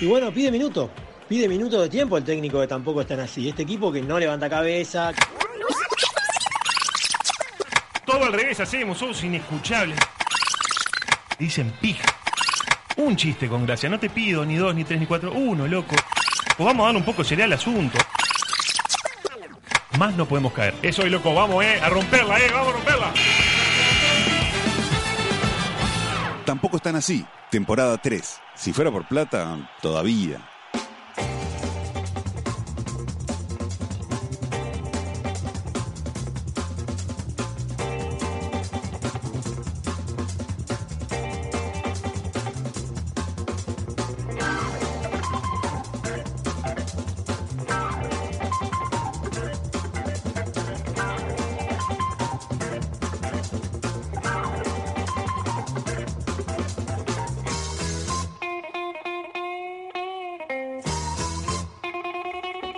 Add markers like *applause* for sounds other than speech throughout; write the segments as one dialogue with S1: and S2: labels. S1: Y bueno, pide minutos. Pide minutos de tiempo el técnico que tampoco están así. Este equipo que no levanta cabeza.
S2: Todo al revés hacemos, somos inescuchables. Dicen pija. Un chiste con gracia. No te pido ni dos, ni tres, ni cuatro. Uno, loco. Pues vamos a dar un poco sería al asunto. Más no podemos caer. Eso hoy, loco. Vamos, eh. A romperla, eh. Vamos a romperla.
S3: Tampoco están así. Temporada 3. Si fuera por plata, todavía.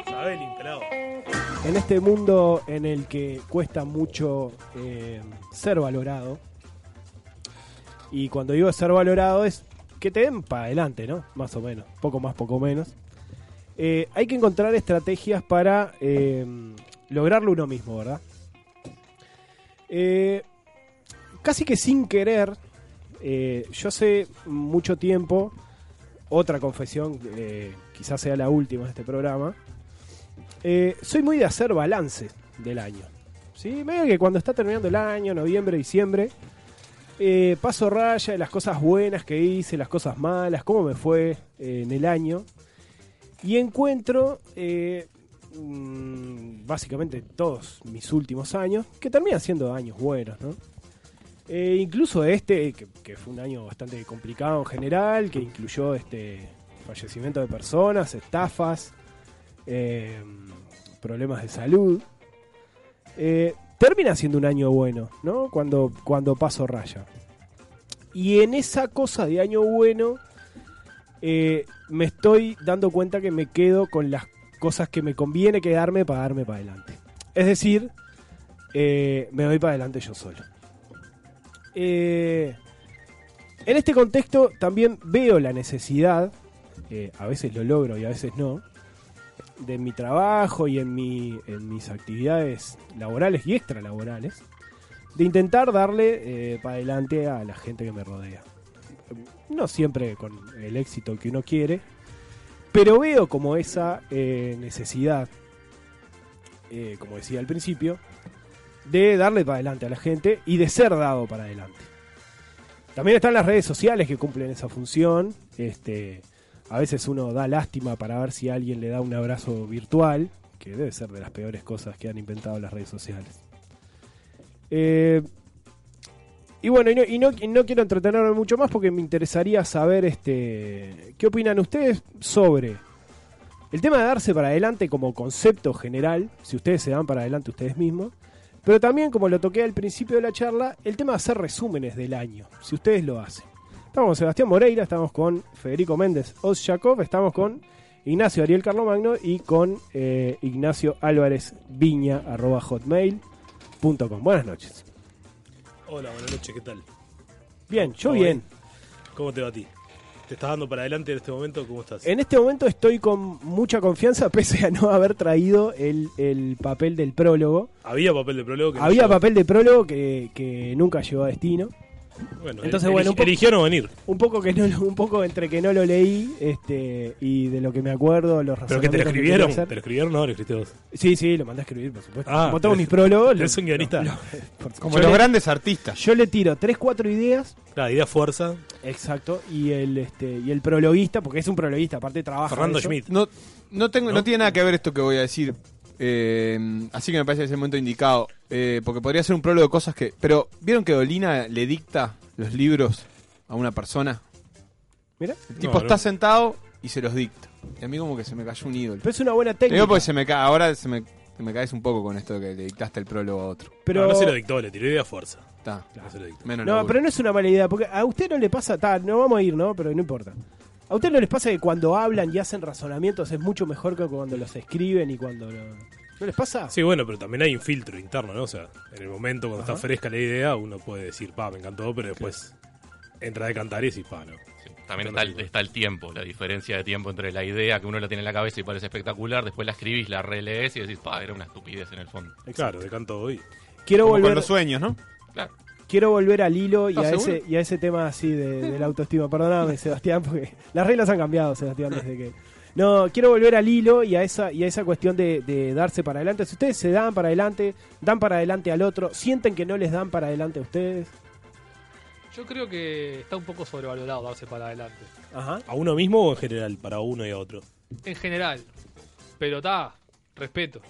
S2: Sabel, impelado.
S4: En este mundo en el que cuesta mucho eh, ser valorado, y cuando digo ser valorado es que te den para adelante, ¿no? Más o menos, poco más, poco menos. Eh, hay que encontrar estrategias para eh, lograrlo uno mismo, ¿verdad? Eh, casi que sin querer, eh, yo hace mucho tiempo, otra confesión, eh, quizás sea la última de este programa, eh, soy muy de hacer balances del año. ¿sí? Medio que cuando está terminando el año, noviembre, diciembre, eh, paso raya de las cosas buenas que hice, las cosas malas, cómo me fue eh, en el año. Y encuentro eh, mm, básicamente todos mis últimos años, que terminan siendo años buenos, ¿no? Eh, incluso este, que, que fue un año bastante complicado en general, que incluyó este fallecimiento de personas, estafas, eh, problemas de salud. Eh, termina siendo un año bueno, ¿no? Cuando, cuando paso raya. Y en esa cosa de año bueno, eh, me estoy dando cuenta que me quedo con las cosas que me conviene quedarme para darme para adelante. Es decir, eh, me voy para adelante yo solo. Eh, en este contexto también veo la necesidad, eh, a veces lo logro y a veces no, de mi trabajo y en, mi, en mis actividades laborales y extralaborales, de intentar darle eh, para adelante a la gente que me rodea. No siempre con el éxito que uno quiere, pero veo como esa eh, necesidad, eh, como decía al principio, de darle para adelante a la gente y de ser dado para adelante. También están las redes sociales que cumplen esa función. Este, a veces uno da lástima para ver si alguien le da un abrazo virtual, que debe ser de las peores cosas que han inventado las redes sociales. Eh, y bueno, y no, y no- y no quiero entretenerme mucho más porque me interesaría saber este, qué opinan ustedes sobre el tema de darse para adelante como concepto general, si ustedes se dan para adelante ustedes mismos, pero también, como lo toqué al principio de la charla, el tema de hacer resúmenes del año, si ustedes lo hacen. Estamos con Sebastián Moreira, estamos con Federico Méndez Osyakov, estamos con Ignacio Ariel Carlomagno y con eh, Ignacio Álvarez Viña, arroba hotmail.com. Buenas noches.
S5: Hola, buenas noches, ¿qué tal?
S4: Bien, yo
S5: ¿Cómo
S4: bien.
S5: va? ¿Cómo te va a ti? ¿Te estás dando para adelante en este momento? ¿Cómo estás?
S4: En este momento estoy con mucha confianza, *laughs* pese a no haber traído el, el papel del prólogo.
S5: Había papel de prólogo que no
S4: Había
S5: llegó.
S4: papel de prólogo que, que nunca llegó a destino.
S5: Bueno,
S4: Entonces,
S5: Entonces,
S4: bueno, un poco-
S5: eligió no venir.
S4: Un poco que no, lo- un poco entre que no lo leí este, y de lo que me acuerdo, los
S5: ¿Pero que te lo
S4: razonamientos quería
S5: escribieron?
S4: hacer.
S5: ¿Te lo escribieron? No, lo
S4: *laughs*
S5: escribiste vos.
S4: Sí, sí, lo mandé a escribir, por supuesto.
S5: Ah,
S4: Como todos
S5: pero-
S4: mis prólogos.
S5: ¿Eres
S4: lo-
S5: un guionista?
S4: por-
S6: Como
S4: yo
S6: los
S4: le-
S6: grandes artistas.
S4: Yo le tiro 3, 4 ideas.
S5: Claro, idea fuerza.
S4: Exacto. Y el, este, y el prologuista, porque es un prologuista, aparte trabaja.
S5: Fernando
S4: de eso.
S5: Schmidt.
S6: No, no, tengo, ¿No?
S5: ¿No?
S6: tiene nada que ver esto que voy a decir. eh, así que me parece que es el momento indicado. eh, porque podría ser un prólogo de cosas que. Pero, ¿vieron que Dolina le dicta los libros a una persona?
S4: Mirá.
S6: El tipo
S5: No,
S6: está
S5: no.
S6: sentado y se los dicta. Y a mí, como que se me cayó un ídolo.
S4: Pero es una buena
S6: Te digo
S4: técnica.
S6: porque se me ca- ahora se me, te me caes un poco con esto de que le dictaste el prólogo a otro.
S4: pero...
S5: No, no se lo dictó, le tiró idea fuerza.
S6: Está,
S5: No se lo dictó.
S6: menos
S4: No,
S6: laburo.
S4: pero no es una mala idea, porque a usted no le pasa, ta, no vamos a ir, ¿no? Pero no importa. A usted no les pasa que cuando hablan y hacen razonamientos es mucho mejor que cuando los escriben y cuando lo- ¿No les pasa?
S5: Sí, bueno, pero también hay un filtro interno, ¿no? O sea, en el momento cuando está fresca la idea, uno puede decir, pa, me encantó, pero después entra de cantar y decís, pa, no.
S7: también está el, está el tiempo, la diferencia de tiempo entre la idea que uno la tiene en la cabeza y parece espectacular, después la escribís, la relees y decís, pa, era una estupidez en el fondo.
S5: Claro, decanto hoy.
S4: Quiero
S6: Como con
S4: volver,
S6: los sueños, ¿no?
S7: Claro.
S4: quiero volver al hilo y
S6: ¿Estás
S4: a,
S6: seguro?
S4: ese, y a ese tema así de,
S7: *laughs*
S4: de la autoestima. Perdóname, Sebastián, porque las reglas han cambiado, Sebastián, desde que... No, quiero volver al hilo y a esa, y a esa cuestión de, de darse para adelante. Si ustedes se dan para adelante, dan para adelante al otro, sienten que no les dan para adelante a ustedes.
S8: Yo creo que está un poco sobrevalorado darse para adelante.
S4: Ajá.
S5: ¿A uno mismo o en general? Para uno y a otro.
S8: En general. Pero está, respeto.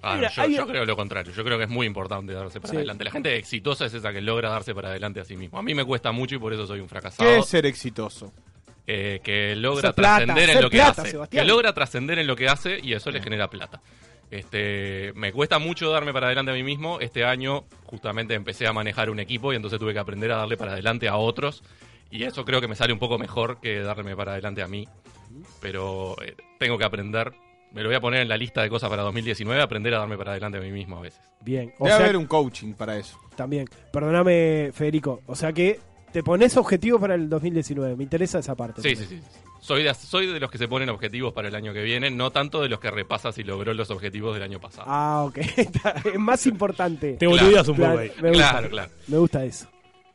S7: Ah, no,
S4: Mira,
S7: yo,
S4: hay-
S7: yo creo lo contrario. Yo creo que es muy importante darse para
S4: Sí.
S7: adelante. La gente exitosa es esa que logra darse para adelante a sí mismo. A mí me cuesta mucho y por eso soy un fracasado.
S5: Ah.
S6: ¿Qué es ser exitoso?
S7: Eh, que logra
S4: Hacer plata,
S7: trascender en
S4: hacer
S7: lo que
S4: plata,
S7: hace.
S4: Sebastián.
S7: Que logra trascender en lo que hace y eso le genera plata. Este, me cuesta mucho darme para adelante a mí mismo. Este año justamente empecé a manejar un equipo y entonces tuve que aprender a darle para adelante a otros. Y eso creo que me sale un poco mejor que darme para adelante a mí. Pero eh, tengo que aprender. Me lo voy a poner en la lista de cosas para 2019, aprender a darme para adelante a mí mismo a veces.
S4: Bien. O
S6: Debe
S4: sea,
S6: haber un coaching para eso.
S4: también. Perdóname, Federico. O sea que te pones objetivos para el 2019. Me interesa esa parte.
S7: Sí, sí,
S4: también.
S7: sí. sí. Soy de, soy de los que se ponen objetivos para el año que viene, no tanto de los que repasa si logró los objetivos del año pasado.
S4: Ah, ok. *laughs* Está- es más importante.
S5: Te
S7: Claro,
S5: boludeas un
S4: Claro,
S5: poco ahí.
S4: Ah, me gusta.
S7: claro, claro.
S4: Me gusta eso.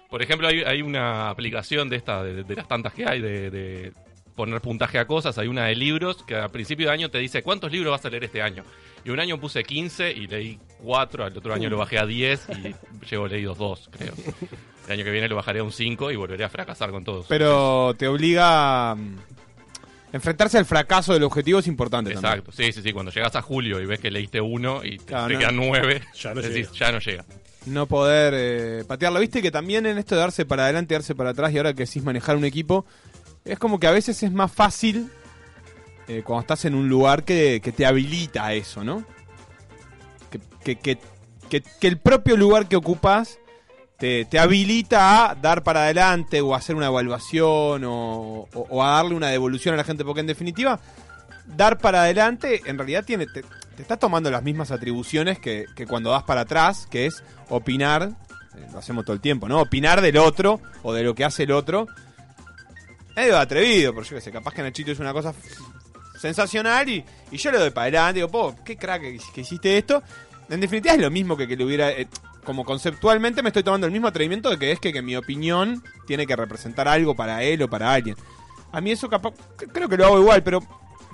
S7: Por ejemplo, hay, hay una aplicación de esta, de, de las tantas que hay, de, de poner puntaje a cosas. Hay una de libros que a principio de año te dice cuántos libros vas a leer este año. Y un año puse 15 y leí 4, al otro año lo bajé a 10 y llevo leídos 2, creo. El año que viene lo bajaré a un 5 y volveré a fracasar con todos.
S6: Pero te obliga a mm, enfrentarse al fracaso del objetivo es importante también.
S7: Exacto, sí, sí, sí. Cuando llegas a julio y ves que leíste uno y te,
S6: Claro,
S7: te
S6: no.
S7: quedan nueve,
S5: *laughs* Ya no
S7: decís,
S5: llega.
S7: ya no llega.
S6: No poder eh, patearla. Viste que también en esto de darse para adelante, darse para atrás y ahora que decís manejar un equipo, es como que a veces es más fácil eh, cuando estás en un lugar que, que te habilita a eso, ¿no? Que, que- que- que- que el propio lugar que ocupas te, te habilita a dar para adelante o a hacer una evaluación o, o- o a darle una devolución a la gente, porque en definitiva, dar para adelante en realidad tiene, te, te está tomando las mismas atribuciones que, que cuando das para atrás, que es opinar, eh, lo hacemos todo el tiempo, ¿no? Opinar del otro o de lo que hace el otro. Medio atrevido, pero yo qué sé, capaz que Nachito hizo una cosa f- sensacional y, y yo le doy para adelante, digo, po, qué crack que, que hiciste esto. En definitiva es lo mismo que que le hubiera... eh, como conceptualmente me estoy tomando el mismo atrevimiento de que es que, que mi opinión tiene que representar algo para él o para alguien. A mí eso capaz... cre- Creo que lo hago igual, pero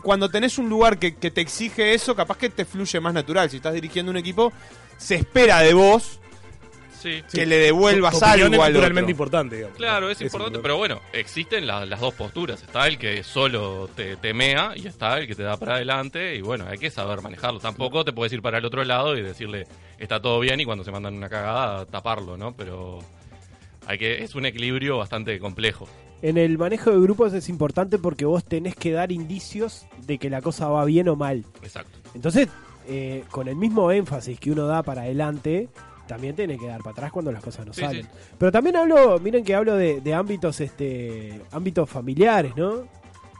S6: cuando tenés un lugar que, que te exige eso, capaz que te fluye más natural. Si estás dirigiendo un equipo, se espera de vos
S7: Sí.
S6: que le devuelvas
S5: Tu opinión
S6: algo
S5: es
S6: al
S5: naturalmente
S6: otro.
S5: importante, digamos.
S7: Claro, es, importante, pero bueno, existen la- las dos posturas. Está el que solo te temea y está el que te da para adelante y bueno, hay que saber manejarlo. Tampoco te puedes ir para el otro lado y decirle está todo bien y cuando se mandan una cagada taparlo, ¿no? Pero hay que es un equilibrio bastante complejo.
S4: En el manejo de grupos es importante porque vos tenés que dar indicios de que la cosa va bien o mal.
S7: Exacto.
S4: Entonces, eh, con el mismo énfasis que uno da para adelante, también tiene que dar para atrás cuando las cosas no
S7: Sí,
S4: salen.
S7: sí.
S4: Pero también hablo, miren que hablo de, de ámbitos, este, ámbitos familiares, ¿no?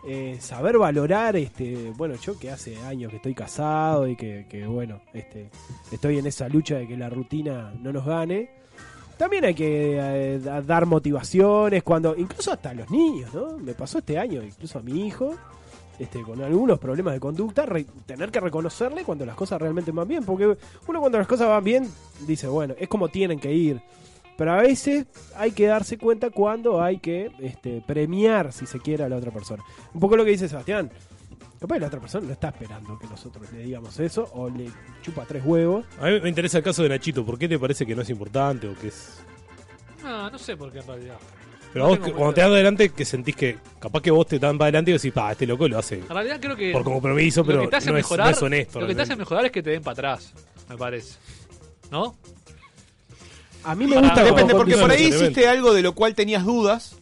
S4: Eh, saber valorar, este, bueno, yo que hace años que estoy casado y que, que, bueno, este, estoy en esa lucha de que la rutina no nos gane. También hay que eh, da- dar motivaciones cuando, incluso hasta a los niños, ¿no? Me pasó este año, incluso a mi hijo, este, con algunos problemas de conducta, re- tener que reconocerle cuando las cosas realmente van bien, porque uno cuando las cosas van bien dice, bueno, es como tienen que ir. Pero a veces hay que darse cuenta cuando hay que este, premiar, si se quiere, a la otra persona. Un poco lo que dice Sebastián. Capaz que la otra persona no está esperando que nosotros le digamos eso o le chupa tres huevos.
S5: A mí me interesa el caso de Nachito. ¿Por qué te parece que no es importante o que es...?
S8: Ah, no sé por qué en realidad.
S5: Pero
S8: No
S5: vos,
S8: tengo
S5: que-
S8: mucho.
S5: cuando te das adelante, que sentís que... Capaz que vos te dan para adelante y decís, pa, este loco lo hace
S8: En realidad creo que.
S5: por compromiso,
S8: lo
S5: pero
S8: que te hace
S5: no, es,
S8: mejorar.
S5: no es honesto.
S8: lo que te hace
S5: realmente.
S8: mejorar es que te den para atrás, me parece. ¿No?
S4: A mí me
S8: Para-
S4: gusta como
S6: Depende, porque por ahí
S5: Condiciones,
S6: hiciste algo de lo cual tenías dudas.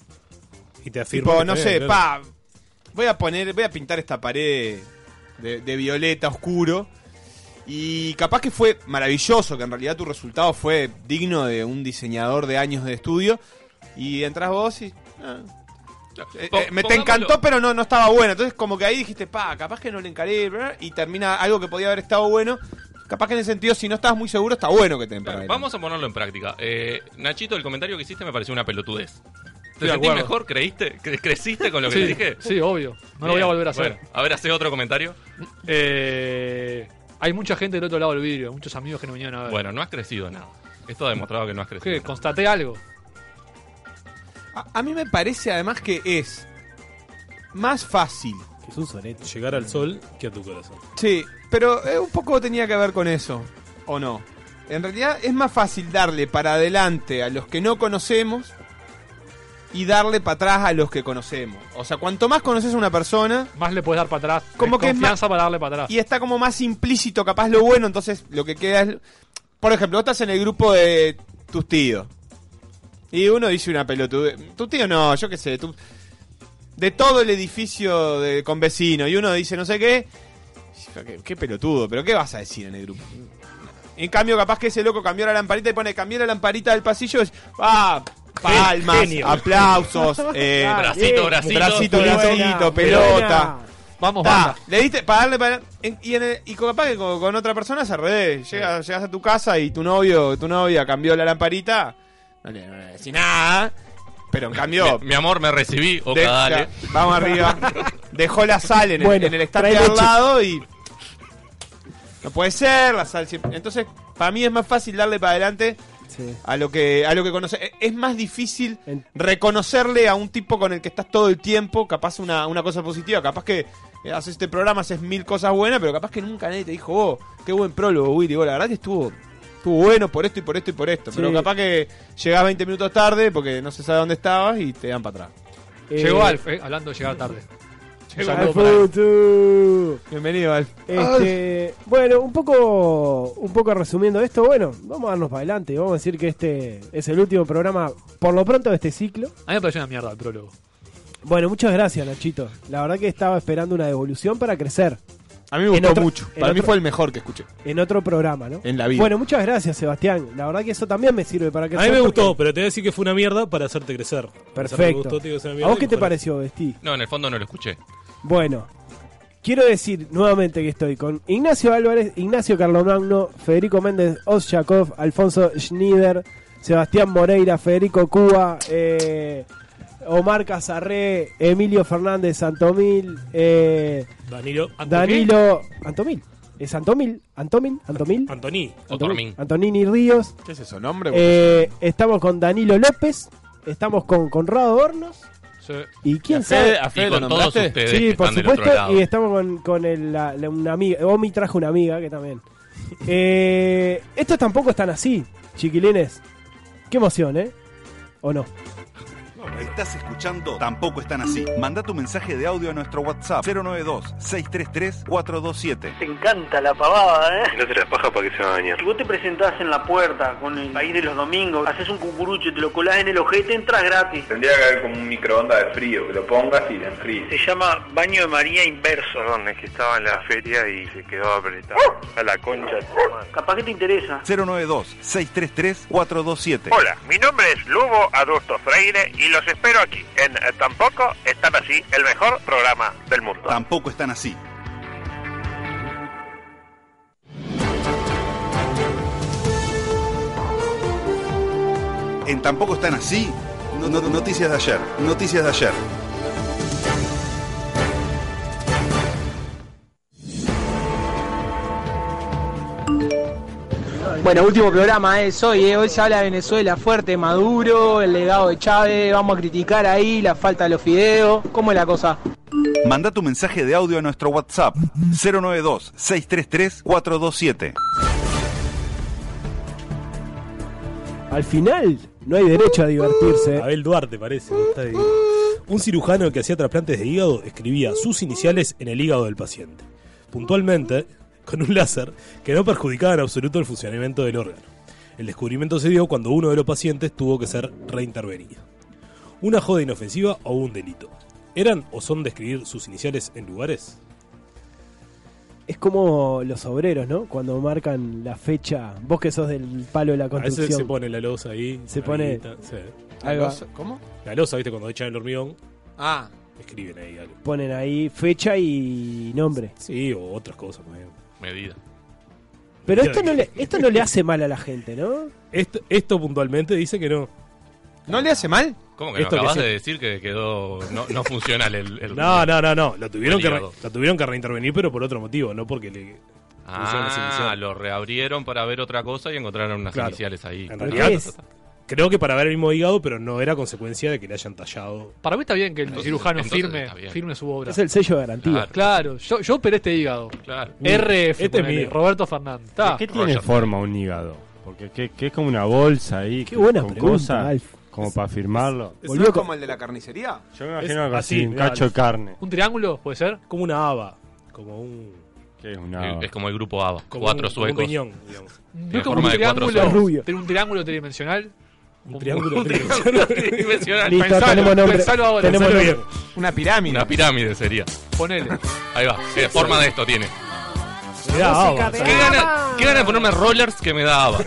S5: Y te afirma
S6: Tipo,
S5: que
S6: no
S5: está
S6: sé,
S5: bien, claro.
S6: pa, voy a poner, voy a pintar esta pared de, de violeta oscuro. Y capaz que fue maravilloso, que en realidad tu resultado fue digno de un diseñador de años de estudio. Y entras vos y. ah, eh, eh, me te
S7: Pongámoslo-
S6: encantó, pero no, no estaba bueno. Entonces, como que ahí dijiste, pa, capaz que no le encaré. bla, Y termina algo que podía haber estado bueno. Capaz que en el sentido, si no estabas muy seguro, está bueno que te
S7: Claro,
S6: emparen.
S7: vamos a ponerlo en práctica. Eh, Nachito, el comentario que hiciste me pareció una pelotudez. Te- ¿Te sentís
S6: de acuerdo.
S7: mejor? ¿Creíste? ¿Cre- ¿Creciste con lo que
S8: sí,
S7: te dije?
S8: sí, obvio. No lo voy a
S7: Bien.
S8: volver a hacer.
S7: Bueno, a ver, hace otro comentario.
S8: Eh, hay mucha gente del otro lado del vidrio, muchos amigos que no vinieron a ver.
S7: Bueno, no has crecido nada. Esto ha demostrado que no has crecido.
S8: ¿Qué?
S7: nada.
S8: Constaté algo.
S6: A, a mí me parece además que es más fácil.
S4: Que es un sorete.
S5: Llegar al sol que a tu corazón.
S6: Sí, pero eh, un poco tenía que ver con eso, ¿o no? En realidad es más fácil darle para adelante a los que no conocemos y darle para atrás a los que conocemos. O sea, cuanto más conoces a una persona
S8: Más le puedes dar para atrás.
S6: Como
S8: Como
S6: que
S8: que
S6: es
S8: confianza para darle para atrás.
S6: y está como más implícito capaz lo bueno, entonces lo que queda es... Por ejemplo, vos estás en el grupo de tus tíos. Y uno dice una pelotude. Tu tío no, yo qué sé. tu- de todo el edificio de, con vecino. Y uno dice no sé qué. qué. qué pelotudo, pero ¿qué vas a decir en el grupo? En cambio, capaz que ese loco cambió la lamparita y pone cambió la lamparita del pasillo. y- ¡Ah! Palmas,
S1: *laughs*
S9: *laughs*
S5: Genio.
S6: aplausos, eh,
S4: Claro.
S7: Bracito,
S4: Bien.
S7: bracito.
S6: bracito,
S4: Buena,
S6: bracito,
S4: buena.
S6: pelota.
S8: Vamos,
S6: Ta,
S8: banda.
S6: le diste para darle para. en- y, en el- y capaz que con, con otra persona es al revés. Llega- llegas a tu casa y tu novio, tu novia cambió la lamparita. No le, no le decís nada. Pero en cambio.
S7: Mi, mi amor, me recibí. Opa,
S6: de-
S7: dale.
S6: ya,
S4: *laughs*
S6: vamos arriba. Dejó la sal en el,
S4: Bueno,
S6: en el estante
S4: trae
S6: de al
S4: leche.
S6: lado y. No puede ser, la sal siempre- Entonces, para mí es más fácil darle para adelante
S4: Sí.
S6: a lo que a lo que conoce E- es más difícil
S4: En-
S6: reconocerle a un tipo con el que estás todo el tiempo capaz una, una cosa positiva capaz que eh, haces este programa haces mil cosas buenas pero capás que nunca nadie te dijo oh qué buen prólogo Willy vos la verdad que estuvo estuvo bueno por esto y por esto y por esto
S4: Sí.
S6: pero capaz que llegás 20 minutos tarde porque no se sabe dónde estabas y te dan para atrás
S4: Eh,
S8: Llegó Alf, eh, hablando de llegar tarde.
S6: Llegó
S8: Un
S4: Al
S8: saludo para Alf.
S4: futuro.
S6: bienvenido Alf
S4: Este, bueno, un poco, un poco resumiendo esto, bueno, vamos a darnos para adelante. Vamos a decir que este es el último programa, por lo pronto, de este ciclo.
S8: A mí me pareció una mierda el prólogo.
S4: Bueno, muchas gracias, Nachito. La verdad que estaba esperando una devolución para crecer
S6: a mí me
S4: En
S6: gustó
S4: otro-
S6: mucho
S4: en
S6: para mí
S4: otro-
S6: fue el mejor que escuché
S4: en otro programa, ¿no?
S6: en la vida
S4: Bueno, muchas gracias, Sebastián. La verdad que eso también me sirve para crecer.
S5: A mí me
S4: porque-
S5: gustó, pero te voy a decir que fue una mierda para hacerte crecer. Para hacerte
S4: Perfecto.
S5: gusto, te digo que es una
S4: ¿A
S5: mierda
S4: vos
S5: y
S4: qué te
S5: mejorás.
S4: pareció, Vestí?
S7: No, en el fondo no lo escuché.
S4: Bueno, quiero decir nuevamente que estoy con Ignacio Álvarez, Ignacio Carlomagno, Federico Méndez Osyakov, Alfonso Schneider, Sebastián Moreira, Federico Cuba, eh, Omar Casarré, Emilio Fernández Santomil, eh,
S5: Danilo.
S4: Danilo Antomil. ¿Es Antomil? ¿Antomil? ¿Antomil?
S5: Antoní.
S7: Otormín.
S4: Antonini Ríos.
S6: qué es eso nombre
S4: Eh, estamos con Danilo López. Estamos con Conrado Hornos. ¿Y quién
S6: a Fede,
S4: sabe?
S6: a Fede
S7: Y
S6: lo
S7: con todos
S6: nombraste?
S7: ustedes que
S4: Sí, por
S7: están del otro
S4: supuesto.
S7: lado.
S4: Y estamos con, con el- la- la- una amiga. Omi trajo una amiga que también. Eh, estos tampoco están así, chiquilines. Qué emoción, ¿eh? ¿O no?
S3: Estás escuchando Tampoco están así. Manda tu mensaje de audio a nuestro WhatsApp 092 633 427.
S10: Te encanta la pavada, ¿eh?
S11: No te la paja para que se bañe.
S10: Si vos te presentás en la puerta con el país de los domingos, haces un cucurucho, te lo colás en el ojete, entras gratis.
S11: Tendría que haber como un microondas de frío, que lo pongas y le enfríes.
S10: Se llama baño de María inverso.
S11: Perdón, es que estaba en la feria y se quedó apretado. A la concha.
S10: ¡Uh! Capaz que te interesa.
S3: 092 633 427.
S11: Hola, mi nombre es Lugo Adusto Freire y los espero aquí en eh, Tampoco Están Así, el mejor programa del mundo.
S3: Tampoco están así. En Tampoco están así. no- no- noticias de ayer. Noticias de ayer.
S9: Bueno, último programa es hoy, eh. hoy se habla de Venezuela fuerte, Maduro, el legado de Chávez, vamos a criticar ahí la falta de los fideos, ¿cómo es la cosa?
S3: Manda tu mensaje de audio a nuestro WhatsApp 092 633 427.
S4: Al final, no hay derecho a divertirse.
S5: Abel Duarte parece. no está ahí. Un cirujano que hacía trasplantes de hígado escribía sus iniciales en el hígado del paciente, puntualmente con un láser que no perjudicaba en absoluto el funcionamiento del órgano. El descubrimiento se dio cuando uno de los pacientes tuvo que ser reintervenido. Una joda inofensiva o un delito. ¿Eran o son de escribir sus iniciales en lugares?
S4: Es como los obreros, ¿no? Cuando marcan la fecha. Vos que sos del palo de la
S5: A veces
S4: construcción.
S5: se pone la losa ahí.
S4: Se
S5: la
S4: pone-
S5: amiguita, sí.
S4: Ahí va.
S6: ¿cómo?
S5: La losa, viste, cuando echan el hormigón,
S6: ah
S5: escriben ahí algo.
S4: Ponen ahí fecha y nombre.
S5: Sí, o otras cosas. más bien.
S7: Medida.
S4: Pero esto no, le, esto no le hace mal a la gente, ¿no?
S5: Esto, esto puntualmente dice que no.
S6: ¿No le hace mal?
S7: *laughs* ¿Cómo que no?
S5: Esto que
S7: Acabas
S5: se-
S7: de decir que quedó no, no funcional el, el-
S5: No, no, no, no. La tuvieron,
S7: el
S5: que, re-
S7: hígado.
S5: la tuvieron que reintervenir, pero por otro motivo, no porque le. pusieron las
S7: Ah,
S5: iniciales.
S7: lo reabrieron para ver otra cosa y encontraron unas
S5: Claro.
S7: iniciales ahí.
S5: En realidad, creo que para ver el mismo hígado, pero no era consecuencia de que le hayan tallado.
S8: Para mí está bien que el
S7: Entonces-
S8: cirujano
S7: entonces está
S8: firme,
S7: bien.
S8: firme su obra.
S4: Es el sello de garantía.
S8: Claro, Claro, yo, yo operé este hígado.
S7: Claro.
S8: RF,
S4: Este es
S8: ponele,
S4: mío.
S8: Roberto Fernández. Está.
S12: ¿Qué tiene forma un hígado? Porque que, que es como una bolsa ahí.
S4: Qué buena
S12: con
S4: pregunta,
S12: cosas,
S4: Alf.
S12: Como para firmarlo.
S6: ¿Es
S4: Volvió
S6: como el de la carnicería?
S12: Yo me imagino algo
S5: Es
S12: así,
S5: así,
S12: un
S5: mirá,
S12: cacho de carne.
S8: ¿Un triángulo puede ser?
S5: Como una haba. Como un.
S12: ¿Qué es una
S7: Es como el grupo ABA.
S5: Como
S7: Cuatro
S5: un, como un
S7: suecos.
S5: riñón, digamos.
S8: ¿No es
S7: forma
S8: como un
S7: de cuatro
S8: triángulo?
S7: ojos.
S4: Rubio.
S8: ¿Tiene un triángulo tridimensional?
S5: Un triángulo.
S7: Un triángulo tridimensional.
S4: Listo,
S7: Pensalo.
S4: tenemos nombre.
S8: pensalo ahora,
S4: tenemos
S5: Pensalo
S4: nombre.
S5: bien.
S6: Una pirámide.
S7: Una pirámide sería.
S8: Ponele.
S7: Ahí va. Eh, forma de esto tiene.
S5: Mirá, haba.
S7: ¿Qué gana, qué gana de ponerme rollers que me da ABA?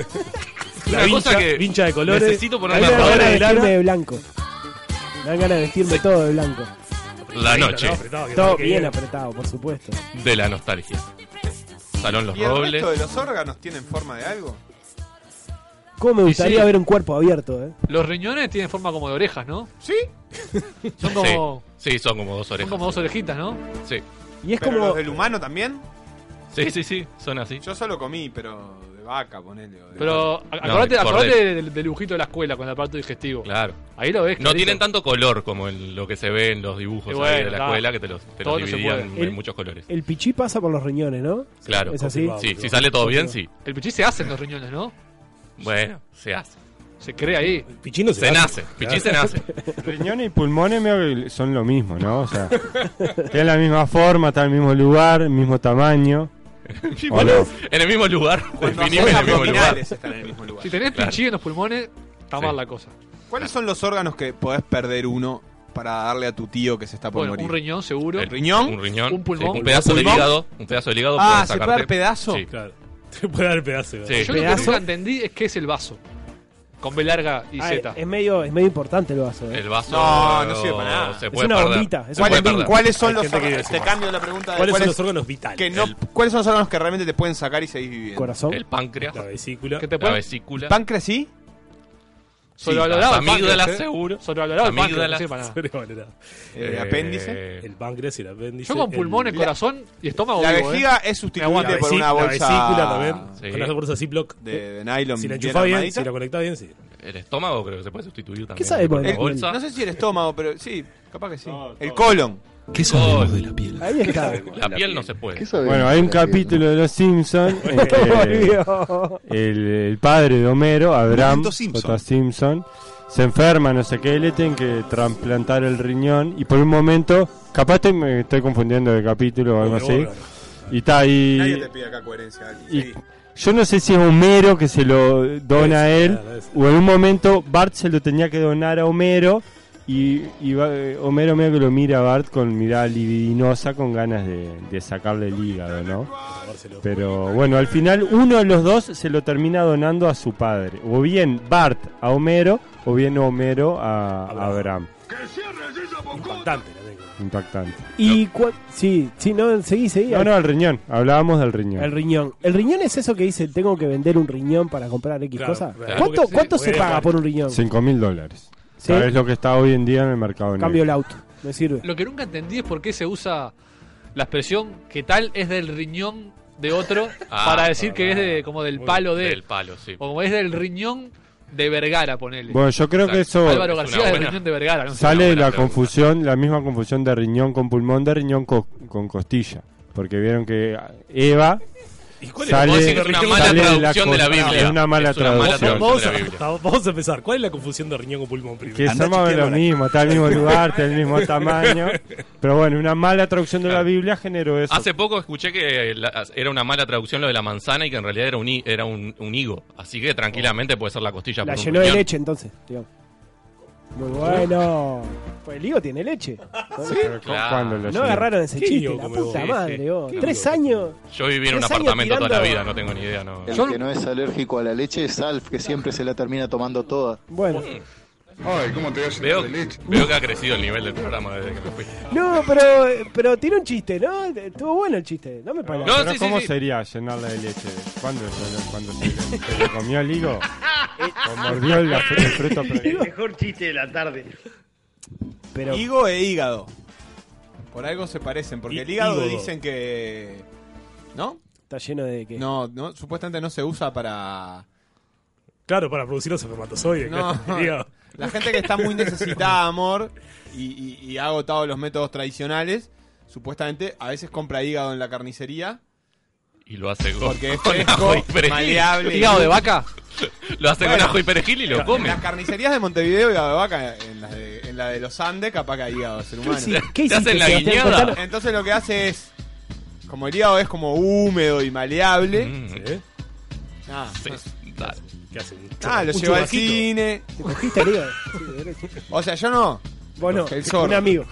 S5: La
S7: Una
S5: vincha,
S7: cosa que
S5: vincha de colores.
S7: necesito
S4: A mí me
S7: ponerme
S4: dan
S5: Ahora
S4: ganas de
S5: de
S7: rollers
S5: lana.
S4: vestirme de blanco. Me dan ganas de vestirme todo de blanco.
S7: la noche
S5: Apretado, que
S4: Todo
S5: que
S4: bien apretado, por supuesto.
S7: de la nostalgia. Salón Los
S6: ¿Y el
S7: Robles.
S6: resto de los órganos tienen forma de algo?
S4: ¿Cómo me
S7: Y
S4: gustaría
S7: sí.
S4: ver un cuerpo abierto, eh?
S8: Los riñones tienen forma como de orejas, ¿no?
S6: ¿Sí?
S8: Son
S7: Sí,
S8: como,
S7: sí, son como dos
S8: son
S7: orejas.
S8: como dos orejitas, ¿no?
S7: Sí.
S4: Y es
S6: ¿Pero
S4: como.
S6: los del humano también?
S7: sí, sí, sí, son así.
S6: Yo solo comí, pero de vaca, ponele. o de-
S8: Pero ac- acordate,
S7: de cordel.
S8: acordate del, del dibujito de la escuela con el aparato digestivo.
S7: Claro.
S8: Ahí lo ves.
S7: No
S8: clarito.
S7: tienen tanto color como el- lo que se ve en los dibujos
S8: Y
S7: ahí
S8: bueno,
S7: de la
S8: está.
S7: escuela, que te los, te los
S8: Todo no se
S7: dividían
S8: puede.
S7: en
S4: El-
S7: muchos colores.
S4: El pichí pasa por los riñones, ¿no?
S7: Claro.
S4: ¿Es así?
S7: Sí, si sale todo bien, sí.
S8: El pichí se hace en los riñones, ¿no?
S7: Bueno, se hace.
S8: Se crea ahí.
S5: Pichino se,
S7: Se
S5: hace.
S7: nace. Pichín se nace.
S12: Riñones y pulmones medio que son lo mismo, ¿no? O sea, *laughs* tienen la misma forma, está en el mismo lugar,
S7: *laughs*
S12: mismo tamaño. ¿O no?
S7: En el mismo
S6: *laughs*
S7: lugar.
S6: Cuando
S7: Definime en el
S6: haces
S7: mismo lugar.
S6: abdominales están en el mismo lugar.
S8: Si tenés
S7: Claro.
S8: pichí en los pulmones, está
S7: Sí.
S8: mal la cosa.
S6: ¿Cuáles son los órganos que podés perder uno para darle a tu tío que se está por
S8: Bueno,
S6: morir?
S8: un riñón seguro.
S7: El-
S6: riñón,
S7: Un riñón.
S8: un pulmón.
S7: sí, un pedazo
S6: ¿Pulmón?
S7: de hígado. Un pedazo de hígado.
S6: Ah,
S7: pueden
S6: ¿se
S7: sacarte.
S6: puede dar pedazo?
S7: Sí.
S6: *laughs*
S5: Claro. Te puede dar el pedazo. ¿verdad?
S7: Sí.
S8: Yo lo que
S4: ¿Pedazo?
S8: nunca entendí es qué es el vaso. Con B larga y
S4: Ah,
S8: Z.
S4: es, es medio, es medio importante el vaso, eh.
S7: El vaso.
S6: No, no sirve para nada.
S7: Se
S4: Es
S7: puede
S4: una
S7: perder.
S4: bombita, es
S7: Se
S4: una
S7: puede
S6: ¿Cuáles,
S7: perder.
S6: ¿cuáles son los
S5: gente que
S6: órganos?
S5: dice
S6: Te
S5: más.
S6: cambio la pregunta de
S5: ¿Cuáles son
S6: cuáles,
S5: los órganos vitales?
S6: que no- ¿Cuáles son los órganos que realmente te pueden sacar y seguir viviendo?
S4: Corazón.
S7: El páncreas.
S5: La vesícula.
S8: ¿Qué te
S7: La
S8: puede?
S7: vesícula.
S6: ¿Páncreas sí?
S8: Sobrevalorado.
S7: las
S8: el páncreas,
S7: amígdalas,
S8: ¿eh?
S7: seguro.
S8: Sobrevalorado. el páncreas,
S7: Amígdalas.
S8: no sirve para nada.
S5: *laughs* Sobrevalorado.
S6: Eh,
S7: Eh,
S6: ¿Apéndice?
S5: El páncreas y el apéndice.
S8: Yo con
S5: el-
S8: pulmones,
S6: La-
S8: corazón y estómago
S6: La
S8: vivo, ¿eh?
S6: vejiga es
S5: La,
S6: sustituible por
S5: vesi-
S6: una
S5: la
S6: bolsa
S5: vesícula también.
S7: Sí.
S5: Ah, Con las bolsas Ziploc.
S6: de, de nylon
S5: Si la
S6: bien
S5: enchufás bien,
S6: armadita.
S5: si la conectás bien, sí.
S7: El estómago creo que se puede sustituir también.
S4: sabe
S7: por
S4: poner?
S7: la
S6: El-
S7: bolsa?
S6: No sé si el estómago, pero sí, capaz que sí. el colon.
S5: ¿Qué
S7: sabemos
S5: de la piel?
S4: Ahí está.
S7: La piel no se puede.
S12: Bueno, hay un capítulo de Los Simpsons. en que
S4: Volvió.
S12: el, el padre de Homero, Abraham,
S3: Momento Simpson.
S12: J. Simpson, se enferma, no sé qué, y le tienen que trasplantar el riñón. Y por un momento, capaz te- me estoy confundiendo de capítulo o algo así. Y está
S6: Nadie
S12: ahí.
S6: te pide acá coherencia. Aldi,
S12: Y
S6: seguí. *laughs*
S12: yo no sé si es Homero que se lo dona a él,
S5: claro, es.
S12: o en un momento Bart se lo tenía que donar a Homero, y, y va- eh, Homero medio que lo mira a Bart con mirada libidinosa, con ganas de, de sacarle el hígado, ¿no? Pero bueno, al final uno de los dos se lo termina donando a su padre, o bien Bart a Homero, o bien Homero a, a Abraham.
S5: Impactante la tengo.
S12: Impactante.
S4: Y cua- sí, sí, no, seguí, seguí.
S12: No, no, al riñón, hablábamos del riñón.
S4: El riñón. El riñón es eso que dice, tengo que vender un riñón para comprar X
S5: Claro,
S4: cosa.
S5: claro.
S4: ¿Cuánto,
S5: Porque-
S4: cuánto
S5: sí,
S4: se
S5: porque-
S4: paga por un riñón?
S12: 5 mil dólares.
S4: Sí.
S12: ¿Sabes lo que está hoy en día en el mercado negro?
S4: Cambio el auto, me sirve.
S8: Lo que nunca entendí es por qué se usa la expresión que tal es del riñón de otro
S7: *laughs* Ah,
S8: para decir que es
S5: verdad.
S8: de, como del
S5: Muy
S8: palo de
S7: Del
S8: él.
S7: palo, sí.
S8: O como es del riñón de Vergara, ponele.
S12: Bueno, yo creo que eso
S8: Álvaro
S7: es una
S8: García es del
S7: buena-
S8: riñón de Vergara, no sé.
S7: una
S12: sale de
S7: buena
S12: la
S7: pregunta.
S12: confusión, la misma confusión de riñón con pulmón, de riñón co- con costilla. Porque vieron que Eva
S5: ¿Y cuál es la-
S12: sale,
S7: vos decís que es una mala
S12: sale
S7: traducción de la
S12: co-
S7: Biblia.
S12: Es una mala
S7: Es una mala
S12: traducción.
S7: traducción.
S5: Vamos a,
S7: de la Biblia.
S5: vamos a empezar. ¿Cuál es la confusión de riñón con pulmón primero?
S12: Que es más o menos lo mismo, está en
S6: *laughs*
S12: el mismo lugar, está en el mismo tamaño. Pero bueno, una mala traducción de la Biblia generó eso.
S7: Hace poco escuché que la- era una mala traducción lo de la manzana y que en realidad era un, hi- era un, un higo. Así que tranquilamente puede ser la costilla
S4: La
S7: por un
S4: llenó de
S7: riñón.
S4: leche entonces, digamos. Muy bueno. Pues el higo tiene leche.
S12: Pero cu-
S7: Claro.
S12: ¿cuándo lo
S4: No
S12: llenó?
S4: agarraron ese
S5: Qué
S4: chiste,
S5: higo
S4: la
S5: come vos.
S4: puta
S5: Sí,
S4: madre, vos.
S5: Qué
S4: Tres
S5: higo come
S4: años.
S7: Yo viví en un
S4: Tres años
S7: apartamento toda la
S4: tirando-
S7: vida, no tengo ni idea. No.
S8: Yo-
S13: El que no es alérgico a la leche es Alf, que siempre se la termina tomando toda.
S4: Bueno,
S13: Ay, ¿cómo te voy a llenar
S7: Veo,
S13: de leche?
S7: veo que ha crecido el nivel del programa desde que me fui.
S4: No, pero, pero tiró un chiste, ¿no? Estuvo bueno el chiste, no me parece.
S12: Pero ¿Cómo sería llenarla de leche? ¿Cuándo, se- cuando se, se le comió el higo? ¿O mordió el, el fruto prohibido?
S10: mejor chiste de la tarde.
S6: Higo e hígado. Por algo se parecen, porque
S4: Hí-
S6: el hígado
S4: hígado.
S6: dicen que. ¿No?
S4: Está lleno de que.
S6: No, no, supuestamente no se usa para.
S5: Claro, para producir los
S4: *laughs*
S5: espermatozoides.
S6: No.
S5: claro, *laughs* digo.
S6: La gente que está muy *laughs* necesitada de amor y, y- y ha agotado los métodos tradicionales, supuestamente a veces compra hígado en la carnicería.
S7: Y lo hace con,
S6: Porque este es
S7: con
S6: fresco,
S7: ajo y perejil.
S6: maleable.
S7: Lo hace
S6: Bueno,
S7: con ajo y perejil y
S6: en
S7: lo come.
S6: las carnicerías de Montevideo, hígado de vaca. En la de, en la de los Andes, capaz que hay hígado de ser humano.
S7: hici- qué ¿Te hiciste, hacen la Sebastián? guiñada? Contalo.
S6: Entonces lo que hace es. Como el hígado es como húmedo y maleable.
S7: Mm,
S6: Ah,
S5: ¿Qué hacen?
S6: Ah, lo
S4: Un
S6: lleva al
S4: chubasquito.
S6: cine.
S4: Te cogiste el hígado. Sí, derecho.
S6: O sea, yo no.
S4: Bueno,
S6: El zorro.
S4: un amigo.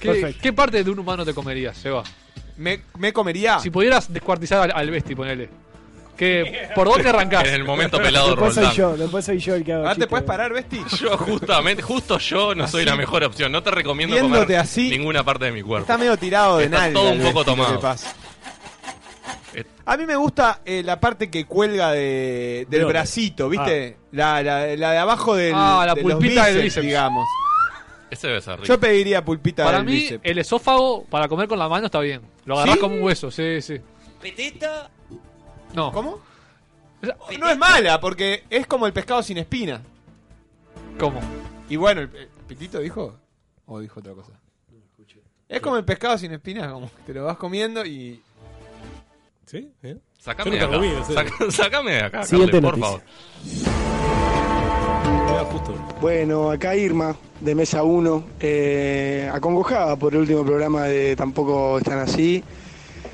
S8: ¿Qué, qué parte de un humano te comerías, Seba?
S6: ¿Me, comería?
S8: Si pudieras descuartizar al, al besti, ponele. Que, ¿Por
S5: *laughs*
S8: dónde arrancás?
S7: En el momento pelado,
S4: después soy
S7: Roldán.
S4: yo, después soy yo el
S5: Ah,
S4: que hago.
S6: ¿te puedes parar, Besti?
S7: *laughs* Yo justamente, justo yo no soy la mejor opción. No te recomiendo
S6: Viéndote
S7: comer
S6: así,
S7: ninguna parte de mi cuerpo.
S6: Está medio tirado de
S7: Está
S6: nalga.
S7: todo un
S6: el
S7: poco
S6: Besti, lo que
S7: tomado.
S6: pasa. A mí me gusta eh, la parte que cuelga de- del
S8: ¿De dónde?
S6: bracito, ¿viste?
S4: Ah.
S6: La, la- la de abajo del.
S8: Ah, la
S6: de los
S8: pulpita del
S6: bíceps,
S8: bíceps.
S6: digamos.
S7: Ese debe ser rico.
S6: Yo pediría pulpita
S8: Para
S6: del
S8: mí,
S6: bíceps.
S8: el esófago para comer con la mano está bien. Lo agarrás
S6: ¿Sí?
S8: como un hueso, sí, sí.
S14: ¿Petita?
S8: No.
S6: ¿Cómo? No es mala, porque es como el pescado sin espina.
S8: ¿Cómo?
S6: Y bueno, el, el ¿Pitito dijo? ¿O dijo otra cosa? Es como el pescado sin espina, como que te lo vas comiendo y.
S5: ¿Sí?
S6: ¿Eh?
S7: Sacame de acá. Saca- *laughs* sacame de acá,
S15: Siguiente
S7: Carles, por favor.
S15: noticia. Bueno, acá Irma, de Mesa 1, eh, acongojada por el último programa de Tampoco Están Así.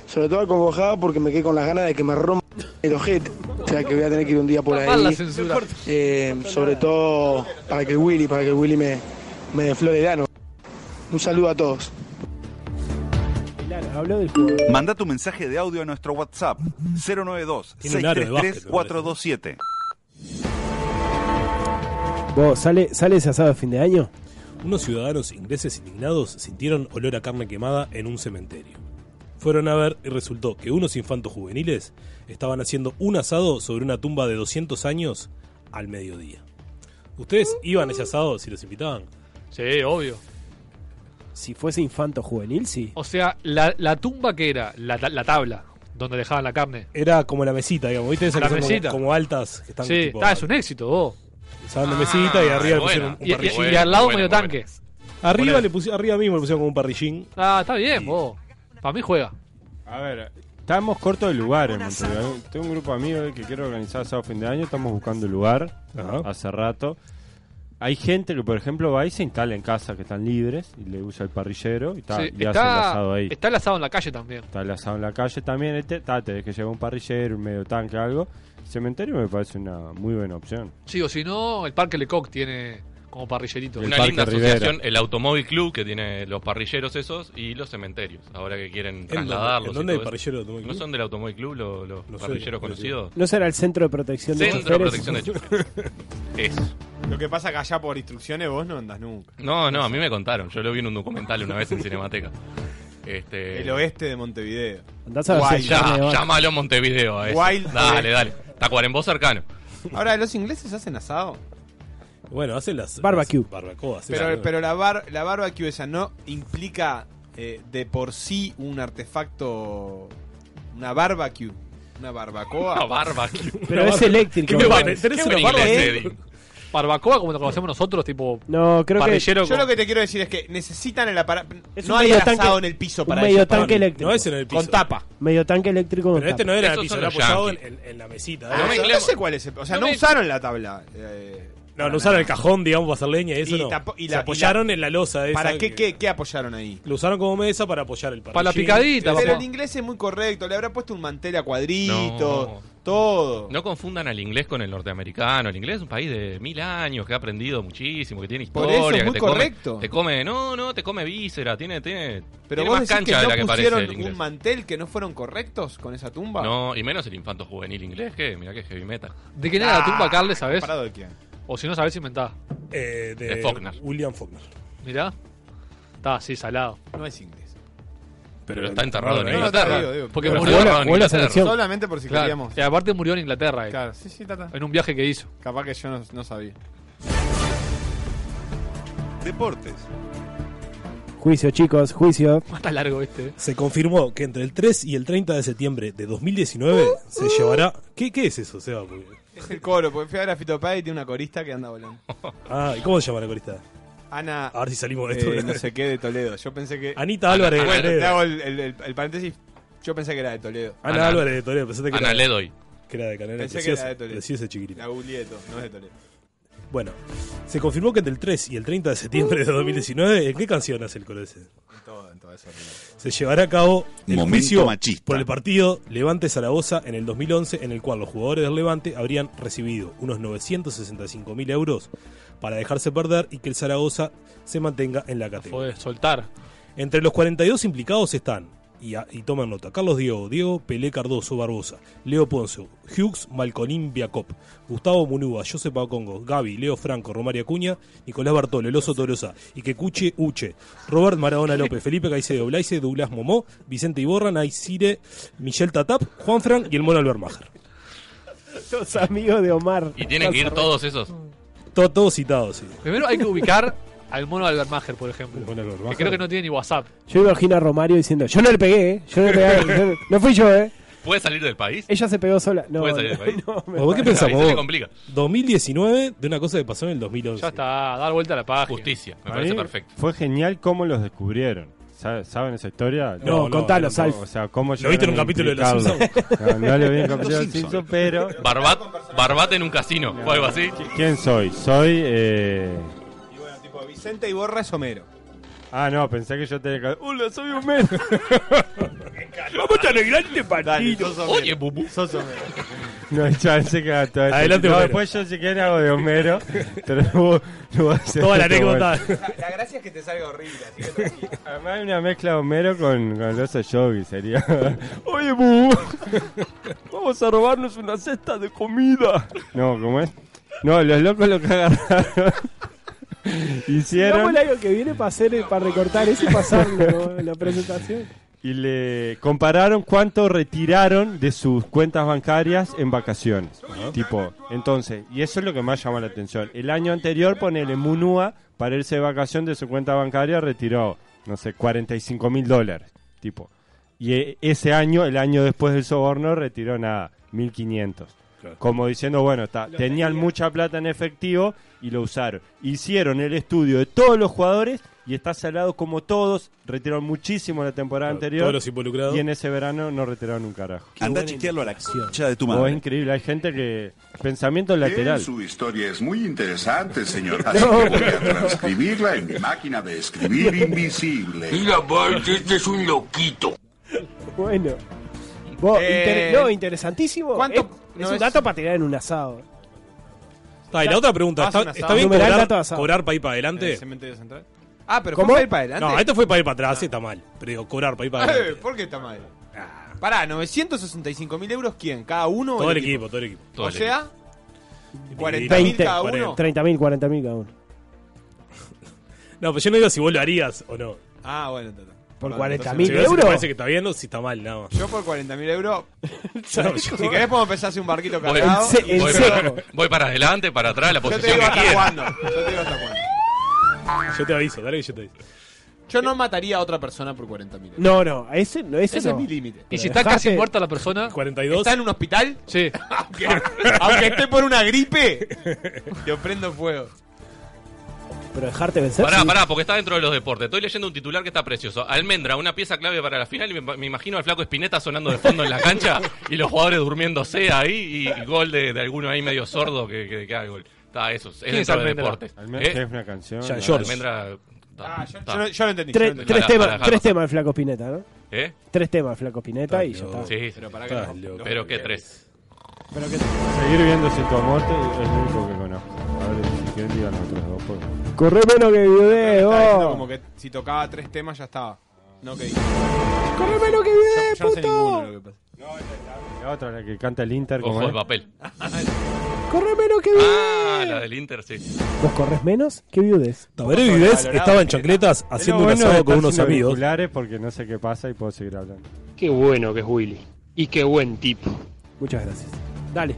S15: Sobre todo acongojada porque me quedé con las ganas de que me rompa el ojete. O sea que voy a tener que ir un día por
S8: Está mal la
S15: ahí.
S8: censura.
S15: Eh, sobre todo para que Willy, para que Willy me, me desflore el ano. Un saludo a
S4: *laughs*
S15: todos.
S4: Habló del juego.
S3: Manda tu mensaje de audio a nuestro WhatsApp 092
S4: Tiene un aro de
S3: 633 427.
S4: ¿Vos sale, sale ese asado de fin de año?
S5: Unos ciudadanos ingleses indignados sintieron olor a carne quemada en un cementerio. Fueron a ver y resultó que unos infantos juveniles estaban haciendo un asado sobre una tumba de 200 años al mediodía. ¿Ustedes iban a ese asado si los invitaban?
S8: Sí, obvio.
S4: Si fuese infanto juvenil, sí.
S8: O sea, la, la tumba que era, la, ta- la tabla, donde dejaban la carne.
S5: Era como la mesita, digamos, ¿viste? Esas
S8: La
S5: que son como-
S8: mesita.
S5: Como, altas que están
S8: sí,
S5: tipo-
S8: está, es un éxito, vos.
S5: Usaban la mesita y arriba le pusieron un
S8: Ah, Y, y-
S5: parrillín.
S8: y al lado
S5: Buena,
S8: medio
S5: buena.
S8: tanque.
S5: Arriba, le pusi- arriba mismo le pusieron como un parrillín.
S8: Ah, está bien, vos. Para mí juega.
S12: A ver, estamos cortos de lugar en Montevideo. ¿eh? Tengo un grupo de amigos que quiero organizar asado fin de año. Estamos buscando lugar hace rato. Hay gente que, por ejemplo, va y se instala en casas que están libres y le usa el parrillero y, ta-
S8: Sí,
S12: y hace el
S8: está,
S12: asado ahí.
S8: está el asado en la calle también.
S12: Está el asado en la calle también. Este, ta, tenés que llevar un parrillero, un medio tanque, algo. Cementerio me parece una muy buena opción.
S8: Sí, o si no, el Parque Lecoq tiene como parrillerito.
S7: Una linda asociación, el Automóvil Club, que tiene los parrilleros esos y los cementerios. Ahora que quieren trasladarlos.
S5: en
S7: y
S5: dónde hay
S7: todo eso.
S5: parrilleros del Automóvil
S7: ¿No
S5: Club?
S7: son del Automóvil Club los, los
S5: sé,
S7: parrilleros
S5: no sé.
S7: conocidos?
S4: ¿No será el centro de protección de
S7: Centro de
S4: choferes?
S7: protección de choferes. *laughs* Eso.
S6: Lo que pasa que allá por instrucciones vos no andás nunca.
S7: No, no, a mí me contaron. Yo lo vi en un documental una vez en Cinemateca. Este...
S6: El oeste de Montevideo.
S4: Andás
S7: Guay,
S6: Wild.
S7: ya, llámalo Montevideo a eso.
S6: Wild eh,
S7: dale,
S6: West.
S7: dale. Tacuarembó cercano.
S6: Ahora, ¿los ingleses hacen asado?
S5: Bueno, hacen las
S4: Barbecue.
S5: las barbacoas.
S6: Pero,
S5: esas, ¿no?
S6: pero la, bar, la barbecue esa no implica eh, de por sí un artefacto. Una barbecue. Una barbacoa.
S7: Una barbecue.
S4: Pero es eléctrico.
S6: Qué bueno,
S4: Qué ¿eh?
S6: tenés
S4: buen
S6: una
S4: inglés,
S6: barbacoa.
S4: Eddie.
S8: Barbacoa, como lo conocemos nosotros, tipo.
S4: No, creo que.
S8: parrillero
S6: Yo lo que te quiero decir es que necesitan el aparato.
S4: Es
S6: No
S4: un
S6: hay
S4: medio
S6: el asado
S4: tanque-
S6: en el piso
S4: un
S6: para
S4: medio
S6: ellos.
S4: tanque
S6: Perdón.
S4: eléctrico. No es en el
S6: Con
S4: piso.
S6: tapa.
S4: Medio tanque eléctrico.
S5: Pero este no era en el piso, era apoyado en,
S4: el
S5: en- en la mesita.
S6: Ah,
S5: ¿eh?
S6: no, no sé cuál es el. O sea,
S5: No
S6: no,
S5: me-
S6: usaron la tabla. eh,
S5: No, no usaron el cajón, digamos, para hacer leña y eso
S6: Y
S5: no.
S6: tampo- y
S5: Se
S6: la-
S5: apoyaron
S6: y la-
S5: en la losa esa.
S6: ¿Para qué, qué, qué apoyaron ahí?
S5: Lo usaron como mesa para apoyar el parrillín.
S6: Pero el inglés es muy correcto. Le habrá puesto un mantel a cuadritos. Todo.
S7: No confundan al inglés con el norteamericano. El inglés es un país de mil años que ha aprendido muchísimo, que tiene
S6: Por
S7: historia.
S6: eso es
S7: que
S6: muy
S7: te
S6: correcto.
S7: Come, te come, no, no, te come víscera. Tiene, tiene,
S6: Pero
S7: tiene
S6: vos
S7: más
S6: decís que
S7: cancha de
S6: no
S7: la que parece el
S6: pusieron un
S7: inglés.
S6: mantel que no fueron correctos con esa tumba.
S7: No, y menos el infanto juvenil inglés, que mirá que es heavy metal.
S8: ¿De quién era la tumba, Carles, sabes?
S6: Ah, ¿Parado de quién?
S8: O si no, sabés inventada.
S5: Eh, de,
S8: De Faulkner.
S5: William Faulkner.
S8: Mirá. Está así, salado.
S6: No es inglés.
S7: Pero está enterrado en
S8: No, no,
S7: Inglaterra.
S8: digo, digo,
S7: Porque
S8: pero
S7: murió
S8: jugó
S7: enterrado en
S8: jugó
S7: Inglaterra.
S6: Solamente por si
S8: Claro.
S6: queríamos.
S8: Y aparte murió en Inglaterra. él.
S6: Claro, sí, sí, tata.
S8: En un viaje que hizo.
S6: Capaz que yo no, no sabía.
S3: Deportes.
S4: Juicio, chicos, juicio.
S8: Está largo este.
S5: Se confirmó que entre el 3 y el 30 de septiembre de 2019 se llevará. ¿Qué, qué es eso, Seba? Porque-
S6: Es el coro, porque fui a ver a Fito Páez y tiene una corista que anda volando.
S5: Ah, ¿y cómo se llama la corista?
S6: *laughs* Ana.
S5: A ver si salimos de esto.
S6: eh, no sé qué de Toledo. Yo pensé que.
S5: Anita Álvarez de
S6: Bueno,
S5: Toledo.
S6: Te hago el, el- el- el paréntesis. Yo pensé que era de Toledo.
S5: Ana, Álvarez de Toledo, pensaste que
S7: Ana
S5: era.
S7: Ledoy.
S5: Que era de Canela.
S6: Pensé
S5: preciosa,
S6: que era de Toledo.
S5: Preciosa chiquitita.
S6: La Gulieto, no es de Toledo.
S5: Bueno, se confirmó que entre el 3 y el 30 de septiembre de 2019. ¿En qué canción hace el coro ese?
S6: En todo, en todo eso.
S5: se llevará a cabo el
S3: Momento
S5: juicio
S3: machista.
S5: por el partido Levante Zaragoza en el 2011, en el cual los jugadores del Levante habrían recibido unos 965.000 euros para dejarse perder y que el Zaragoza se mantenga en la categoría.
S8: Podés soltar.
S5: Entre los 42 implicados están, y, a- y toman nota, Carlos Diego, Diego Pelé Cardoso Barbosa, Leo Ponce, Hughes Malcolín Biacop, Gustavo Munúa, Josep Congo, Gaby, Leo Franco, Romario Acuña, Nicolás Bartolo, Eloso Torosa, Iquecuche Uche, Robert Maradona López, Felipe Caicedo, Blaise Douglas Momó, Vicente Iborra, Naisire, Michel Tatap, Juan Frank y el Mono Albermajer.
S4: Los amigos de Omar.
S7: Y tienen que ir todos esos.
S5: To- Todos citados, sí.
S8: Primero hay que ubicar al mono de Albermacher, por ejemplo. Que creo que no tiene ni WhatsApp.
S4: Yo imagino a Romario diciendo, yo no le pegué, ¿eh? yo no le pegué, yo no- no fui yo, ¿eh?
S7: ¿Puede salir del país?
S4: Ella se pegó sola. No,
S7: ¿Puede salir del país?
S4: no, me
S5: ¿Vos qué
S4: parece.
S5: pensamos?
S7: Ahí se le
S5: vos?
S7: complica.
S5: 2019 de una cosa que pasó en el 2011.
S8: Ya está, dar vuelta a la página.
S7: Justicia, me
S12: A
S7: parece
S8: *laughs*
S12: mí
S7: perfecto.
S12: Fue genial cómo los descubrieron. ¿Sabe- ¿Saben esa historia?
S5: No, No, no, contanos, no, no. Alf.
S12: O sea, cómo
S5: ¿Lo viste en
S12: llegaron
S5: un
S12: a
S5: capítulo de Los
S12: implicarlo. *laughs*
S5: Simpsons?
S12: No, no
S5: *laughs*
S12: lo vi en un
S5: Los
S12: capítulo de Los
S5: Simpsons.
S12: Simpsons, pero...
S7: Barbat, Barbat en un casino o algo así.
S12: ¿Quién soy? Soy... eh,
S6: Tipo, Vicente Iborra es Homero.
S12: Ah, no, pensé que yo tenía que... ¡Hola, soy Homero!
S6: Vamos a arreglar este partido. Oye,
S7: Bubu.
S6: Sos Homero.
S12: No hay chance que haga todo esto.
S5: Adelante,
S12: No,
S5: Homero.
S12: después yo si quieren hago de
S5: *laughs*
S12: Homero, pero no, voy- no voy a hacer
S5: Toda la
S12: esto, bueno.
S5: anécdota.
S6: La gracia es que te salga horrible, así que tranquilo.
S12: Además hay una mezcla de Homero con, con el oso Yogi, sería... *laughs* ¡Oye, Bubu! Vamos a robarnos una cesta de comida. No, ¿cómo es? No, los locos lo que agarraron... *laughs*
S4: Hagamos
S12: hicieron...
S4: el año que viene para hacer, eh, para recortar eso y pasarlo en la presentación.
S12: Y le compararon cuánto retiraron de sus cuentas bancarias en vacaciones. Tipo, entonces, y eso es lo que más llama la atención. El año anterior, ponele Munua, para irse de vacación de su cuenta bancaria, retiró, no sé, 45 mil dólares. Tipo. Y e- ese año, el año después del soborno, retiró nada, 1500. Como diciendo, bueno, está, tenían mucha plata en efectivo y lo usaron. Hicieron el estudio de todos los jugadores y está salado como todos. Retiraron muchísimo la temporada anterior.
S5: todos los involucrados.
S12: Y en ese verano no retiraron un carajo.
S3: Anda a chequearlo a la concha de tu
S12: Oh, es
S3: madre.
S12: increíble, hay gente que. Pensamiento lateral.
S13: Su historia es muy interesante, señor. Así que voy a transcribirla en mi máquina de escribir invisible.
S14: Mira, Bart, este es un loquito.
S4: Bueno. Vos,
S6: Eh,
S4: inter- no, interesantísimo.
S6: ¿cuánto-
S4: Es,
S6: no
S4: es un
S6: es-
S4: dato para tirar en un asado.
S5: Ah, y la otra pregunta,
S4: Haz un
S5: ¿está,
S4: asado.
S5: está bien
S4: Numeral
S5: cobrar,
S4: dato asado.
S5: cobrar para ir para
S6: En el
S5: adelante?
S6: cementerio central. Ah, pero
S5: ¿Cómo?
S6: ¿cómo para adelante?
S5: No, esto fue para ir para atrás, sí, está mal. Pero digo, cobrar para ir para
S6: Eh,
S5: adelante.
S6: ¿Por qué está mal? Ah, Pará, 965 mil euros, ¿quién? ¿Cada uno? o
S5: Todo el equipo, todo el equipo.
S6: O sea, 40 mil
S4: 20,
S6: cada uno.
S4: 30 mil, 40 mil cada uno.
S5: No, pero yo no digo si vos lo harías o no.
S6: Ah, bueno, tata.
S4: ¿Por
S6: Bueno,
S4: 40
S5: Si
S4: mil
S5: vos- si te
S4: euros?
S5: parece que está bien o si está mal, nada más.
S6: Yo por 40 mil *laughs* euros.
S4: ¿Sabes
S6: si
S4: cómo?
S6: querés, podemos empezar a hacer un barquito
S7: Voy,
S6: cargado. y-
S7: voy para, voy para adelante, para atrás, la
S6: Yo te
S7: posición
S6: digo
S7: que
S6: hasta
S7: quiera.
S6: cuándo. Yo te digo hasta cuándo.
S5: Yo te aviso, dale que yo te aviso.
S6: Yo no mataría a otra persona por 40 mil euros.
S4: No, no, ese, no, ese,
S6: Ese
S4: no.
S6: es mi límite.
S8: Y si está casi muerta la persona,
S5: 42.
S6: ¿Está en un hospital?
S8: sí.
S6: Aunque, *laughs* aunque esté por una gripe, *laughs* yo prendo fuego.
S4: Pero dejarte vencer.
S7: Pará,
S4: sí.
S7: pará, porque está dentro de los deportes. Estoy leyendo un titular que está precioso. Almendra, una pieza clave para la final. Y me, me imagino al flaco Espineta sonando de fondo en la
S12: *laughs*
S7: cancha y los jugadores durmiéndose ahí y, y gol de, de alguno ahí medio sordo que, que, que haga el gol. Está, eso. Es
S8: ¿Quién es
S7: dentro de
S8: Almendra?
S7: deportes.
S12: Almendra
S7: ¿Eh?
S12: es una canción.
S5: Ya,
S12: ¿no?
S5: George.
S7: Almendra. ta, ta.
S6: Ah, Yo, no- yo lo entendí. yo
S4: Tres,
S6: lo entendí.
S4: tres
S7: Para-
S4: temas,
S7: para
S4: tres
S7: dejarlo.
S4: temas el flaco Pineta, ¿no?
S7: ¿Eh?
S4: Tres temas el flaco Pineta y ya está.
S7: Sí,
S6: Pero para
S5: Estás
S6: que
S5: loco.
S7: pero qué tres.
S12: Seguir viendo sin tu amor te- es lo único que conozco. A ver si quieren digan los otros dos. porque-
S4: Corre menos que
S6: Estaba diciendo
S4: video.
S6: como que si tocaba tres temas ya estaba. No que
S4: Corre menos que
S6: Yo,
S4: video,
S6: yo no sé ninguno
S4: puto.
S6: lo que pasa.
S12: La otra, la que canta el Inter. ¿cómo
S7: Ojo de
S12: es?
S7: papel.
S4: Corre menos que video.
S7: Ah, la del Inter, sí.
S4: ¿Vos corres menos? ¿Qué viudes?
S5: Tabaré Vives estaba en chancletas haciendo un asado con unos amigos.
S12: porque no sé qué pasa y puedo seguir hablando.
S4: Qué bueno que es Willy. Y qué buen tipo. Muchas gracias. Dale.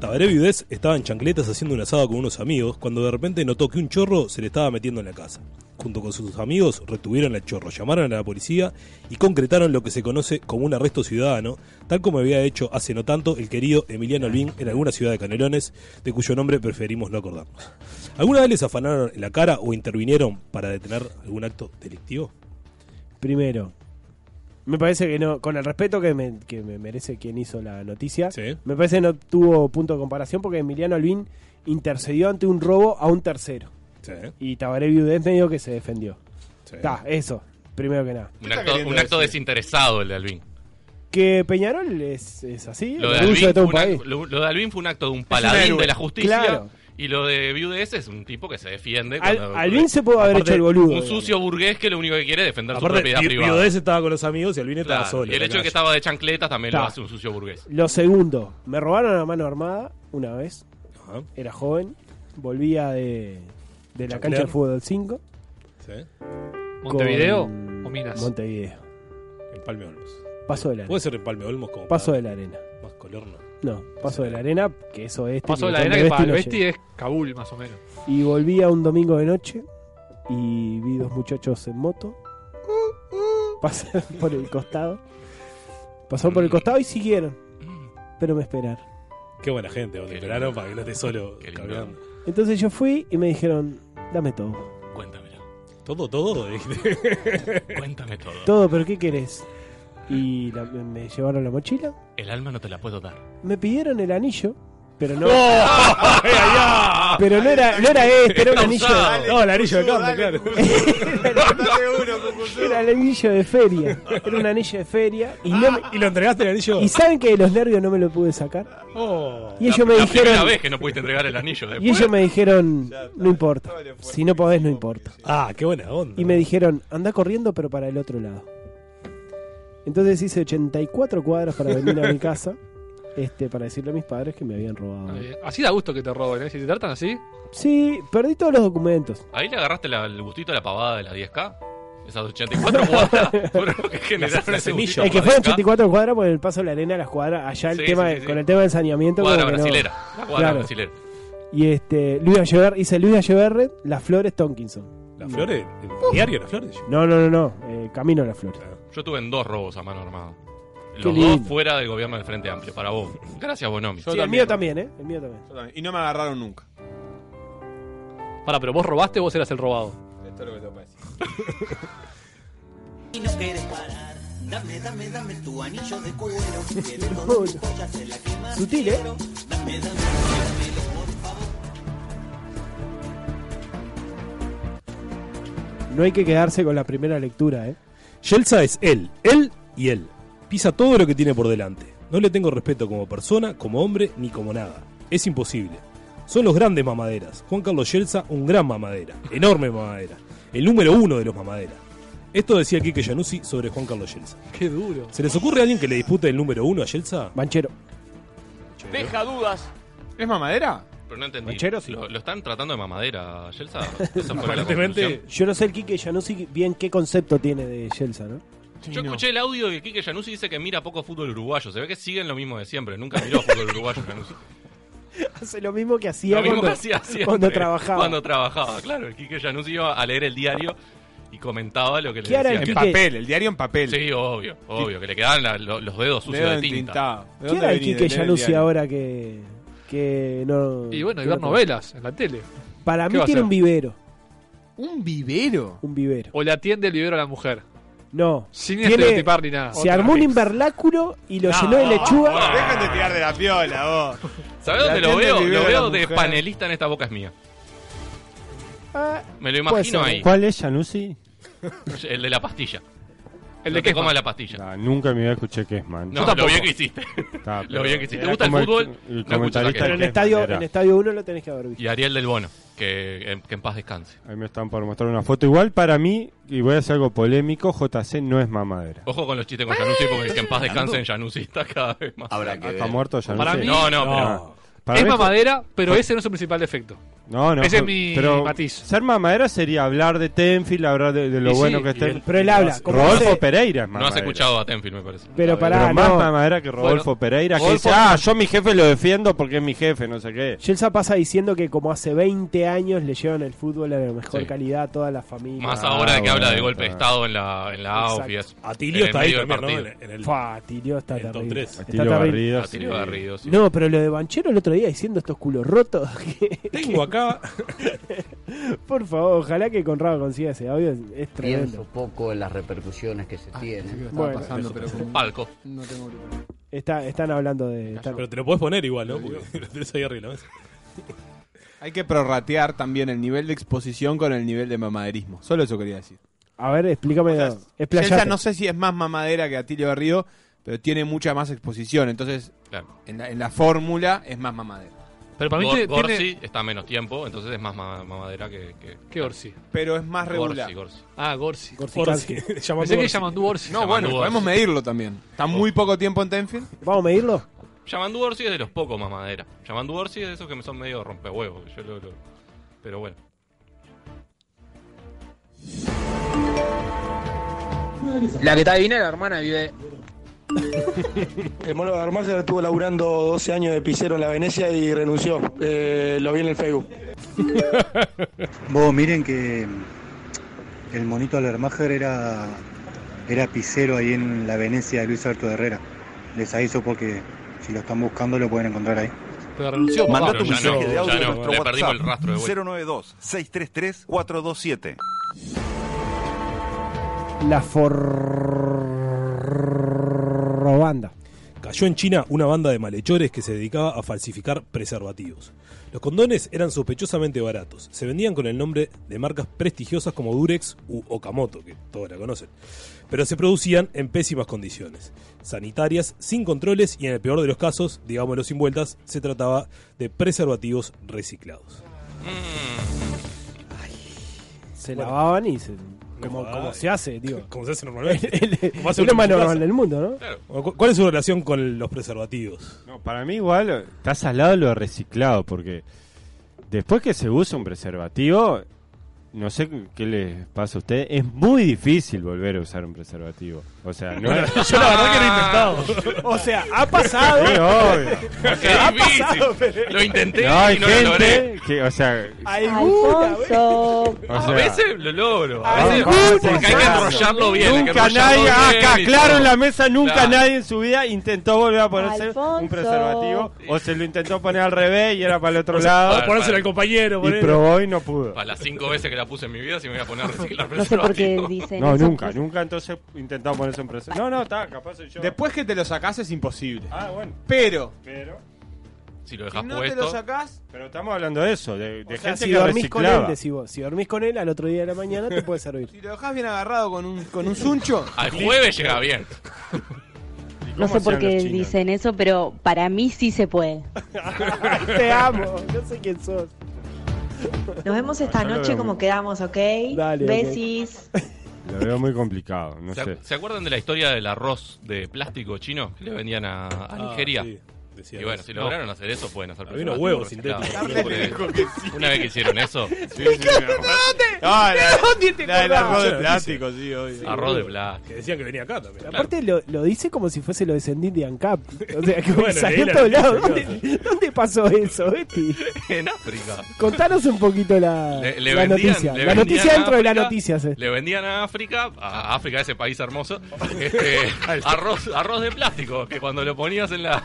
S5: Tabaré Viudez estaba en chancletas haciendo un asado con unos amigos cuando de repente notó que un chorro se le estaba metiendo en la casa. Junto con sus amigos retuvieron al chorro, llamaron a la policía y concretaron lo que se conoce como un arresto ciudadano, tal como había hecho hace no tanto el querido Emiliano Albín en alguna ciudad de Canelones, de cuyo nombre preferimos no acordarnos. ¿Alguna vez les afanaron en la cara o intervinieron para detener algún acto delictivo?
S4: Primero, me parece que no, con el respeto que me, que me merece quien hizo la noticia, me parece que no tuvo punto de comparación porque Emiliano Albín intercedió ante un robo a un tercero. Y Tabaré Viudez medio que se defendió. Está, eso, primero que nada.
S7: Un acto, un acto desinteresado el de Alvin.
S4: Que Peñarol es, es así,
S7: Lo de,
S4: el orgullo
S7: Alvin
S4: de todo
S7: fue
S4: un
S7: un
S4: país.
S7: acto- lo- lo de Alvin fue un acto de un
S4: un
S7: paladín
S4: héroe.
S7: de la justicia.
S4: Claro.
S7: Y lo de Viudes es un tipo que se defiende.
S4: Al-
S7: cuando-
S4: Alvin se pudo haber
S7: Aparte,
S4: hecho el boludo,
S7: Un sucio burgués que lo único que quiere es defender su
S5: Aparte,
S7: propiedad
S5: Vi-
S7: privada.
S5: Viudez estaba con los amigos y Albín estaba
S7: Claro,
S5: solo.
S7: y el
S5: en la
S7: hecho de que
S5: calle.
S7: estaba de chancletas también lo
S4: Ta.
S7: hace un sucio burgués.
S4: Lo segundo, me robaron a mano armada una vez.
S5: Ajá.
S4: Era joven, volvía de, de la
S8: Chaclear.
S4: cancha de fútbol 5.
S8: ¿Montevideo
S4: con
S8: o Minas?
S4: Montevideo.
S5: En Palme Olmos.
S4: Paso de la
S5: Puede
S4: arena.
S5: ser en Palme Olmos como
S4: Paso
S5: para-
S4: de la arena.
S5: Más color, ¿no?
S4: No, paso de la arena, que eso es.
S8: Paso de la arena que para el Vesti es Kabul, más o menos.
S4: Y volvía un domingo de noche y vi dos muchachos en moto. Pasaron por el costado. Pasaron por el costado y siguieron. Pero me esperaron.
S5: Qué buena gente, vos te esperaron para que no estés solo caminando.
S4: Entonces yo fui y me dijeron, dame todo.
S7: Cuéntamelo.
S5: Todo, todo.
S7: Cuéntame todo.
S4: Todo, pero ¿qué querés? Y la- me- me llevaron la mochila.
S7: El alma no te la puedo dar.
S4: Me pidieron el anillo, pero no.
S7: *laughs* ¡Ay, ay, ay!
S4: Pero no era, no era este, era un
S7: Está
S4: anillo.
S7: usado.
S4: No, el anillo de carne, claro. *laughs* Era el anillo de feria. Era un anillo de feria. Y, no me-
S5: ¿Y lo entregaste el anillo?
S4: y saben que de los nervios no me lo pude sacar. Y ellos
S7: La-
S4: me
S7: la primera
S4: dijeron.
S7: vez que no pudiste entregar el anillo.
S4: Y
S7: Después,
S4: ellos me dijeron, no importa. Si no podés, no importa.
S5: Ah, qué buena onda.
S4: Y me dijeron, anda corriendo, pero para el otro lado. Entonces hice 84 cuadras para venir a
S7: *laughs*
S4: mi casa este, para decirle a mis padres que me habían robado.
S8: Eh, Así da gusto que te roben, ¿eh? Si te tratan así.
S4: Sí, perdí todos los documentos.
S7: ahí le agarraste la- el gustito a la pavada de la 10K.
S4: *laughs*
S7: Esas 84 cuadras fueron lo que generaron
S5: la
S7: ese gustito
S5: semilla.
S4: El que
S7: por la
S4: fueron
S7: 10K.
S4: 84 cuadras por el paso de la arena a las cuadras, allá el
S7: Sí,
S4: tema
S7: sí,
S4: de-
S7: sí.
S4: con el tema del saneamiento.
S7: Cuadra
S4: como que no.
S7: brasilera. La cuadra
S4: Claro.
S7: brasilera.
S4: Y este, Luis Achever, hice Luis Acheverre, Las Flores Tonkinson.
S5: ¿Las flores?
S4: Mm.
S5: ¿El diario Las Flores?
S4: No, no, no, no, eh, Camino a las Flores.
S7: Yo estuve en dos robos a mano armada.
S4: Qué
S7: Los
S4: lindo.
S7: dos fuera del gobierno del Frente Amplio, para vos. Gracias, Bonomi.
S4: Sí, el mío también, ¿eh? El mío también.
S6: Y no me agarraron nunca.
S8: Para, pero vos robaste, vos eras el robado.
S6: Esto es lo que te parece.
S16: Y no quieres parar. Dame, dame, dame tu anillo de cuero. Quiero
S4: No,
S16: todo
S4: no.
S16: tu joya, te la que más
S4: Sutil, ¿eh?
S16: quiero. Dame, dame, dámelo, por favor.
S4: No hay que quedarse con la primera lectura, ¿eh?
S5: Yelza es él, él y él. Pisa todo lo que tiene por delante. No le tengo respeto como persona, como hombre, ni como nada. Es imposible. Son los grandes mamaderas. Juan Carlos Yelza, un gran mamadera. Enorme mamadera. El número uno de los mamaderas. Esto decía Kike Januzzi sobre Juan Carlos Yelza.
S8: Qué duro.
S5: ¿Se les ocurre a alguien que le dispute el número uno a Yelza?
S4: Banchero.
S6: Deja dudas. ¿eh? ¿Es mamadera?
S7: Pero no entendí.
S6: Manchero, sí.
S7: lo, lo están tratando de mamadera,
S6: *laughs*
S7: Yelsa. Esa fue la conclusión.
S5: Aparentemente.
S4: Yo no sé el Quique Januzzi bien qué concepto tiene de Yelza,
S7: *laughs*
S4: ¿no?
S7: Yo escuché el audio de Kike Januzzi dice que mira poco fútbol uruguayo. Se ve que siguen lo mismo de siempre. Nunca miró
S4: *laughs*
S7: fútbol uruguayo, Januzzi.
S4: Hace lo mismo que hacía,
S7: Lo
S4: *laughs*
S7: mismo
S4: cuando,
S7: que hacía siempre.
S4: cuando trabajaba.
S7: Cuando trabajaba, claro. El Quique Januzzi iba a leer el diario y comentaba lo que le
S4: ¿Qué hará
S7: decía.
S4: el Quique? En papel,
S6: el diario en papel.
S7: Sí, obvio, obvio. Que le quedaban la- lo- los dedos sucios
S6: Dedo
S7: de tinta.
S6: entintado.
S4: ¿Qué era el Quique Januzzi ahora que, que no...
S8: Y bueno, y
S4: que
S8: ver
S4: no-
S8: novelas en la tele.
S4: Para
S8: ¿Qué
S4: mí
S8: va a
S4: tiene
S8: hacer?
S4: un vivero.
S6: ¿Un vivero?
S4: Un vivero.
S8: O le atiende el vivero a la mujer.
S4: No.
S8: Sin
S4: Tiene-
S8: estereotipar ni
S7: Ah,
S8: nada. Ah,
S4: Se
S8: Otra
S4: armó un
S8: vez.
S4: invernáculo y lo llenó de lechuga.
S6: Dejen de tirar de la piola, vos.
S7: ¿Sabés
S6: La
S7: dónde lo
S6: tienda
S7: veo?
S6: que
S7: Lo
S6: veo
S7: veo
S6: la
S7: de
S6: mujer.
S7: panelista en esta boca es mía. Me lo
S12: Puede
S7: imagino
S12: ser.
S7: ahí.
S12: ¿Cuál es Januzzi?
S7: El de la pastilla. El
S8: de
S7: de que
S8: Kesman.
S7: coma la pastilla.
S12: Ah, nunca me escuché que es man.
S7: No, lo bien que hiciste.
S12: Está,
S7: lo
S12: pero
S7: bien que hiciste. ¿Te
S12: era
S7: gusta el
S12: como el-
S7: fútbol?
S12: el
S7: No escuchas
S12: comentarista
S7: aquel.
S12: que
S4: Pero en estadio,
S12: Era.
S4: en estadio 1 lo tenés que haber visto.
S7: Y Ariel del Bono, que, que en paz descanse.
S12: Ahí me están por mostrar una foto. Igual para mí, y voy a hacer algo polémico, JC no es mamadera.
S7: Ojo con los chistes con Januzzi, porque el que en paz descanse en Januzzi está cada vez más.
S12: que ¿Está ver. muerto Januzzi?
S7: No, no,
S12: No.
S7: pero.
S12: Para
S8: es
S12: mí fue-
S8: mamadera, pero
S12: fue-
S8: ese no es su principal defecto.
S12: No, no.
S8: Ese es
S12: pero-
S8: mi
S12: pero
S8: matiz.
S12: Ser mamadera sería hablar de Tenfield, hablar de, de lo
S8: Y sí,
S12: bueno que
S8: y
S12: está.
S8: él- Pero él habla, como
S12: Rodolfo
S8: hace-
S12: Pereira es
S7: No has
S12: mamadera.
S7: escuchado a Tenfield, me parece.
S12: Pero
S7: pará,
S12: más
S7: no.
S12: mamadera que Rodolfo
S7: Bueno,
S12: Pereira, que
S7: Rodolfo-
S12: dice, ah, yo a mi jefe lo defiendo porque es mi jefe, no sé qué.
S4: Yelsa pasa diciendo que como hace 20 años le llevan el fútbol a la mejor
S7: Sí.
S4: calidad a toda la familia.
S7: Más ahora de que habla de golpe de
S4: está.
S7: Estado en la, en la AUF y eso.
S4: Atilio
S7: Ah, En el
S4: está ahí
S7: medio del
S4: también, ¿no?
S7: partido.
S4: En el- Fua, Atilio está terrible. Está
S12: Atilio
S4: terrible.
S12: Garrido,
S7: Atilio
S12: sí.
S7: Garrido, sí.
S4: No, pero lo de Banchero el otro día diciendo estos culos rotos. *laughs*
S5: Tengo acá.
S4: Por favor, ojalá que Conrado consiga ese audio. Es tremendo.
S17: Pienso poco en las repercusiones que se tienen.
S4: estaba Bueno. pasando,
S5: pero
S17: con...
S7: Palco.
S17: No tengo
S4: Está- están hablando de. están-
S5: Pero te lo puedes poner igual, ¿no? Porque *laughs* lo tenés ahí arriba. ¿no?
S6: Hay que prorratear también el nivel de exposición con el nivel de mamaderismo. Solo eso quería decir.
S4: A ver, explícame. explayate.
S6: Yelsa no sé si es más mamadera que Atilio Garrido, pero tiene mucha más exposición. Entonces, en la, en la fórmula es más mamadera.
S8: Pero para mí
S7: Gor-
S8: tiene-
S7: Gorsi
S8: tiene-
S7: está menos tiempo, entonces es más ma- mamadera que. que
S8: ¿Qué Orsi?
S6: Pero es más regular.
S7: Gorsi, Gorsi.
S8: Ah, Gorsi.
S7: Gorsi Orsi. Kansky. Llamandú
S8: Pensé que
S7: Orsi.
S8: Yamandú Gorsi.
S6: No, bueno, podemos medirlo también. Está muy poco tiempo en Tenfield.
S4: ¿Vamos a medirlo?
S7: Yamandú Orsi es de los pocos mamadera. Yamandú Orsi es de esos que me son medio rompehuevos. que Yo lo, lo- Pero bueno.
S9: La que está divina es la hermana de Vive.
S15: *laughs* El mono de Armarse estuvo laburando 12 años de pisero en la Venecia y renunció. Eh, lo vi en el
S9: *laughs*
S15: Facebook.
S18: Vos miren que el monito Alermacher era, era pisero ahí en la Venecia de Luis Alberto de Herrera. Les aviso porque si lo están buscando lo pueden encontrar ahí.
S8: Pero renunció.
S3: Mandá
S8: papá.
S3: tu mensaje de audio a nuestro
S7: le
S3: WhatsApp.
S7: perdimos el rastro de vuelta.
S3: 092-633-427.
S4: La forrobanda.
S5: Cayó en China una banda de malhechores que se dedicaba a falsificar preservativos. Los condones eran sospechosamente baratos. Se vendían con el nombre de marcas prestigiosas como Durex u Okamoto, que todos la conocen. Pero se producían en pésimas condiciones. Sanitarias, sin controles y en el peor de los casos, digámoslo sin vueltas, se trataba de preservativos reciclados.
S4: Se lavaban y se. Como,
S5: jodas.
S4: como se hace, digo.
S5: *laughs* Como se hace normalmente. Como
S4: *laughs*
S5: hace
S4: es lo
S5: uno
S4: más
S5: en su
S4: normal
S5: casa.
S4: del mundo, ¿no?
S5: Bueno, ¿cu- ¿Cuál es su relación con los preservativos?
S12: No, para mí igual estás al lado de lo reciclado, porque después que se usa un preservativo, no sé qué les pasa a ustedes, es muy difícil volver a usar un preservativo. O sea,
S7: *laughs*
S12: no es- *laughs*
S5: Yo la verdad que lo he intentado.
S4: O sea, ha pasado.
S12: Sí, obvio.
S4: O sea, ha pasado, pero-
S7: Lo intenté
S12: No, hay
S7: y no lo logré.
S12: gente que, o sea,
S4: Alguna vez.
S12: o
S7: a
S12: sea,
S7: veces lo logro. A veces
S12: Alguna
S7: porque hay que
S12: cosa.
S7: enrollarlo bien. hay que
S12: Nunca
S7: enrollarlo
S12: nadie, ah,
S7: bien
S12: acá,
S7: y
S12: claro
S7: todo.
S12: en la mesa, nunca
S7: Claro.
S12: nadie en su vida intentó volver a ponerse
S5: Alfonso.
S12: un preservativo o se lo intentó poner al revés y era para el otro
S5: O sea,
S12: lado.
S5: para ponérselo al compañero,
S12: Y
S5: ponele.
S12: probó y no pudo.
S7: Para las cinco veces que la puse en mi vida, si me voy a poner a reciclar
S12: No sé por qué
S7: preservativo.
S12: dicen No, eso. nunca, nunca entonces intentaba ponerse en preservativo. No, no, está, capaz soy yo.
S6: Después que te lo sacás es imposible.
S12: Ah, bueno.
S6: Pero,
S12: Pero.
S7: Si lo
S6: si no te lo sacás,
S12: Pero estamos hablando de eso, de, de
S4: O sea,
S12: gente
S4: si
S12: que
S4: dormís con él,
S12: reciclaba.
S4: decís vos, si dormís con él, al otro día de la mañana te puede servir.
S6: si lo dejás bien agarrado con un, con un suncho.
S7: Al jueves llega bien.
S19: No sé por
S6: hacían
S19: qué
S6: los chinos?
S19: dicen eso, pero para mí sí se puede.
S4: Te amo, no sé quién sos.
S20: Nos vemos esta
S12: ya lo
S20: noche
S12: vemos.
S20: como quedamos, ¿ok?
S4: Dale, ok.
S20: Besis.
S12: Lo veo muy complicado, no
S7: ¿Se,
S12: sé.
S7: ac- se acuerdan de la historia del arroz de plástico chino que le vendían a, a
S5: Ah,
S7: Nigeria?
S5: sí, decían
S7: Y bueno,
S5: eso.
S7: si
S5: No.
S7: lograron hacer eso, pueden hacer
S5: Había unos
S7: preservativos
S5: huevos
S7: reciclados.
S5: sintéticos.
S7: Porque
S5: Dale, dijo
S7: Una vez que hicieron
S5: *laughs*
S7: eso,
S6: Ah, la- la
S5: acordás?
S6: del arroz de
S5: Yo no
S6: plástico,
S5: quise.
S6: sí, obvio.
S7: Arroz de plástico.
S5: Que decían que venía acá también.
S4: Aparte lo, lo dice como si fuese lo descendiente de ANCAP. O sea,
S7: *laughs*
S4: que
S5: Bueno, leí
S4: salió
S5: la
S4: a todos lados.
S5: noticia,
S4: ¿Dónde, dónde pasó eso, Betty?
S7: en África.
S4: Contanos un poquito la,
S7: Le, le
S4: la
S7: vendían,
S4: noticia.
S7: le
S4: la
S7: vendían
S4: noticia
S7: a
S4: dentro de la
S7: África-
S4: noticia. se-
S7: Le vendían a África, a África, ese país
S5: *laughs*
S7: hermoso, este, arroz, arroz de plástico, que cuando lo ponías en la,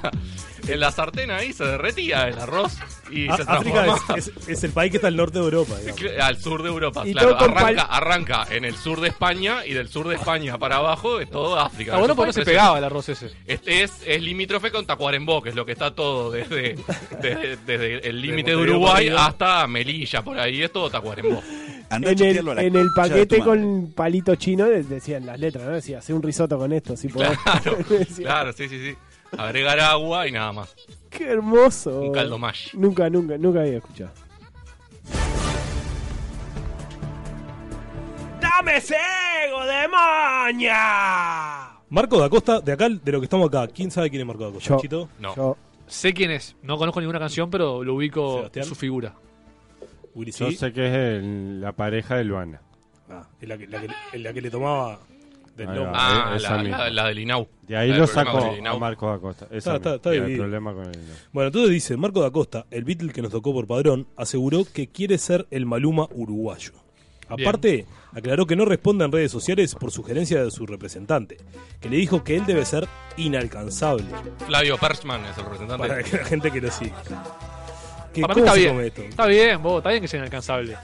S7: en la sartén ahí se derretía el arroz y
S5: A-
S7: se
S5: África
S7: transformaba.
S5: es, es- es el país que está al norte de Europa. digamos.
S7: Cl- Al sur de Europa,
S5: Y
S7: claro.
S5: todo con
S7: Arranca, arranca en el sur de España y del sur de España para abajo es todo África.
S8: Ah, bueno,
S7: Eso
S8: porque
S7: fue
S8: no se
S7: impresionante.
S8: pegaba el arroz ese.
S7: Este es, es limítrofe con Tacuarembó, que es lo que está todo desde, desde, desde el límite de
S5: Montevideo
S7: Uruguay
S5: para arriba.
S7: hasta Melilla, por ahí es todo Tacuarembó.
S4: En el, en el paquete con palito chino de- decían las letras, ¿no? Decía, hace un risotto con esto, si podés.
S7: Claro, claro, sí, sí, sí. Agregar agua y nada más.
S4: *laughs* Qué hermoso.
S7: Un caldo mash.
S4: Nunca, nunca, nunca había escuchado.
S1: ¡Dame cego, demonia!
S5: Marco da Costa, de acá, de lo que estamos acá. ¿Quién sabe quién es Marco da Costa?
S4: Yo.
S5: Chito?
S4: Yo.
S8: Sé quién es. No conozco ninguna canción, pero lo ubico su figura.
S12: Yo sé que es el- la pareja de Luana.
S5: Es la que, la que- es la que le tomaba del
S12: Ahí
S5: lomo.
S12: va,
S7: Ah,
S12: e- esa
S7: la-
S12: misma.
S7: la- la del Inau.
S12: De ahí
S7: La del
S12: lo
S7: problema
S12: sacó
S7: con el Inau.
S12: a Marcos Acosta. Esa
S5: Está, está,
S12: misma,
S5: está
S12: era el
S5: dividido.
S12: problema con el Inau.
S5: Bueno, entonces dice, Marco da Costa, el Beatle que nos tocó por padrón, aseguró que quiere ser el Maluma uruguayo. Aparte, aclaró que no responde en redes sociales por sugerencia de su representante, que le dijo que él debe ser inalcanzable
S7: Flavio Persman es el representante.
S5: para que la gente que lo sigue. ¿Qué,
S8: Para mí
S5: cómo
S8: está
S5: se
S8: bien.
S5: come esto?
S8: Está bien, vos, está bien que sea inalcanzable.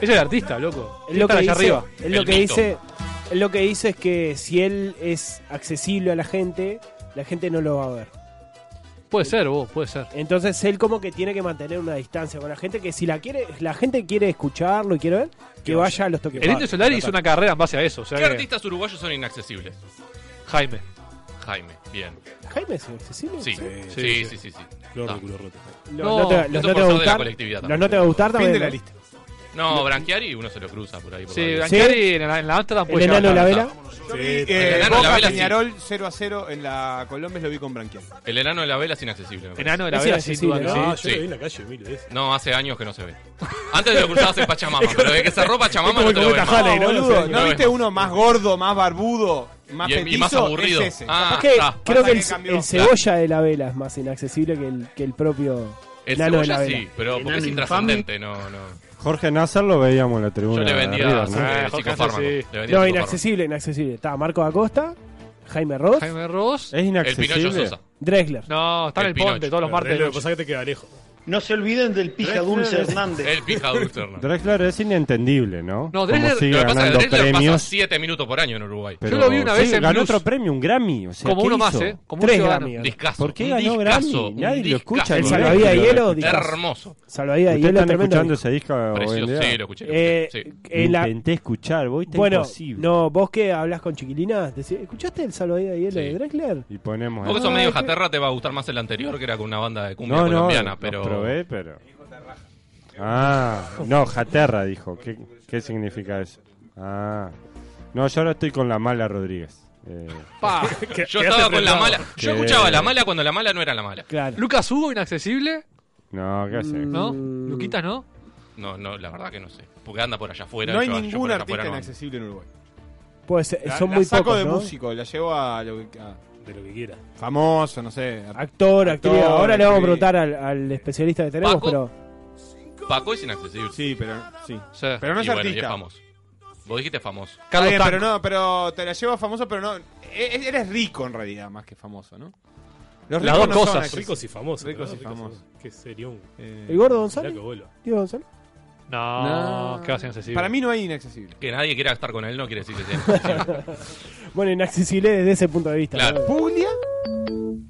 S8: Es el artista, loco.
S4: Él lo que
S8: Está
S4: dice,
S8: allá arriba.
S4: él lo que dice, él lo que dice es que si él es accesible a la gente, la gente no lo va a ver.
S8: Puede ser, vos, puede ser.
S4: Entonces él como que tiene que mantener una distancia con la gente que si la quiere, la gente quiere escucharlo y quiere ver, que vaya a los toques.
S8: El Indio Solari hizo una carrera en base a eso. O sea
S7: ¿Qué
S8: que-
S7: artistas uruguayos son inaccesibles?
S8: Jaime.
S7: Jaime, bien.
S4: Jaime es accesible.
S7: Sí, sí, sí, sí. sí,
S5: Flor de
S7: culo roto.
S4: Los no, te, los
S7: eso
S4: no te va a
S7: por ser de la
S4: gustar.
S7: colectividad
S4: Los
S7: también.
S4: no te va a gustar también. ¿no?
S7: No, Branchiari uno se lo cruza por ahí. Por
S8: Sí,
S7: la vida.
S8: Branchiari en la, en la Amsterdam puede llegar
S7: enano de la
S8: hasta-
S7: vela?
S6: Yo vi,
S7: Sí,
S6: eh,
S7: el enano de la
S6: Boca
S7: vela, sí.
S6: Peñarol 0 a 0 en la Colombia, lo vi con Branquial.
S7: El enano de la vela es inaccesible. me parece.
S8: Enano de la Es vela, sin duda inaccesible, que ¿no? sí.
S5: Yo lo vi en la calle mil veces.
S7: No, hace años que no se ve. Antes lo cruzabas en Pachamama, pero desde que cerró Pachamama
S6: Es como
S7: no te lo
S6: el
S7: ves
S6: Cubeta
S7: más.
S6: Halley, ¿no?
S7: lo
S6: Boludo,
S7: ves
S6: ¿no
S7: más.
S6: viste uno más gordo, más barbudo, más
S7: Y- y
S6: petizo?
S7: más aburrido.
S6: Es ese.
S7: Ah,
S6: Capaz
S4: Que
S7: Ah,
S4: creo
S6: pasa
S4: que el,
S6: que cambió.
S4: el cebolla de la vela es más inaccesible que el, que el propio
S7: El
S4: enano de la
S7: cebolla
S4: vela.
S7: sí, pero porque es intrascendente, no, no.
S12: Jorge Nasser lo veíamos en la tribuna.
S7: Yo le
S12: de
S7: vendía
S12: River,
S7: su-
S12: ¿no?
S7: eh, psicofármaco. Le vendía
S4: No,
S7: psicofármaco.
S4: inaccesible, inaccesible. Está Marco Acosta, Jaime Ross.
S8: Jaime Ross.
S12: Es
S7: inaccesible. El Pinocho Sosa.
S4: Drexler.
S8: No, está en el ponte todos los martes.
S5: Lo que pasa es que te queda lejos.
S1: No se olviden del pija dulce Hernández.
S7: El
S5: *laughs*
S7: pija dulce Hernández.
S12: Drexler es inentendible, ¿no?
S7: No,
S12: Como
S7: Drexler,
S12: sigue
S7: lo que pasa es que
S12: ganando
S7: Drexler pasa
S12: premios.
S7: 7 minutos por año en Uruguay.
S12: pero
S8: lo vi una vez
S12: sí,
S8: en
S12: ganó
S8: Blues.
S12: otro premio, un Grammy. O sea,
S8: Como
S12: ¿qué
S8: uno más,
S12: hizo?
S8: ¿eh? Como un
S4: Tres
S8: ciudadano.
S4: Grammy.
S7: Discazo.
S12: ¿Por
S4: Ah,
S12: qué ganó
S7: Un discazo,
S12: Grammy?
S7: un
S12: Nadie lo
S7: discazo.
S12: escucha.
S4: El
S12: ni
S4: Salvadía de
S12: nadie lo
S4: Hielo,
S12: escucha.
S4: discazo.
S7: Hermoso.
S4: Salvadía de
S12: ¿Ustedes
S4: Hielo,
S12: están
S4: tremendo
S12: escuchando
S4: disco.
S12: ese disco hoy en
S7: Precioso,
S12: día?
S7: sí, lo escuché. lo
S4: Eh,
S7: escuché, sí.
S4: en la-
S12: Intenté escuchar, vos está
S4: Bueno,
S12: imposible.
S4: no, vos que hablas con chiquilinas, decís, ¿escuchaste el Salvadía de Hielo de Drexler?
S12: Y ponemos...
S7: Vos que
S12: el-
S7: sos medio jaterra, te va a gustar más el anterior, que era con una banda de cumbia
S12: No, no,
S7: colombiana,
S12: los
S7: pero...
S12: probé, pero... Ah, no, Jaterra dijo. ¿Qué, qué significa eso? Ah. No, yo ahora estoy con la mala Rodríguez. Eh,
S6: *laughs*
S12: *laughs*
S8: Pa.
S7: Yo estaba con la mala. Yo
S12: Que-
S7: escuchaba la mala cuando la mala no era la mala.
S8: Lucas Hugo, inaccesible.
S12: no, ¿qué haces?
S8: ¿No?
S5: Mm.
S8: Luquitas, ¿no?
S7: No, no, la verdad que no sé. Porque anda por allá afuera.
S6: No hay
S7: yo- yo por
S6: ningún
S7: allá
S6: artista
S7: afuera no ando.
S6: inaccesible en Uruguay.
S4: Pues eh,
S6: La-
S4: son
S6: la
S4: muy
S6: saco
S4: pocos,
S6: de
S4: ¿no?
S6: músico, la llevo a lo que... a-
S5: De lo que quiera.
S6: Famoso, no sé.
S4: Eh, Actor, actriz. Ahora le vamos a
S6: actriz.
S4: preguntar al, al especialista que tenemos,
S7: Paco.
S4: pero
S7: Paco es inaccesible.
S6: Sí, pero sí.
S7: Sí.
S6: Pero no es
S7: Y bueno, y
S6: artista.
S7: es famoso. Vos dijiste famoso.
S6: Está bien,
S7: Tanco.
S6: pero no, pero te la llevo a famoso, pero no. e- Eres rico en realidad, más que famoso, ¿no? Los
S5: Las
S6: ricos
S5: dos
S6: no son
S5: cosas.
S6: accesibles.
S5: ricos y famosos.
S6: Ricos
S5: ¿no?
S6: y famosos.
S5: Qué serión.
S4: ¿El gordo González?
S5: Mirá que vuelo.
S4: Diego González.
S8: No, que va a ser inaccesible.
S6: Para mí no hay inaccesible.
S7: Que nadie quiera estar con él no quiere decir
S6: *laughs*
S7: que sea inaccesible.
S4: Bueno, inaccesible desde ese punto de vista.
S7: Claro.
S4: ¿no?
S6: ¿Puglia?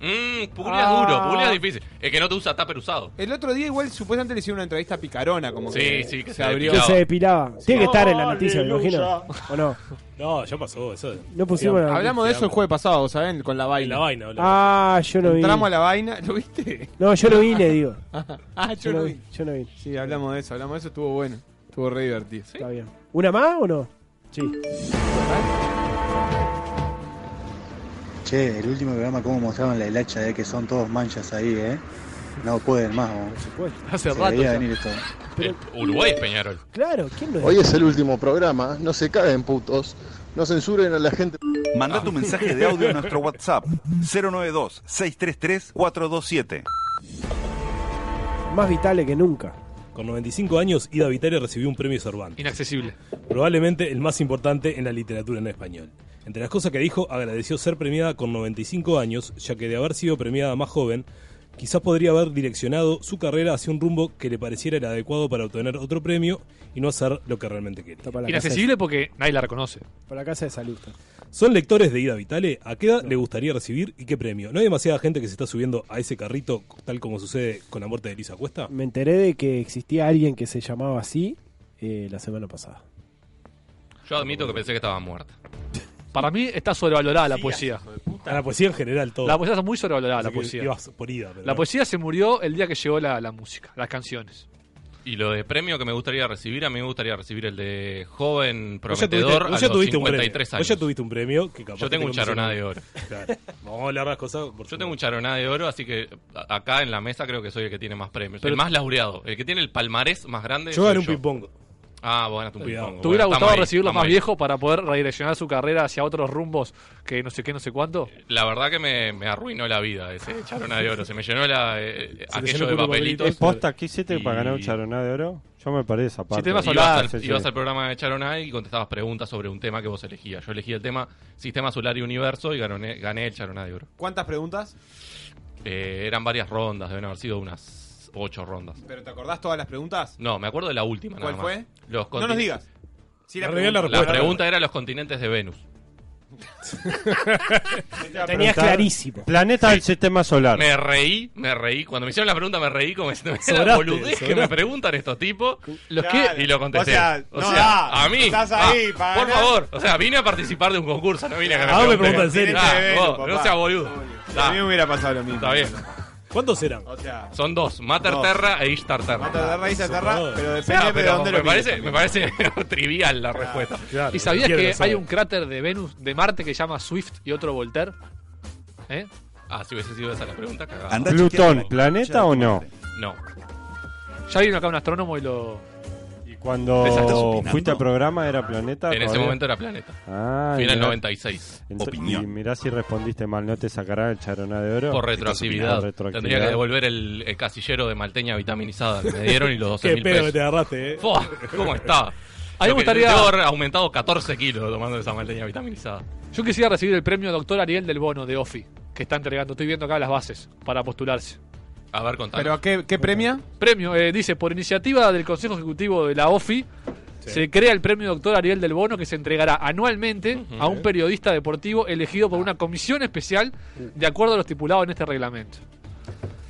S7: Mmm, Puglia es duro, Puglia es difícil. El que no te usa tupper usado.
S6: Ah. El otro día igual supuestamente le hicieron una entrevista a picarona, como
S7: Sí,
S6: que
S7: sí, que
S6: se
S7: se
S6: abrió.
S4: Que se depilaba. Tiene que estar en la noticia, me
S5: Aleluya.
S4: imagino. ¿O no?
S5: No, ya pasó eso.
S4: No pusimos la-
S6: Hablamos de eso el jueves pasado, ¿saben? Con la vaina.
S5: La vaina, hablamos.
S4: Ah, yo no vi.
S6: Entramos a la vaina, *laughs*
S4: *laughs*
S6: ¿lo viste?
S4: No, yo no vi, le digo.
S6: Ah, yo,
S4: Yo
S6: lo
S4: no
S6: vi.
S4: vi, yo no vi.
S6: Sí, hablamos de eso, hablamos de eso, estuvo bueno. Estuvo re divertido.
S4: Está bien. ¿Una más o no? Sí.
S18: Che, el último programa como mostraron la hilacha de que son todos manchas ahí, ¿eh? No pueden más, vos.
S8: Hace
S18: Se
S8: rato
S18: veía
S8: ya.
S18: venir esto.
S7: Eh, Uruguay es Peñarol.
S4: Claro, ¿quién
S21: Hoy es el último programa, no se caguen putos, no censuren a la gente.
S3: Manda tu mensaje de audio a nuestro WhatsApp 092 633 427.
S4: Más vitales que nunca.
S5: Con 95 años, Ida Vitale recibió un premio Cervantes.
S8: Inaccesible.
S5: Probablemente el más importante en la literatura en español. Entre las cosas que dijo, agradeció ser premiada con 95 años, ya que de haber sido premiada más joven, quizás podría haber direccionado su carrera hacia un rumbo que le pareciera el adecuado para obtener otro premio y no hacer lo que realmente quería.
S4: para la
S8: Inaccesible porque nadie la reconoce.
S4: Por la casa de salud.
S5: ¿Son lectores de Ida Vitale? ¿A qué edad le gustaría recibir y qué premio? ¿No hay demasiada gente que se está subiendo a ese carrito, tal como sucede con la muerte de Elisa Cuesta?
S4: Me enteré de que existía alguien que se llamaba así eh, la semana pasada.
S7: Yo admito que pensé que estaba muerta.
S8: Para mí está sobrevalorada la poesía.
S5: A la poesía en general, todo.
S8: La poesía está muy sobrevalorada,
S5: Así
S8: la
S5: que
S8: poesía.
S5: ibas por Ida, pero
S8: La
S5: no.
S8: poesía se murió el día que llegó la, la música, las canciones.
S7: Y lo de premio que me gustaría recibir, a mí me gustaría recibir el de joven
S5: Vos ya
S7: prometedor
S5: tuviste, vos ya
S7: a los
S5: tuviste un premio.
S7: 53
S5: Vos
S7: años.
S5: ya tuviste un premio que capaz
S7: Yo
S5: que
S7: tengo un
S5: tengamos
S7: charoná
S5: una-
S7: de oro.
S5: Claro. Vamos a hablar las cosas. Por
S7: Yo tengo un charoná de oro, así que a- acá en la mesa creo que soy el que tiene más premios.
S5: Pero-
S7: el más laureado. El que tiene el palmarés más grande.
S5: Yo
S7: soy
S5: gané un ping-pong.
S7: Ah, vos ganaste un
S5: Cuidado.
S7: ping-pong.
S5: ¿Te
S7: Bueno,
S8: ¿Te hubiera
S7: estamos
S8: gustado
S7: ahí,
S8: recibirlo
S7: estamos
S8: más
S7: ahí.
S8: viejo para poder redireccionar su carrera hacia otros rumbos que no sé qué, no sé cuánto?
S7: La verdad que me, me arruinó la vida ese charoná de oro. Se me llenó la, eh, eh,
S8: te
S7: aquello
S8: llenó
S7: de
S8: puro
S7: papelitos.
S12: ¿Es posta? ¿Qué hiciste para ganar un charoná de oro? Yo me perdí esa parte.
S7: ibas, al,
S12: Sí, sí.
S7: ibas al programa de Charoná y contestabas preguntas sobre un tema que vos elegías. Yo elegí el tema Sistema Solar y Universo y gané, gané el Charoná de Oro.
S6: ¿Cuántas preguntas?
S7: Eh, eran varias rondas, deben haber sido unas ocho rondas.
S6: ¿Pero te acordás todas las preguntas?
S7: No, me acuerdo de la última.
S6: ¿Cuál
S7: nada más.
S6: fue?
S7: Los
S6: No nos
S7: contin-
S6: digas. Sí, la
S7: la,
S6: pregunta.
S7: pregunta,
S6: La pregunta.
S7: era los continentes de Venus.
S4: Tenías clarísimo.
S12: Planeta del sistema solar.
S7: Me reí, me reí. Cuando me hicieron la pregunta me reí como si me
S12: Sobraste,
S7: la boludez que me
S12: sobraste.
S7: preguntan estos tipos.
S8: ¿Los
S6: Claro.
S7: Y lo contesté.
S6: O sea, no da.
S7: a mí.
S6: Estás
S7: ah,
S6: ahí para
S7: por
S6: ganar.
S7: favor. O sea, vine a participar de un concurso, no vine a que
S5: Ah, me
S7: pregunten.
S5: preguntan en serio.
S7: Ah,
S5: Tiene que ver,
S7: vos,
S5: papá.
S7: no sea boludo. Da.
S6: A mí me hubiera pasado lo mismo.
S7: Está bien.
S6: Ah,
S5: ¿Cuántos eran?
S7: Son dos, Mater
S6: Dos.
S7: Terra e Ishtar Terra.
S6: Mater Terra e Ishtar Terra, pero depende
S7: O sea,
S6: de
S7: pero
S6: dónde lo
S7: me
S6: mires
S7: parece, me parece *laughs* trivial la respuesta.
S8: ¿Y sabías que hay un cráter de Venus, de Marte, que llama Swift y otro Voltaire? ¿Eh?
S7: Ah, si hubiese sido esa la pregunta, cagada.
S12: ¿Plutón, planeta o no?
S7: No.
S8: Ya vino acá un astrónomo y lo.
S12: Y Cuando fuiste al programa era planeta.
S7: En ese
S12: todavía?
S7: momento era planeta.
S12: Ah,
S7: Fui en el
S12: mirá.
S7: 96.
S12: Ento-
S7: Opinión.
S12: Y mirá si respondiste mal, ¿no te sacarán el charoná de oro?
S7: Por retroactividad.
S12: Por retroactividad.
S7: Tendría que devolver el, el casillero de malteña vitaminizada que me dieron y los 12
S5: *laughs* Qué
S7: mil
S5: pedo
S7: pesos.
S5: que te agarraste, eh.
S7: Fua, ¿Cómo *laughs* estaba?
S8: A mí
S7: Yo
S8: me
S7: que-
S8: gustaría-
S7: Debo haber aumentado 14 kilos tomando esa malteña vitaminizada.
S8: Yo quisiera recibir el premio Doctor Ariel del Bono de OFI, que está entregando. Estoy viendo acá las bases para postularse.
S7: A ver, contanos.
S6: ¿Pero a qué, qué premia?
S8: Premio, eh, dice, por iniciativa del Consejo Ejecutivo de la OFI, se crea el premio Doctor Ariel del Bono que se entregará anualmente a un periodista deportivo elegido
S7: Ah.
S8: por una comisión especial de acuerdo a lo estipulado en este reglamento.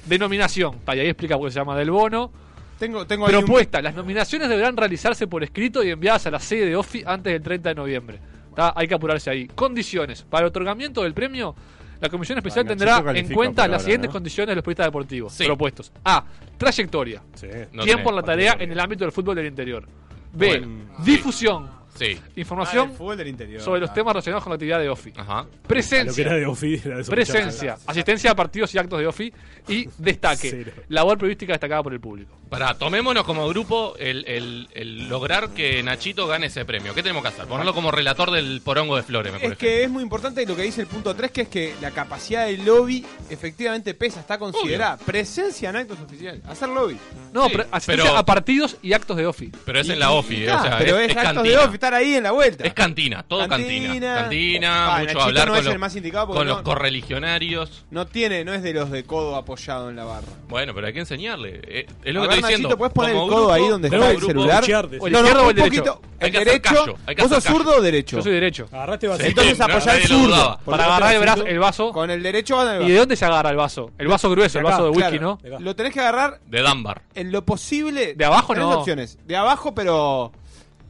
S8: Denominación, y ahí explica por qué se llama del Bono.
S6: Tengo, tengo ahí un-
S8: Propuesta, las nominaciones deberán realizarse por escrito y enviadas a la sede de OFI antes del 30 de noviembre. Está, hay que apurarse ahí. Condiciones, para el otorgamiento del premio... La comisión especial
S12: Ah, Nachito
S8: tendrá en
S12: califica
S8: cuenta las
S12: por ahora,
S8: siguientes
S12: ¿no?
S8: condiciones de los periodistas deportivos
S7: Sí.
S8: propuestos. A. Trayectoria.
S7: No
S8: Tiempo
S7: tenés.
S8: en la tarea en el ámbito del fútbol del interior. B.
S7: Bueno.
S8: Difusión.
S7: Sí.
S8: Información
S6: Ah, del fútbol del interior,
S8: sobre los
S6: ah.
S8: temas relacionados con la actividad de OFI.
S7: Ajá.
S8: Presencia.
S5: Lo que era de OFI era de esos
S8: Presencia.
S5: muchachos.
S8: Asistencia a partidos y actos de OFI.
S6: *laughs*
S8: Y destaque.
S5: Cero.
S8: Labor periodística destacada por el público.
S7: Pará, tomémonos como grupo el, el- el lograr que Nachito gane ese premio. ¿Qué tenemos que hacer? Ponerlo como relator del porongo de Flores, me
S6: Es
S7: parece.
S6: que es muy importante lo que dice el punto 3, que es que la capacidad del lobby efectivamente pesa, está considerada. Presencia en actos oficiales, hacer lobby.
S8: No,
S6: Sí.
S8: pre- asistencia
S7: pero-
S8: a partidos y actos de OFI.
S7: Pero es en la OFI, eh, o
S6: Ah,
S7: sea,
S6: pero
S7: es,
S6: es,
S7: es
S6: actos
S7: cantina.
S6: de off, estar ahí en la vuelta.
S7: Es cantina, todo cantina.
S6: Cantina.
S7: Cantina,
S6: Ah,
S7: mucho
S6: Nachito
S7: hablar
S6: no
S7: con,
S6: es
S7: los,
S6: el más indicado porque
S7: con
S6: no-
S7: los correligionarios.
S6: No tiene, no es de los de codo apoyado en la barra.
S7: Bueno, pero hay que enseñarle. Eh, Es lo
S6: A
S7: que estoy
S6: ver,
S7: diciendo.
S6: Nachito, ¿puedes poner
S7: Como
S6: el codo
S7: grupo-
S6: ahí donde
S7: como
S6: está el
S7: grupo-
S8: ¿O
S6: celular?
S8: el izquierdo o el
S6: un
S8: derecho?
S6: poquito-
S7: Hay
S6: el
S7: que hacer
S6: derecho.
S7: callo, hay que
S6: ¿Vos
S7: hacer
S6: sos
S7: callo.
S6: zurdo o derecho?
S8: Yo soy derecho.
S5: Agarraste
S7: Sí,
S6: Entonces
S7: no,
S6: apoyá el
S7: nadie lo
S6: zurdo.
S7: dudaba.
S8: Para agarrar el brazo, el vaso.
S6: Con el derecho van al
S8: ¿Y de dónde se agarra el vaso? El vaso grueso, el vaso de whisky,
S6: Claro,
S8: ¿no?
S6: Lo tenés que agarrar
S7: De Dunbar.
S6: en lo posible.
S8: De abajo,
S6: Tres
S8: no.
S6: opciones. De abajo, pero.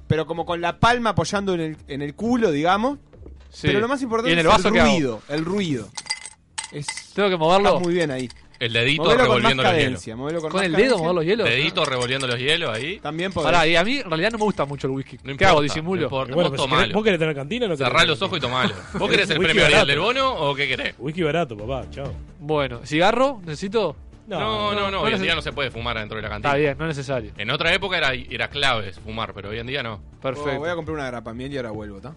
S6: Pero como con la palma apoyando en el, en el culo, digamos.
S8: Sí.
S6: Pero lo más
S8: ¿Y
S6: importante
S8: en el
S6: es
S8: vaso
S6: el
S8: qué hago?
S6: ruido. El ruido. Es,
S8: Tengo que moverlo.
S6: está muy bien ahí.
S7: El dedito
S6: Movelo con más
S7: revolviendo los hielos.
S6: cadencia. movelo con
S8: ¿Con
S6: más
S8: el dedo
S6: cadencia.
S8: mover los hielos?
S7: Dedito revolviendo los hielos ahí.
S6: También podés.
S8: Pará, y a mí en realidad no me gusta mucho el whisky.
S7: No
S8: ¿Qué
S7: importa,
S8: hago?
S7: no
S8: ¿Disimulo?
S7: importa. Vos
S5: Bueno, pero si
S7: tomalo.
S5: querés- ¿Vos querés tener cantina o no? querés
S7: Cerrá
S5: tener
S7: los ojos y tomalo. ¿Vos querés el
S5: Whisky
S7: premio Ariel
S5: barato.
S7: del Bono o qué querés?
S5: Whisky barato, papá. Chao.
S8: Bueno, ¿cigarro? ¿Necesito?
S7: No, no, no. Hoy en
S8: neces-
S7: día no se puede fumar adentro de la cantina.
S8: Está bien, no es necesario.
S7: En otra época era, era clave fumar, pero hoy en día no.
S8: Perfecto.
S6: Oh, voy a comprar una grapa miel y ahora vuelvo, ¿está?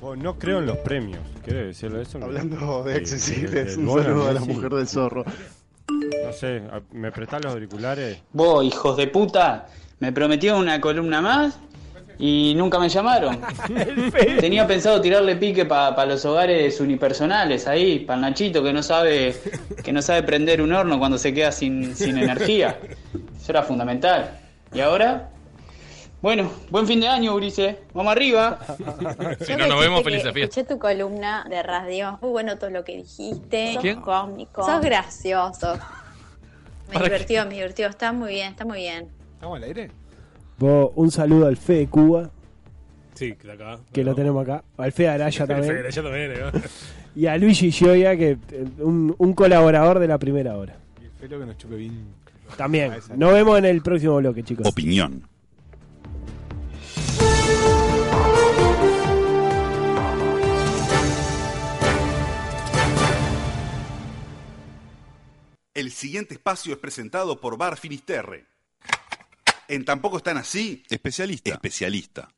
S12: Oh, no creo en los premios. ¿Querés decirlo eso? Eh,
S21: Hablando de
S12: Sí,
S21: accesibles,
S12: el- el
S21: un
S12: bono,
S21: saludo a la
S12: sí.
S21: mujer del zorro.
S12: No sé, a- ¿me prestás los auriculares?
S2: Vos, hijos de puta, me prometieron una columna más y nunca
S7: *laughs*
S2: me llamaron. Tenía pensado tirarle pique para los hogares unipersonales ahí, para Nachito que no sabe que no sabe prender un horno cuando se queda sin, sin energía. Eso era fundamental. ¿Y ahora? Bueno, buen fin de año, Ulises. Vamos arriba.
S7: Si no nos vemos, felices fiestas.
S22: Escuché tu columna de radio. Muy bueno todo lo que dijiste.
S8: ¿Quién?
S22: Sos cósmico. Sos gracioso. Me
S8: ¿Para qué?
S22: divertió, me divertió. Está muy bien, está muy bien.
S6: ¿Estamos al aire?
S4: Vos, un saludo al Fe de Cuba,
S5: Sí, de acá.
S4: que lo tenemos acá. Al Fe de Araya también.
S5: Yo también, eh.
S4: Y a Luigi Gioia, que eh, un, un colaborador de la primera hora.
S8: Mm.
S6: Espero que nos chupe bien.
S5: Ah,
S4: También. Nos vemos en el próximo bloque, chicos.
S3: Opinión. El siguiente espacio es presentado por Bar Finisterre. En Tampoco están así. Especialista. Especialista.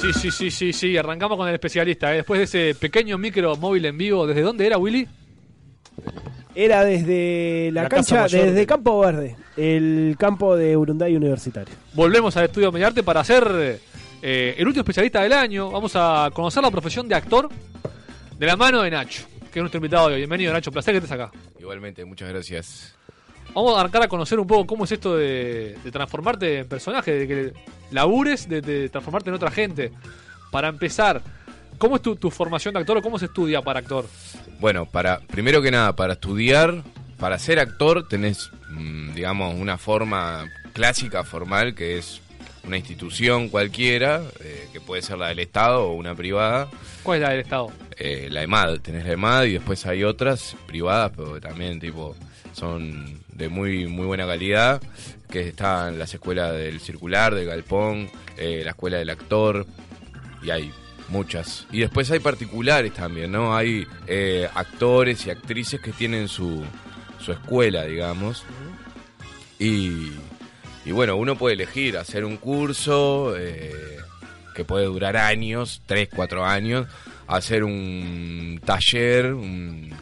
S8: Sí, sí, sí, sí, sí. Arrancamos con el especialista. ¿eh? Después de ese pequeño micro móvil en vivo, ¿desde dónde era, Willy?
S4: Era desde la,
S8: La Casa
S4: cancha,
S8: Mayor
S4: desde
S8: de-
S4: Campo Verde, el campo de Urunday Universitario.
S8: Volvemos al estudio Mediarte para hacer eh, el último especialista del año. Vamos a conocer la profesión de actor de la mano de Nacho, que es nuestro invitado de hoy. Bienvenido, Nacho. Placer que estés acá.
S10: Igualmente, muchas gracias.
S8: Vamos a arrancar a conocer un poco cómo es esto de, de transformarte en personaje, de que labures, de, de transformarte en otra gente. Para empezar, ¿cómo es tu, tu formación de actor o cómo se estudia para actor?
S10: Bueno, para primero que nada, para estudiar, para ser actor, tenés, mm, digamos, una forma clásica, formal, que es una institución cualquiera, eh, que puede ser la del Estado o una privada.
S8: ¿Cuál es la del Estado?
S10: Eh, la EMAD, tenés la EMAD y después hay otras privadas, pero que también tipo son de muy muy buena calidad, que están las escuelas del circular, del galpón, eh, la escuela del actor, y hay muchas. Y después hay particulares también, ¿no? Hay eh, actores y actrices que tienen su, su escuela, digamos. Y, y bueno, uno puede elegir hacer un curso eh, que puede durar años, 3, 4 años, hacer un taller, un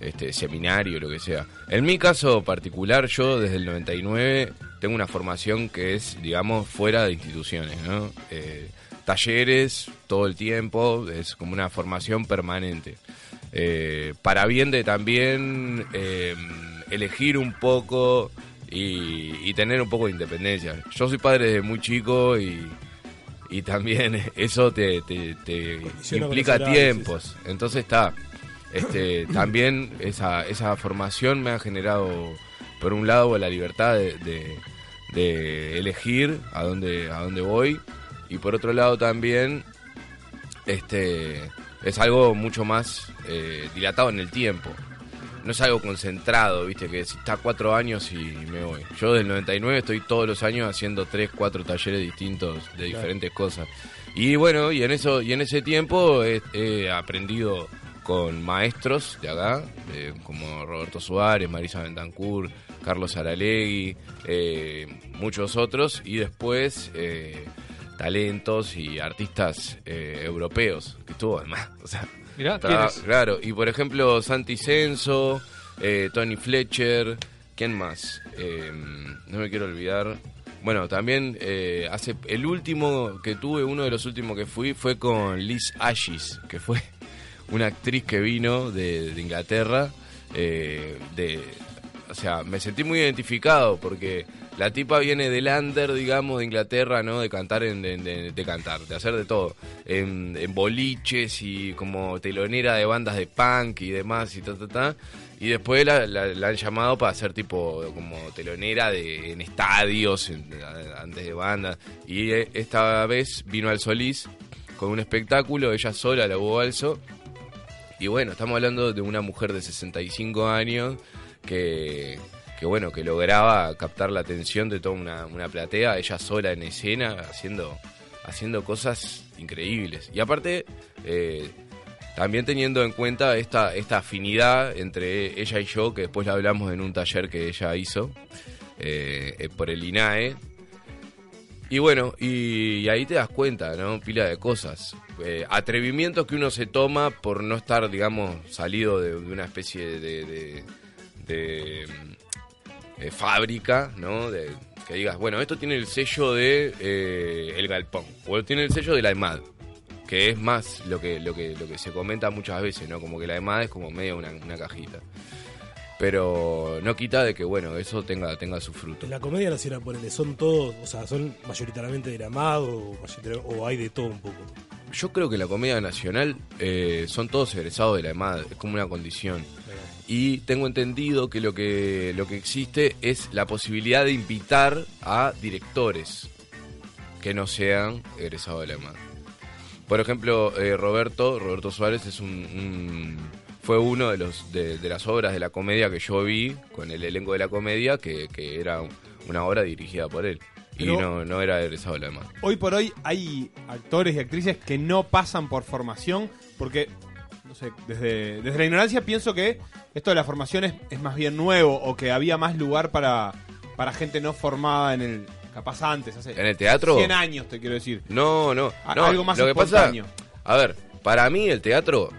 S10: este, seminario, lo que sea. En mi caso particular, yo desde el 99 tengo una formación que es, digamos, fuera de instituciones, ¿no? Eh, talleres todo el tiempo, es como una formación permanente. Eh, para bien de también eh, elegir un poco y, y tener un poco de independencia. Yo soy padre desde muy chico y, y también *laughs* eso te, te- te implica
S5: con los horarios,
S10: tiempos. Entonces está, este, también esa, esa formación me ha generado, por un lado, la libertad de, de- de elegir a dónde, a dónde voy y por otro lado también este es algo mucho más eh, dilatado en el tiempo. No es algo concentrado, viste, que si está cuatro años y me voy. Yo del 99 estoy todos los años haciendo tres, cuatro talleres distintos de
S5: Claro.
S10: diferentes cosas. Y bueno, y en eso, y en ese tiempo he, he aprendido con maestros de acá, eh, como Roberto Suárez, Marisa Bentancur, Carlos Aralegui, eh, muchos otros, y después eh, talentos y artistas eh, europeos, que estuvo además. *laughs* O sea,
S8: Mirá,
S10: está-
S8: ¿quiénes?
S10: Claro, y por ejemplo, Santi Censo, eh, Tony Fletcher, ¿quién más? Eh, no me quiero olvidar. Bueno, también eh, hace el último que tuve, uno de los últimos que fui, fue con Liz Ashis, que fue *laughs* una actriz que vino de, de Inglaterra. eh, de, o sea, me sentí muy identificado porque la tipa viene del under, digamos, de Inglaterra, ¿no? De cantar, en, de, de- de cantar, de hacer de todo. En, en boliches y como telonera de bandas de punk y demás y ta, ta, ta. Y después la, la- la han llamado para ser tipo como telonera de, en estadios, en- antes de bandas. Y eh, esta vez vino al Solís con un espectáculo, ella sola la hubo balso. Y bueno, estamos hablando de una mujer de 65 años que, que bueno, que lograba captar la atención de toda una, una platea, ella sola en escena, haciendo, haciendo cosas increíbles. Y aparte, eh, también teniendo en cuenta esta, esta afinidad entre ella y yo, que después la hablamos en un taller que ella hizo eh, eh, por el INAE, y bueno, y, ahí te das cuenta, ¿no? Pila de cosas. Eh, atrevimientos que uno se toma por no estar, digamos, salido de, de una especie de, de- de, mm, eh, fábrica, ¿no? De, que digas, bueno, esto tiene el sello de eh, El Galpón, o tiene el sello de la EMAD, que es más lo que, lo que, lo que se comenta muchas veces, ¿no? Como que la EMAD es como media una, una cajita. Pero no quita de que, bueno, eso tenga, tenga su fruto.
S5: En la comedia nacional, ponele, son todos, o sea, son mayoritariamente dramados o, mayoritaria- o hay de todo un poco.
S10: yo creo que la comedia nacional eh, son todos egresados de la EMAD, es como una condición. Y tengo entendido que lo que lo que existe es la posibilidad de invitar a directores que no sean egresados de la EMAD. Por ejemplo, eh, Roberto, Roberto Suárez es un, un- fue uno de los de, de las obras de la comedia que yo vi con el elenco de la comedia que, que era una obra dirigida por él y
S6: Pero-
S10: no, no era egresado de la EMAD.
S6: Hoy por hoy hay actores y actrices que no pasan por formación porque, no sé, desde, desde la ignorancia pienso que esto de la formación es, es más bien nuevo o que había más lugar para, para gente no formada en el... Capaz antes, hace
S10: ¿En el teatro?
S6: 100 años, te quiero decir.
S10: No, no,
S6: A-
S10: no,
S6: algo más
S10: lo que pasa,
S6: espontáneo.
S10: A ver, para mí el teatro,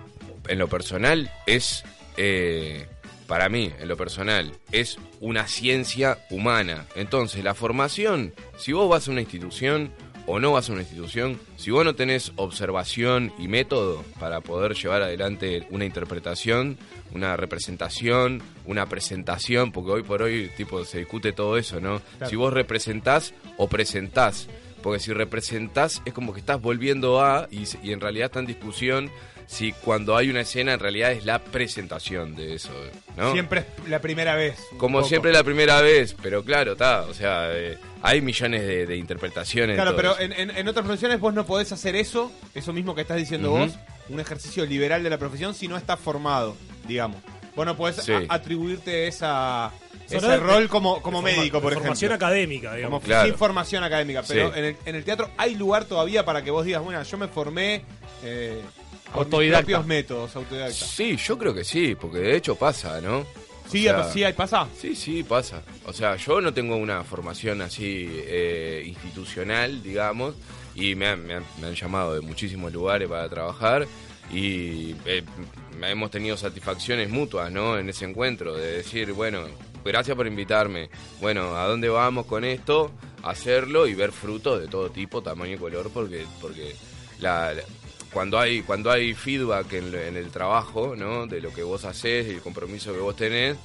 S10: en lo personal, es. eh, para mí, en lo personal, es una ciencia humana. Entonces, la formación, si vos vas a una institución o no vas a una institución, si vos no tenés observación y método para poder llevar adelante una interpretación, una representación, una presentación, porque hoy por hoy tipo se discute todo eso, ¿no?
S11: Claro.
S10: Si vos representás o presentás. Porque si representás es como que estás volviendo a, y, s- y en realidad está en discusión si cuando hay una escena en realidad es la presentación de eso, ¿no?
S6: Siempre es la primera vez. un
S10: como
S6: poco.
S10: siempre la primera vez, pero claro, está, o sea, eh, hay millones de, de interpretaciones.
S6: Claro,
S10: en todo
S6: pero
S10: eso.
S6: en, en- en otras profesiones vos no podés hacer eso, eso mismo que estás diciendo
S10: Ujú.
S6: vos, un ejercicio liberal de la profesión si no estás formado, digamos. Vos no podés
S10: Sí.
S6: a- atribuirte esa,
S5: Sobre
S6: ese
S5: de-
S6: rol como, como
S5: de forma-
S6: médico, por
S5: de formación
S6: ejemplo.
S5: académica, digamos.
S6: Como
S5: Claro.
S6: sin formación académica, pero
S5: Sí.
S6: en, el, en el teatro hay lugar todavía para que vos digas, bueno, yo me formé eh, con mis
S10: Autodidacta.
S6: propios métodos, autodidacta.
S10: Sí, yo creo que sí, porque de hecho pasa, ¿no?
S6: Sí, sí, ahí pasa.
S10: Sí, sí, pasa. O sea, yo no tengo una formación así eh, institucional, digamos, y me han, me han- me han llamado de muchísimos lugares para trabajar y eh, hemos tenido satisfacciones mutuas, ¿no? En ese encuentro, de decir, bueno, gracias por invitarme, bueno, ¿a dónde vamos con esto? Hacerlo y ver frutos de todo tipo, tamaño y color, porque, porque la, la- cuando hay cuando hay feedback en, lo- en el trabajo, ¿no? De lo que vos haces y el compromiso que vos tenés,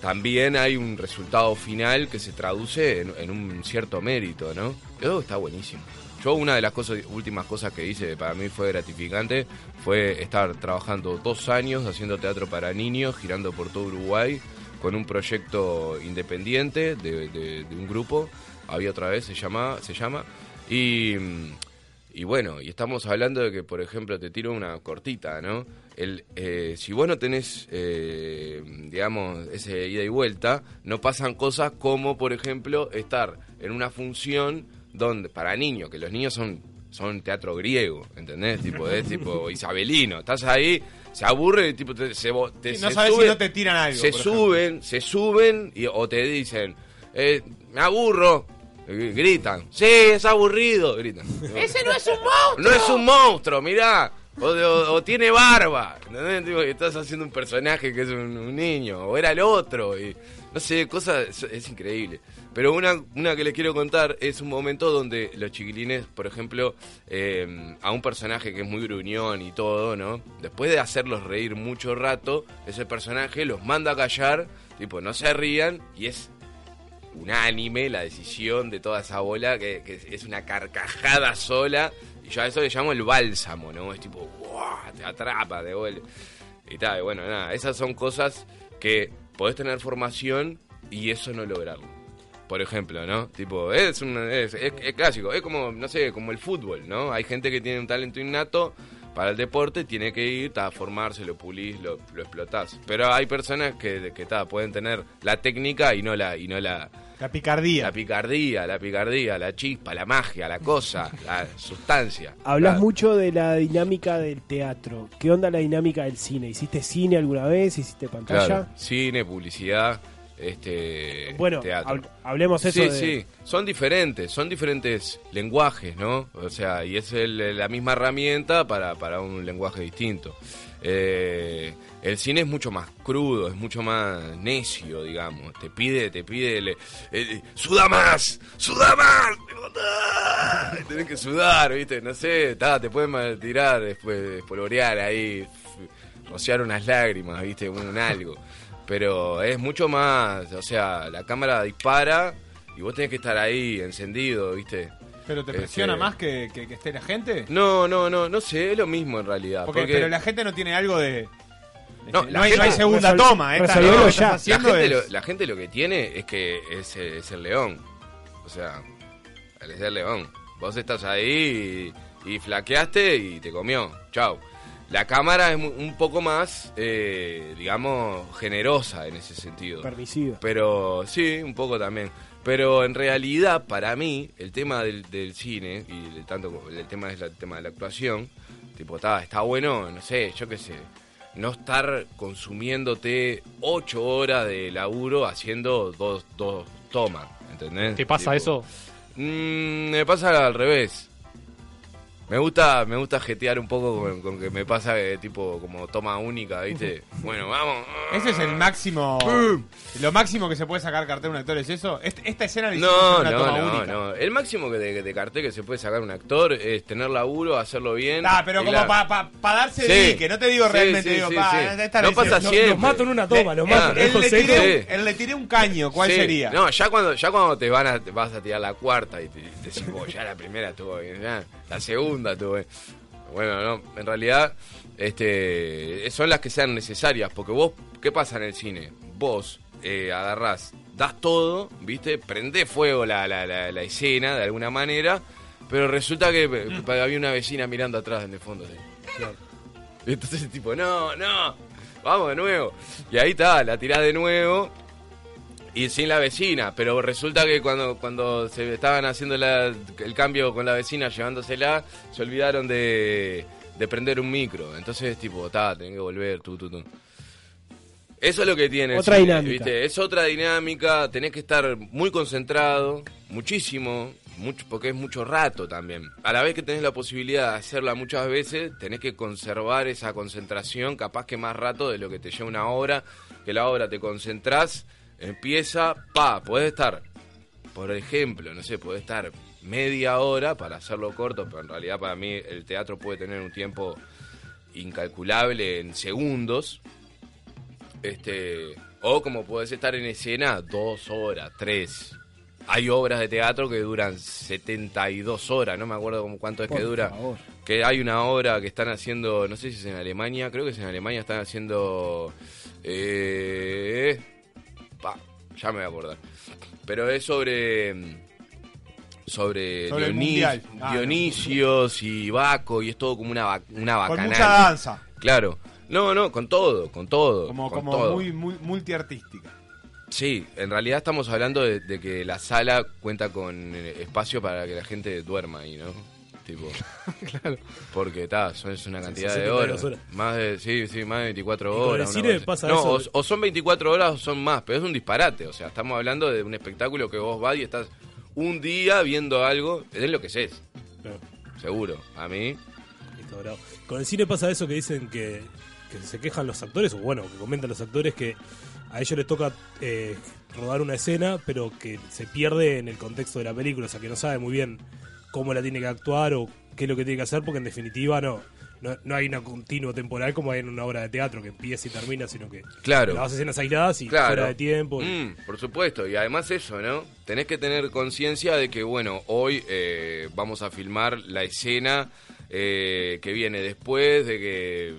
S10: también hay un resultado final que se traduce en, en un cierto mérito, ¿no? Eso está buenísimo. Yo una de las cosas, últimas cosas que hice para mí fue gratificante fue estar trabajando dos años haciendo teatro para niños, girando por todo Uruguay con un proyecto independiente de, de- de un grupo, había otra vez, se llama, se llama y mm, y bueno, y estamos hablando de que, por ejemplo, te tiro una cortita, ¿no? El, eh, si vos no tenés, eh, digamos, ese ida y vuelta, no pasan cosas como, por ejemplo, estar en una función donde, para niños, que los niños son, son teatro griego, ¿entendés? Tipo,
S6: *laughs*
S10: es tipo isabelino. Estás ahí, se aburre, tipo, te, se, bo- te-
S6: Sí, no
S10: se
S6: sabes si
S10: sube-
S6: no te tiran algo,
S10: Se
S6: por ejemplo.
S10: suben, se suben y, o te dicen, eh, me aburro. Y Gritan, sí, es aburrido,
S6: *laughs*
S10: gritan.
S13: ¡Ese no es un monstruo!
S10: No es un monstruo, mirá. O, o- o tiene barba. ¿entendés? Tipo, que estás haciendo un personaje que es un, un niño. O era el otro. Y, no sé, cosas. Es, es increíble. Pero una, una que les quiero contar es un momento donde los chiquilines, por ejemplo, eh, a un personaje que es muy gruñón y todo, ¿no? Después de hacerlos reír mucho rato, ese personaje los manda a callar. Tipo, no se rían. Y es unánime la decisión de toda esa bola, que, que es una carcajada sola. Y yo a eso le llamo el bálsamo, ¿no? Es tipo, ¡buah! te atrapa de vuelta. Y tal, y bueno, nada, esas son cosas que podés tener formación y eso no lograrlo. Por ejemplo, ¿no? Tipo, es, un, es, es- es clásico, es como, no sé, como el fútbol, ¿no? Hay gente que tiene un talento innato para el deporte, tiene que ir, ta, a formarse, lo pulís, lo, lo explotás. Pero hay personas que, que ta, pueden tener la técnica y no la, y no la,
S6: La picardía.
S10: la picardía, la picardía, la chispa, la magia,
S4: *laughs*
S10: la cosa, la sustancia.
S4: Hablas
S10: La-
S4: mucho de la dinámica del teatro. ¿Qué onda la dinámica del cine? ¿Hiciste cine alguna vez? ¿Hiciste pantalla?
S10: Claro, cine, publicidad, este
S4: Bueno,
S10: teatro.
S4: hab- hablemos eso
S10: Sí,
S4: de-
S10: sí, son diferentes, son diferentes lenguajes, ¿no? O sea, y es el- la misma herramienta para, para un lenguaje distinto. Eh, el cine es mucho más crudo, es mucho más necio, digamos. Te pide, te pide, le- eh, suda más, suda más. Tenés que sudar, ¿viste? No sé, ta, te pueden mal- tirar, después espolvorear ahí, f- rociar unas lágrimas, ¿viste? Un, un algo. Pero es mucho más, o sea, la cámara dispara y vos tenés que estar ahí, encendido, ¿viste?
S6: ¿Pero te presiona
S10: Este,
S6: más que, que- que esté la gente?
S10: No, no, no, no sé, es lo mismo en realidad.
S6: Porque,
S10: porque-
S6: pero la gente no tiene algo de...
S10: No,
S6: este,
S10: la
S6: no, hay, no
S10: gente-
S6: hay segunda toma, esta
S10: No,
S6: no,
S10: la
S6: lo que estás haciendo
S10: gente
S6: es-
S10: lo- la gente lo que tiene es que es, eh, es el león. O sea, es el león. Vos estás ahí y, y flaqueaste y te comió. Chau. La cámara es mu- un poco más, eh, digamos, generosa en ese sentido.
S4: Permisiva.
S10: Pero sí, un poco también. Pero en realidad, para mí, el tema del, del cine y el, tanto como- el tema es la- el tema de la actuación, tipo, está, está bueno, no sé, yo qué sé, no estar consumiéndote ocho horas de laburo haciendo dos, dos tomas, ¿entendés?
S8: ¿Te pasa eso?
S10: Mm, me pasa al revés. Me gusta, me gusta jetear un poco con, con que me pasa eh, tipo como toma única, ¿viste? Bueno, vamos.
S6: Ese es el máximo...
S10: ¡Pum!
S6: Lo máximo que se puede sacar cartel un actor es eso. Est- esta escena la hicimos en
S10: No,
S6: una
S10: no,
S6: toma
S10: no,
S6: única.
S10: no. El máximo que de, de cartel que se puede sacar un actor es tener laburo, hacerlo bien.
S6: Ah, pero
S10: y
S6: como
S10: la-
S6: para pa, pa darse
S10: Sí.
S6: de que no te digo
S10: Sí,
S6: realmente,
S10: sí,
S6: digo,
S10: sí,
S6: pa,
S10: sí.
S6: esta
S10: No
S6: la hicimos.
S10: pasa siempre. Eh,
S6: Le- Él, le tiré, un- él le tiré un caño, ¿cuál
S10: Sí.
S6: sería?
S10: No, ya cuando, ya cuando te van a, te vas a tirar la cuarta y te, te decís, "Oh, ya la primera estuvo bien, ya la segunda estuvo bien". Bueno, no, en realidad este, son las que sean necesarias, porque vos, ¿qué pasa en el cine? Vos eh, agarrás, das todo, ¿viste? Prendés fuego la, la, la, la escena de alguna manera, pero resulta que eh, había una vecina mirando atrás en el fondo. así. Y entonces el tipo, no, no, vamos de nuevo. Y ahí está, la tirás de nuevo y sin la vecina. Pero resulta que cuando, cuando se estaban haciendo la- el cambio con la vecina, llevándosela, se olvidaron de, de prender un micro. Entonces, tipo, ta, tenés que volver, tú, tú, tú. Eso es lo que tiene. el
S4: Otra
S10: cine,
S4: dinámica.
S10: ¿viste? Es otra dinámica, tenés que estar muy concentrado, muchísimo, mucho, porque es mucho rato también. A la vez que tenés la posibilidad de hacerla muchas veces, tenés que conservar esa concentración, capaz que más rato de lo que te lleva una obra, que la obra te concentrás, empieza, pa, podés estar, por ejemplo, no sé, podés estar media hora para hacerlo corto, pero en realidad para mí el teatro puede tener un tiempo incalculable en segundos. Este, o como podés estar en escena, dos horas, tres. Hay obras de teatro que duran 72 horas, no me acuerdo como cuánto es que
S4: Por
S10: dura.
S4: favor.
S10: Que hay una obra que están haciendo, no sé si es en Alemania, creo que es en Alemania, están haciendo... eh, pa, ya me voy a acordar. Pero es sobre... mm, Sobre,
S6: Sobre
S10: Dionis-
S6: el mundial. Ah, no.
S10: Dionisios y Baco, y es todo como una, ba- una
S6: Con
S10: bacanal.
S6: mucha danza.
S10: Claro. No, no, con todo, con todo.
S6: Como,
S10: con
S6: como
S10: todo.
S6: muy, muy multiartística.
S10: Sí, en realidad estamos hablando de, de que la sala cuenta con eh, espacio para que la gente duerma ahí, ¿no?
S5: *laughs*
S10: Tipo.
S8: Claro.
S10: Porque está, son es una cantidad
S5: son
S10: de
S5: 72
S10: horas.
S5: horas.
S10: Más de, sí, sí, más de 24
S5: Y
S10: horas.
S5: con el
S10: una
S5: cine
S10: cosa así.
S5: pasa
S10: no,
S5: eso.
S10: O, o son 24 horas o son más, pero es un disparate. O sea, estamos hablando de un espectáculo que vos vas y estás un día viendo algo, es lo que es.
S5: Claro.
S10: Seguro. A mí.
S5: Está bravo. Con el cine pasa eso que dicen que, que se quejan los actores, o bueno, que comentan los actores que a ellos les toca eh, rodar una escena, pero que se pierde en el contexto de la película, o sea, que no sabe muy bien cómo la tiene que actuar o qué es lo que tiene que hacer, porque en definitiva no. No, no hay una continua temporal como hay en una obra de teatro que empieza y termina, sino que
S10: Claro.
S5: las escenas aisladas y
S10: Claro.
S5: fuera de tiempo. y-
S10: Mm, por supuesto, y además eso, ¿no? Tenés que tener conciencia de que, bueno, hoy eh, vamos a filmar la escena eh, que viene después, de que...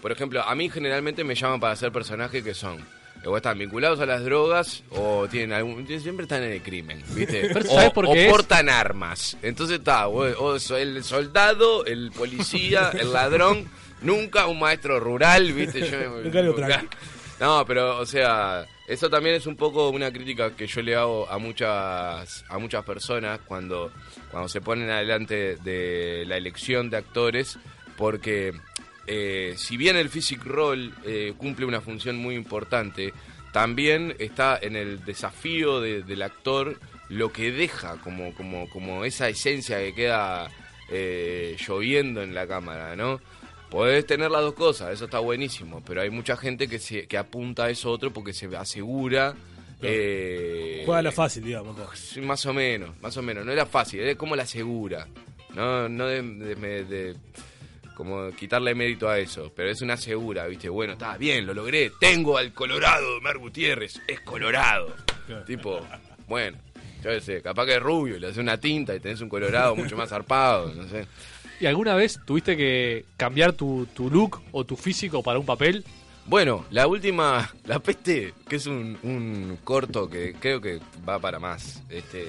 S10: Por ejemplo, a mí generalmente me llaman para hacer personajes que son... eh, O están vinculados a las drogas o tienen algún... Siempre están en el crimen,
S5: *laughs*
S10: ¿viste?
S8: Pero
S10: o
S8: ¿sabés por
S10: o
S8: qué es?
S10: portan armas. Entonces está, o- o so- el soldado, el policía, el ladrón, nunca un maestro rural, ¿viste? Yo,
S5: Nunca algo tranqui.
S10: *laughs* no, pero, o sea, eso también es un poco una crítica que yo le hago a muchas, a muchas personas cuando, cuando se ponen adelante de la elección de actores, porque eh, si bien el physic role eh, cumple una función muy importante, también está en el desafío de- del actor lo que deja como, como, como esa esencia que queda eh, lloviendo en la cámara, ¿no? Podés tener las dos cosas, eso está buenísimo, pero hay mucha gente que, se, que apunta a eso otro porque se asegura... eh,
S5: Juega la fácil, digamos.
S10: Sí, más o menos, más o menos. No era fácil, era como la segura. No, no de, de- me- de- como quitarle mérito a eso, pero es una segura, ¿viste? Bueno, está bien, lo logré. Tengo al Colorado, Mar Gutiérrez, es Colorado. Tipo, bueno, Yo qué sé, capaz que es rubio, le haces una tinta y tenés un colorado mucho más zarpado, no sé.
S8: ¿Y alguna vez tuviste que cambiar tu, tu look o tu físico para un papel?
S10: Bueno, la última, La Peste, eh, que es un, un corto que creo que va para más. Este,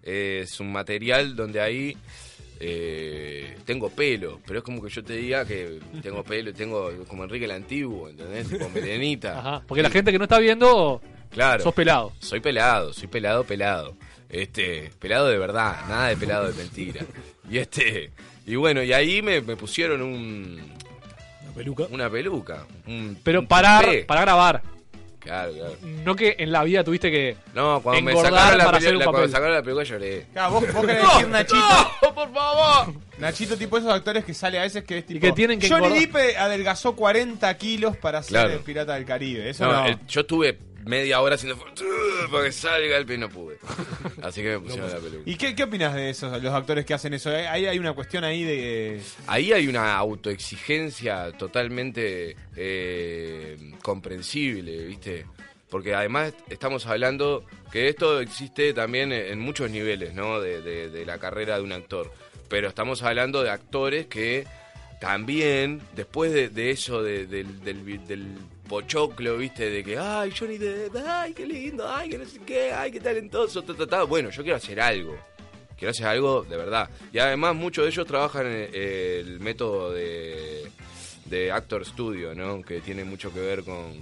S10: es un material donde ahí eh, tengo pelo, pero es como que yo te diga que tengo pelo, tengo como Enrique el Antiguo, ¿entendés? Con
S8: *laughs*
S10: melenita.
S8: Ajá, porque la gente que no está viendo,
S10: Claro.
S8: sos pelado.
S10: Soy pelado, soy pelado, pelado. Este, pelado de verdad, nada de pelado de mentira. Y este, y bueno, y ahí me, me pusieron un. Una
S5: peluca.
S10: Una peluca. un-
S8: Pero
S10: un
S8: parar,
S10: tupé.
S8: para grabar.
S10: Mm, Claro, claro.
S8: No que en la vida tuviste que
S10: No, cuando me
S8: engordar
S10: sacaron la,
S8: para
S10: pelu-
S8: hacer un
S10: la- cuando
S8: papel.
S10: me sacaron la peluca lloré.
S6: Claro, vos, vos querés decir Nachito. por favor! Nachito, tipo esos actores que sale a veces que es tipo.
S8: que tienen que
S6: Johnny
S8: engordar".
S6: Depp adelgazó 40 kilos para ser
S10: Claro.
S6: el pirata del Caribe. Eso
S10: No,
S6: no.
S10: el- yo estuve media hora haciendo. Para que salga el pelo y no pude. *laughs* Así que me pusieron la peluca.
S6: ¿Y qué, qué opinas de esos, los actores que hacen eso? Eh, Ahí hay una cuestión ahí de. eh,
S10: Ahí hay una autoexigencia totalmente eh, comprensible, ¿viste? Porque además estamos hablando que esto existe también en muchos niveles, ¿no? De, de- de la carrera de un actor. Pero estamos hablando de actores que también, después de, de eso, de- del, del vi- del pochoclo, ¿viste? De que, ay, Johnny Depp, ay, qué lindo, ay, que no sé qué, ay, qué talentoso, ta, ta, ta. Bueno, yo quiero hacer algo quiero hacer algo de verdad. Y además muchos de ellos trabajan en eh, el método de, de Actor Studio, ¿no? Que tiene mucho que ver con,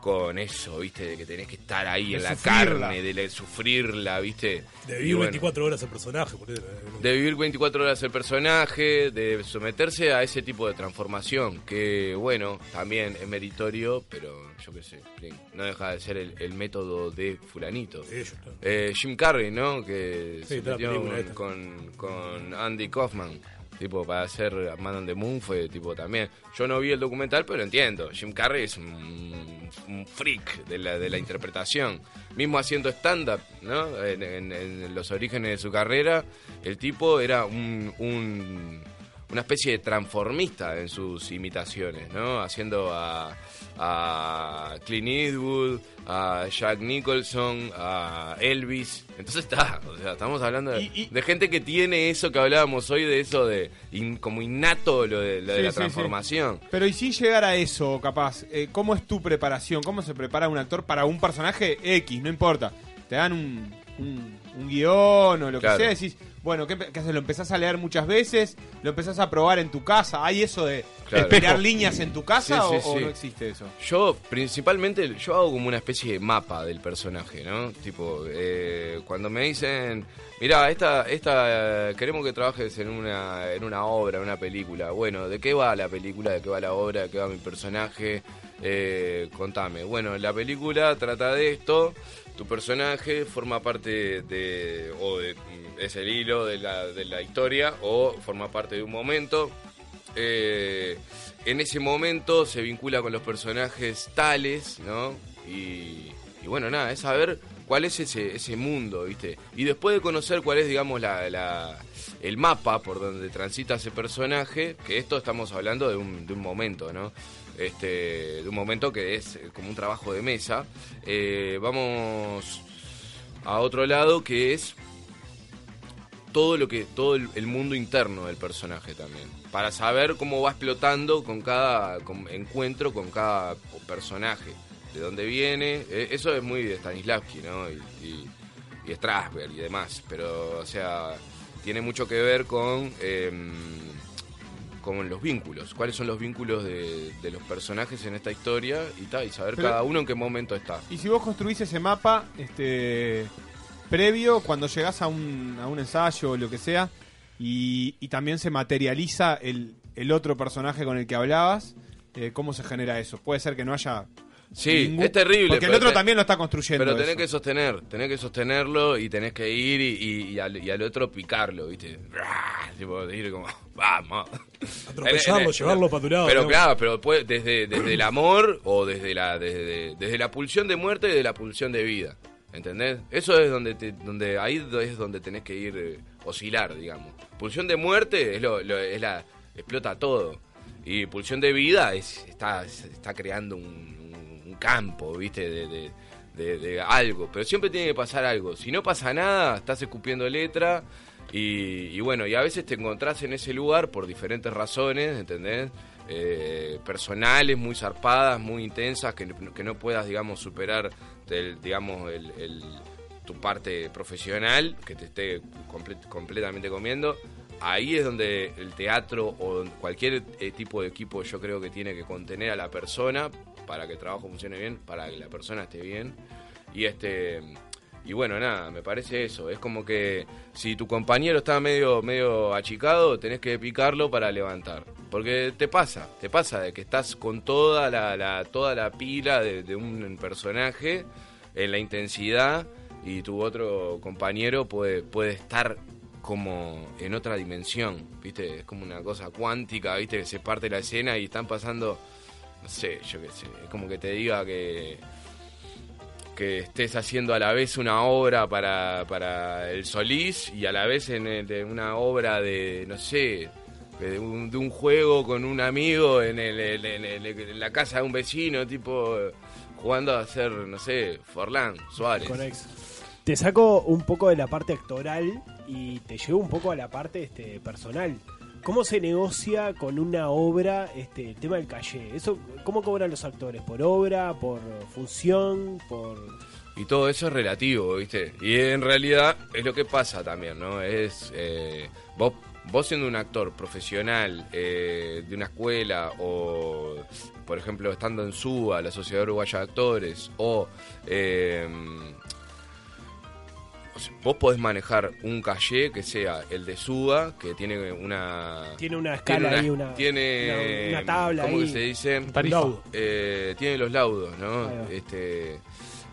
S10: con eso, ¿viste? De que tenés que estar ahí
S5: De
S10: en la
S5: sufrirla.
S10: carne, de la- sufrirla, ¿viste?
S5: De
S10: Y
S5: vivir
S10: bueno,
S5: 24 horas el personaje, ¿eh? ponele,
S10: de vivir 24 horas el personaje, de someterse a ese tipo de transformación, que bueno, también es meritorio, pero yo qué sé, bien, no deja de ser el, el método de fulanito.
S5: De ellos, claro.
S10: Eh, Jim Carrey, ¿no? Que
S5: Sí,
S10: se
S5: toda la
S10: metió
S5: película
S10: con,
S5: esta.
S10: con- con Andy Kaufman. Tipo, para hacer Man on the Moon fue tipo también. Yo no vi el documental, pero entiendo. Jim Carrey es un, un freak de la, de la interpretación. Mismo haciendo stand-up, ¿no? En, en- en los orígenes de su carrera, el tipo era un- un una especie de transformista en sus imitaciones, ¿no? Haciendo a, a Clint Eastwood, a Jack Nicholson, a Elvis. Entonces está, o sea, estamos hablando de, de gente que tiene eso que hablábamos hoy, de eso de in- como innato lo de, lo de
S6: Sí,
S10: la
S6: sí, sí.
S10: transformación.
S6: Pero y si llegar a eso, capaz, eh, ¿cómo es tu preparación? ¿Cómo se prepara un actor para un personaje X? No importa. Te dan un, un- un guión o lo
S10: Claro.
S6: que sea, decís, bueno, ¿qué, empe- qué haces? ¿Lo empezás a leer muchas veces? ¿Lo empezás a probar en tu casa? ¿Hay eso de
S10: Claro.
S6: tirar líneas en tu casa
S10: Sí, sí,
S6: o, o
S10: sí.
S6: no existe eso?
S10: Yo, principalmente, yo hago como una especie de mapa del personaje, ¿no? Tipo, eh, cuando me dicen, mirá, esta, esta, eh, queremos que trabajes en una, en una obra, en una película. Bueno, ¿de qué va la película? ¿De qué va la obra? ¿De qué va mi personaje? Eh, contame. Bueno, la película trata de esto. Tu personaje forma parte de, o de- es el hilo de la, de la historia, o forma parte de un momento. Eh, en ese momento se vincula con los personajes tales, ¿no? Y, y bueno, nada, es saber cuál es ese, ese mundo, ¿viste? Y después de conocer cuál es, digamos, la, la- el mapa por donde transita ese personaje, que esto estamos hablando de un, de un momento, ¿no? Este, de un momento que es eh, como un trabajo de mesa. Eh, vamos a otro lado que es todo lo que todo el, el mundo interno del personaje también para saber cómo va explotando con cada con- encuentro con cada personaje de dónde viene Eh, eso es muy de Stanislavski no y, y, y Strasberg y demás pero o sea tiene mucho que ver con em, con los vínculos cuáles son los vínculos de, de los personajes en esta historia y tal y saber
S6: Pero-
S10: cada uno en qué momento está
S6: Y si vos construís ese mapa, este previo, cuando llegás a un, a un ensayo o lo que sea, y, y también se materializa el, el otro personaje con el que hablabas, eh, ¿cómo se genera eso? Puede ser que no haya.
S10: Sí,
S6: ningún-
S10: es terrible.
S6: Porque el
S10: pero
S6: otro
S10: te-
S6: también lo está construyendo.
S10: Pero tenés
S6: eso.
S10: que sostener, tenés que sostenerlo y tenés que ir y, y- y al, y al otro picarlo, ¿viste? Tipo, de ir como, *laughs* vamos.
S5: Atropellarlo,
S10: En- en-
S5: llevarlo pa' tu lado,
S10: Pero
S5: ¿no?
S10: claro, pero puede- desde, desde el amor o desde la, desde, desde la pulsión de muerte y de la pulsión de vida. ¿Entendés? Eso es donde, te- donde ahí es donde tenés que ir eh, oscilar, digamos. Pulsión de muerte es, lo, lo- es la explota todo. Y pulsión de vida es, está, está creando un, un- un campo, ¿viste? De, de- de, de algo, pero siempre tiene que pasar algo. Si no pasa nada, estás escupiendo letra y, y bueno, y a veces te encontrás en ese lugar por diferentes razones, ¿entendés? Eh, personales, muy zarpadas, muy intensas, que, no- que no puedas, digamos, superar, del, digamos, el- el, tu parte profesional, que te esté comple- completamente comiendo, ahí es donde el teatro o cualquier eh, tipo de equipo yo creo que tiene que contener a la persona para que el trabajo funcione bien, para que la persona esté bien. Y este y bueno, nada, me parece eso. Es como que si tu compañero está medio, medio achicado, tenés que picarlo para levantar. Porque te pasa, te pasa de que estás con toda la, la- toda la pila de, de un personaje en la intensidad y tu otro compañero puede, puede estar como en otra dimensión, ¿viste? Es como una cosa cuántica, ¿viste? Que se parte la escena y están pasando, no sé, yo qué sé, es como que te diga que que estés haciendo a la vez una obra para, para el Solís y a la vez en el- de una obra de, no sé, de un, de un juego con un amigo en, el- en el- en el- en la casa de un vecino, tipo jugando a hacer, no sé, Forlán, Suárez.
S4: Te saco un poco de la parte actoral y te llevo un poco a la parte este, personal. ¿Cómo se negocia con una obra este, el tema del calle? Eso, ¿Cómo cobran los actores? ¿Por obra? ¿Por función? ¿Por
S10: Y todo eso es relativo, ¿viste? Y en realidad es lo que pasa también, ¿no? Es. eh, vos, vos siendo un actor profesional eh, de una escuela o, por ejemplo, estando en SUBA, la Sociedad Uruguaya de Actores, o. eh, o sea, vos podés manejar un calle que sea el de Suba, que tiene una.
S4: Tiene una escala ahí, una-
S10: Tiene.
S4: una- una tabla
S10: ¿Cómo
S4: ahí.
S10: que se dice?
S4: Tarifa. Laudo.
S10: Eh, tiene los laudos,
S4: Ahí
S10: ¿no?
S4: va.
S10: Este.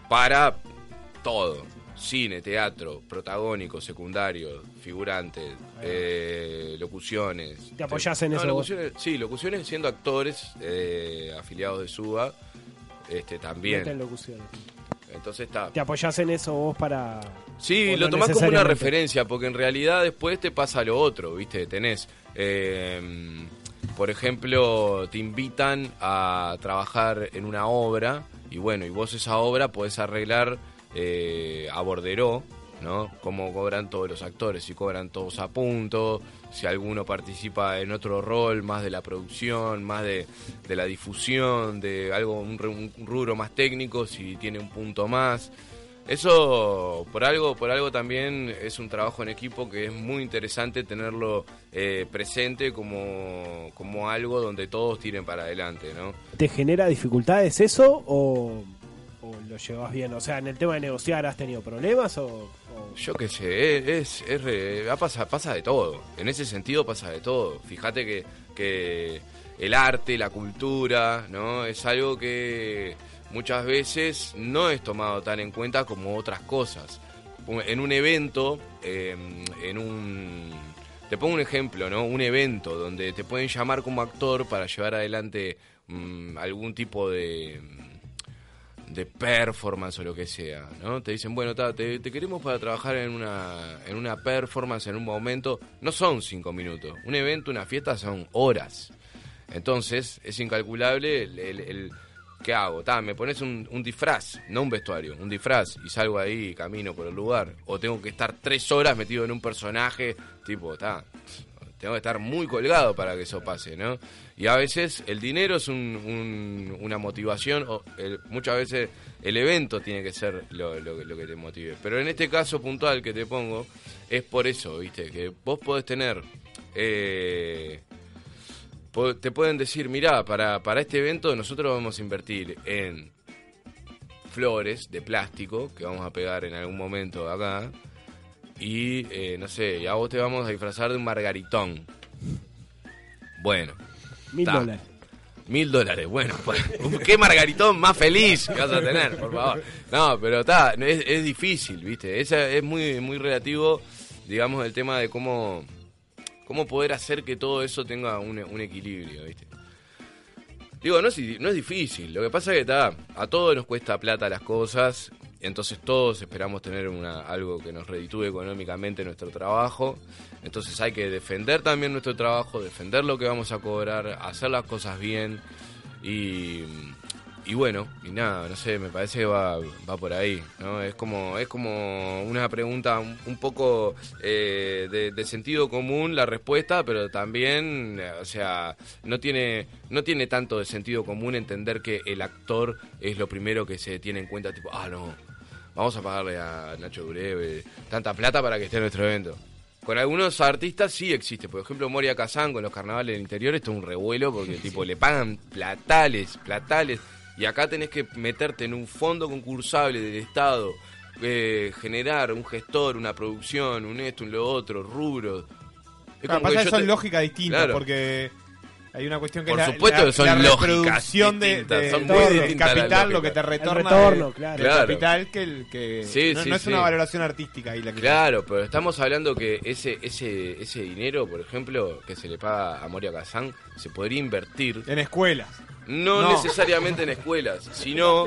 S10: Para todo: cine, teatro, protagónico, secundario, figurante, eh, locuciones. este,
S4: Te apoyás en
S10: No,
S4: eso vos.
S10: locuciones- sí, locuciones siendo actores eh, afiliados de Suba.
S4: nota
S10: Este,
S4: en
S10: también.
S4: locución?
S10: Entonces está.
S4: ¿Te apoyás en eso vos para...?
S10: Sí,
S4: o
S10: lo
S4: no
S10: tomás como una
S4: necesariamente?
S10: referencia, porque en realidad después te pasa lo otro, ¿viste? Tenés, eh, por ejemplo, te invitan a trabajar en una obra, y bueno, y vos esa obra podés arreglar eh, a borderó, ¿no? Cómo cobran todos los actores, si cobran todos a punto, si alguno participa en otro rol, más de la producción, más de, de la difusión, de algo, un, re- un rubro más técnico, si tiene un punto más. Eso por algo, por algo también es un trabajo en equipo que es muy interesante tenerlo eh, presente como, como algo donde todos tiren para adelante, ¿no?
S4: ¿Te genera dificultades eso o, o lo llevas bien? O sea, en el tema de negociar, ¿has tenido problemas o...?
S10: Yo qué sé, es, es, es re- ah, pasa, pasa de todo. En ese sentido pasa de todo. Fíjate que, que el arte, la cultura, ¿no? Es algo que muchas veces no es tomado tan en cuenta como otras cosas. Un- En un evento, eh, en un te pongo un ejemplo, ¿no? Un evento donde te pueden llamar como actor para llevar adelante mm, algún tipo de, de performance o lo que sea, ¿no? Te dicen, bueno, ta, te, te queremos para trabajar en una, en una performance, en un momento. No son cinco minutos. Un evento, una fiesta son horas. Entonces, es incalculable el... el- el- ¿Qué hago? Ta, me pones un, un disfraz, no un vestuario, un disfraz y salgo ahí y camino por el lugar. O tengo que estar tres horas metido en un personaje, tipo, ta, tengo que estar muy colgado para que eso pase, ¿no? Y a veces el dinero es un- un- una motivación, o el- muchas veces el evento tiene que ser lo, lo- lo que te motive. Pero en este caso puntual que te pongo, es por eso, ¿viste? Que vos podés tener... eh, po- te pueden decir, mirá, para, para este evento nosotros vamos a invertir en flores de plástico que vamos a pegar en algún momento acá. Y eh, no sé, y a vos te vamos a disfrazar de un margaritón. Bueno.
S4: Mil
S10: ta.
S4: dólares.
S10: Mil dólares, bueno, *laughs* qué margaritón más feliz que *laughs* vas a tener, por favor. No, pero está, es, es difícil, ¿viste? Esa es muy, muy relativo, digamos, el tema de cómo, cómo poder hacer que todo eso tenga un, un equilibrio, ¿viste? Digo, no es, di- no es difícil. Lo que pasa es que ta, a todos nos cuesta plata las cosas. Entonces todos esperamos tener una, algo que nos reditúe económicamente nuestro trabajo. Entonces hay que defender también nuestro trabajo, defender lo que vamos a cobrar, hacer las cosas bien. Y, y bueno, y nada, no sé, me parece que va, va por ahí, ¿no? Es como, es como una pregunta un, un poco eh, de, de sentido común la respuesta, pero también, eh, o sea, no tiene, no tiene tanto de sentido común entender que el actor es lo primero que se tiene en cuenta, tipo, ah, no, vamos a pagarle a Nacho Dureve tanta plata para que esté en nuestro evento. Con algunos artistas sí existe. Por ejemplo, Moria Kazan con los carnavales del interior, esto es un revuelo porque tipo le pagan platales, platales. Y acá tenés que meterte en un fondo concursable del Estado, eh, generar un gestor, una producción, un esto, un lo otro, rubros. Es como
S6: Claro,
S10: que
S6: pasa que
S10: yo
S6: son
S10: te-
S6: lógicas distintas,
S10: Claro.
S6: porque hay una cuestión que
S10: Por
S6: es la,
S10: supuesto
S6: la-
S10: que son
S6: la
S10: lógicas
S6: reproducción de-
S10: distintas,
S6: de-
S10: son muy
S6: del
S10: distintas las
S6: capital, lo que
S10: lógicas.
S6: te
S10: El
S6: retorna
S10: retorno,
S6: del-
S10: claro.
S6: del
S10: Claro.
S6: capital que, el, que
S10: Sí,
S6: no,
S10: sí,
S6: no es
S10: sí.
S6: una valoración artística ahí la que
S10: Claro, pero estamos hablando que ese ese ese dinero, por ejemplo, que se le paga a Moria Kazan, se podría invertir
S6: en escuelas.
S10: No,
S6: No.
S10: necesariamente en escuelas, sino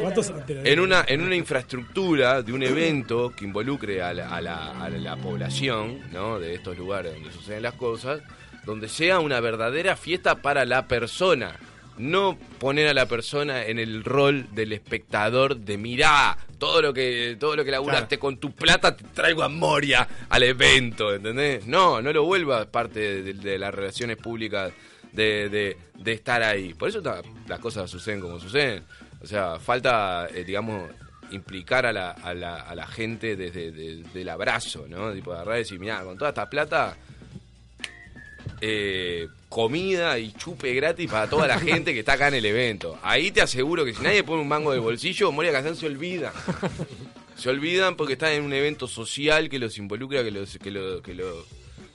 S10: en una en una infraestructura de un evento que involucre a la, a la- a la población, ¿no? De estos lugares donde suceden las cosas, donde sea una verdadera fiesta para la persona. No poner a la persona en el rol del espectador de mirá, todo lo que todo lo que laburaste con tu plata te traigo a Moria al evento, ¿entendés? No, no lo vuelvas parte de, de las relaciones públicas de, de- de estar ahí. Por eso ta- las cosas suceden como suceden. O sea, falta, eh, digamos, implicar a la, a la, a la gente desde de- del abrazo, ¿no? Tipo, agarrar y decir, mirá, con toda esta plata, eh, comida y chupe gratis para toda la gente que está acá en el evento. Ahí te aseguro que si nadie pone un mango de bolsillo, Moria Kazan se olvida. Se olvidan porque están en un evento social que los involucra, que los, que los, que los,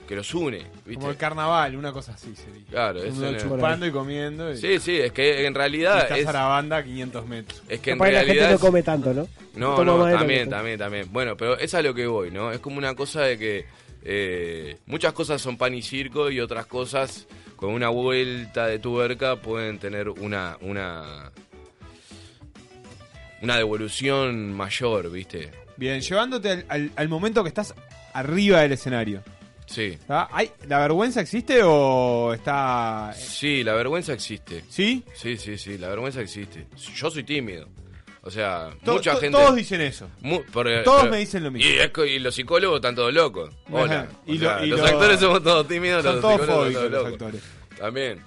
S10: que los une. ¿viste?
S6: Como el carnaval, una cosa así sería.
S10: Claro,
S6: Uno
S10: eso no-
S6: chupando y comiendo. Y,
S10: Sí, sí, es que en
S6: y
S10: realidad
S6: estás
S10: es,
S6: a la banda a 500 metros.
S10: es que en
S4: Capaz que la
S10: realidad
S4: gente no
S10: es-
S4: come tanto, ¿no?
S10: no,
S4: Toma
S10: no,
S4: madera,
S10: también,
S4: ¿no?
S10: también, también. Bueno, pero esa es a lo que voy, ¿no? Es como una cosa de que eh, muchas cosas son pan y circo y otras cosas con una vuelta de tuerca pueden tener una una una devolución mayor, ¿viste?
S6: Bien, llevándote al, al- al momento que estás arriba del escenario.
S10: Sí.
S6: Ah, ay, ¿La vergüenza existe o está...?
S10: Sí, la vergüenza existe.
S6: ¿Sí?
S10: Sí, sí, sí, la vergüenza existe. Yo soy tímido. O sea,
S6: To-
S10: mucha
S6: to-
S10: gente...
S6: Todos dicen eso.
S10: Mu- porque-
S6: Todos
S10: pero-
S6: me dicen lo mismo.
S10: Y, es que- y los psicólogos están todos locos.
S6: Ajá.
S10: Hola. O
S6: Y
S10: sea,
S6: lo- y
S10: los
S6: lo-
S10: actores somos todos tímidos,
S6: Son
S10: los
S6: todos
S10: psicólogos
S6: fóbicos
S10: son todos
S6: los
S10: locos.
S6: actores.
S10: También.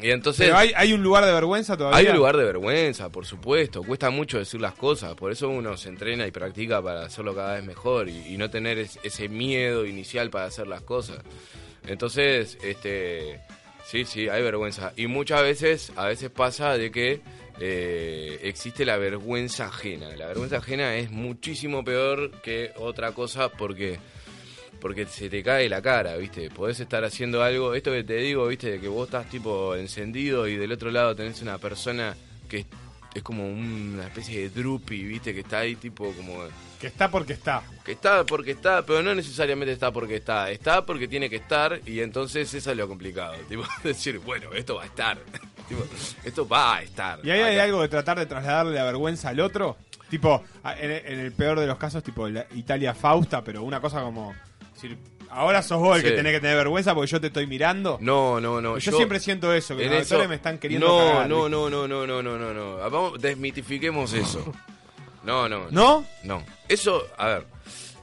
S10: Y entonces.
S6: Pero hay, hay un lugar de vergüenza todavía.
S10: Hay un lugar de vergüenza, por supuesto. Cuesta mucho decir las cosas. Por eso uno se entrena y practica para hacerlo cada vez mejor y, y no tener es- ese miedo inicial para hacer las cosas. Entonces, este, sí, sí, hay vergüenza. Y muchas veces, a veces pasa de que eh, existe la vergüenza ajena. La vergüenza ajena es muchísimo peor que otra cosa porque porque se te cae la cara, ¿viste? Podés estar haciendo algo, esto que te digo, ¿viste? De que vos estás tipo encendido y del otro lado tenés una persona que es, es como una especie de droopy, ¿viste? Que está ahí tipo como...
S6: Que está porque está.
S10: Que está porque está, pero no necesariamente está porque está, está porque tiene que estar y entonces eso es lo complicado, *laughs* tipo, decir, bueno, esto va a estar, *laughs* tipo, esto va a estar.
S6: ¿Y ahí hay algo de tratar de trasladarle la vergüenza al otro? Tipo, a- en, en el peor de los casos, tipo la Italia Fausta, pero una cosa como... decir, ahora sos vos el
S10: Sí.
S6: que tenés que tener vergüenza porque yo te estoy mirando.
S10: No, no, no.
S6: Yo siempre siento eso, que
S10: en
S6: los actores me están queriendo
S10: No,
S6: cagar,
S10: no,
S6: ¿viste?
S10: no, no, no, no, no, no, no. Ah, Vamos, desmitifiquemos
S6: *laughs*
S10: eso. No, no.
S6: ¿No?
S10: No. Eso, a ver.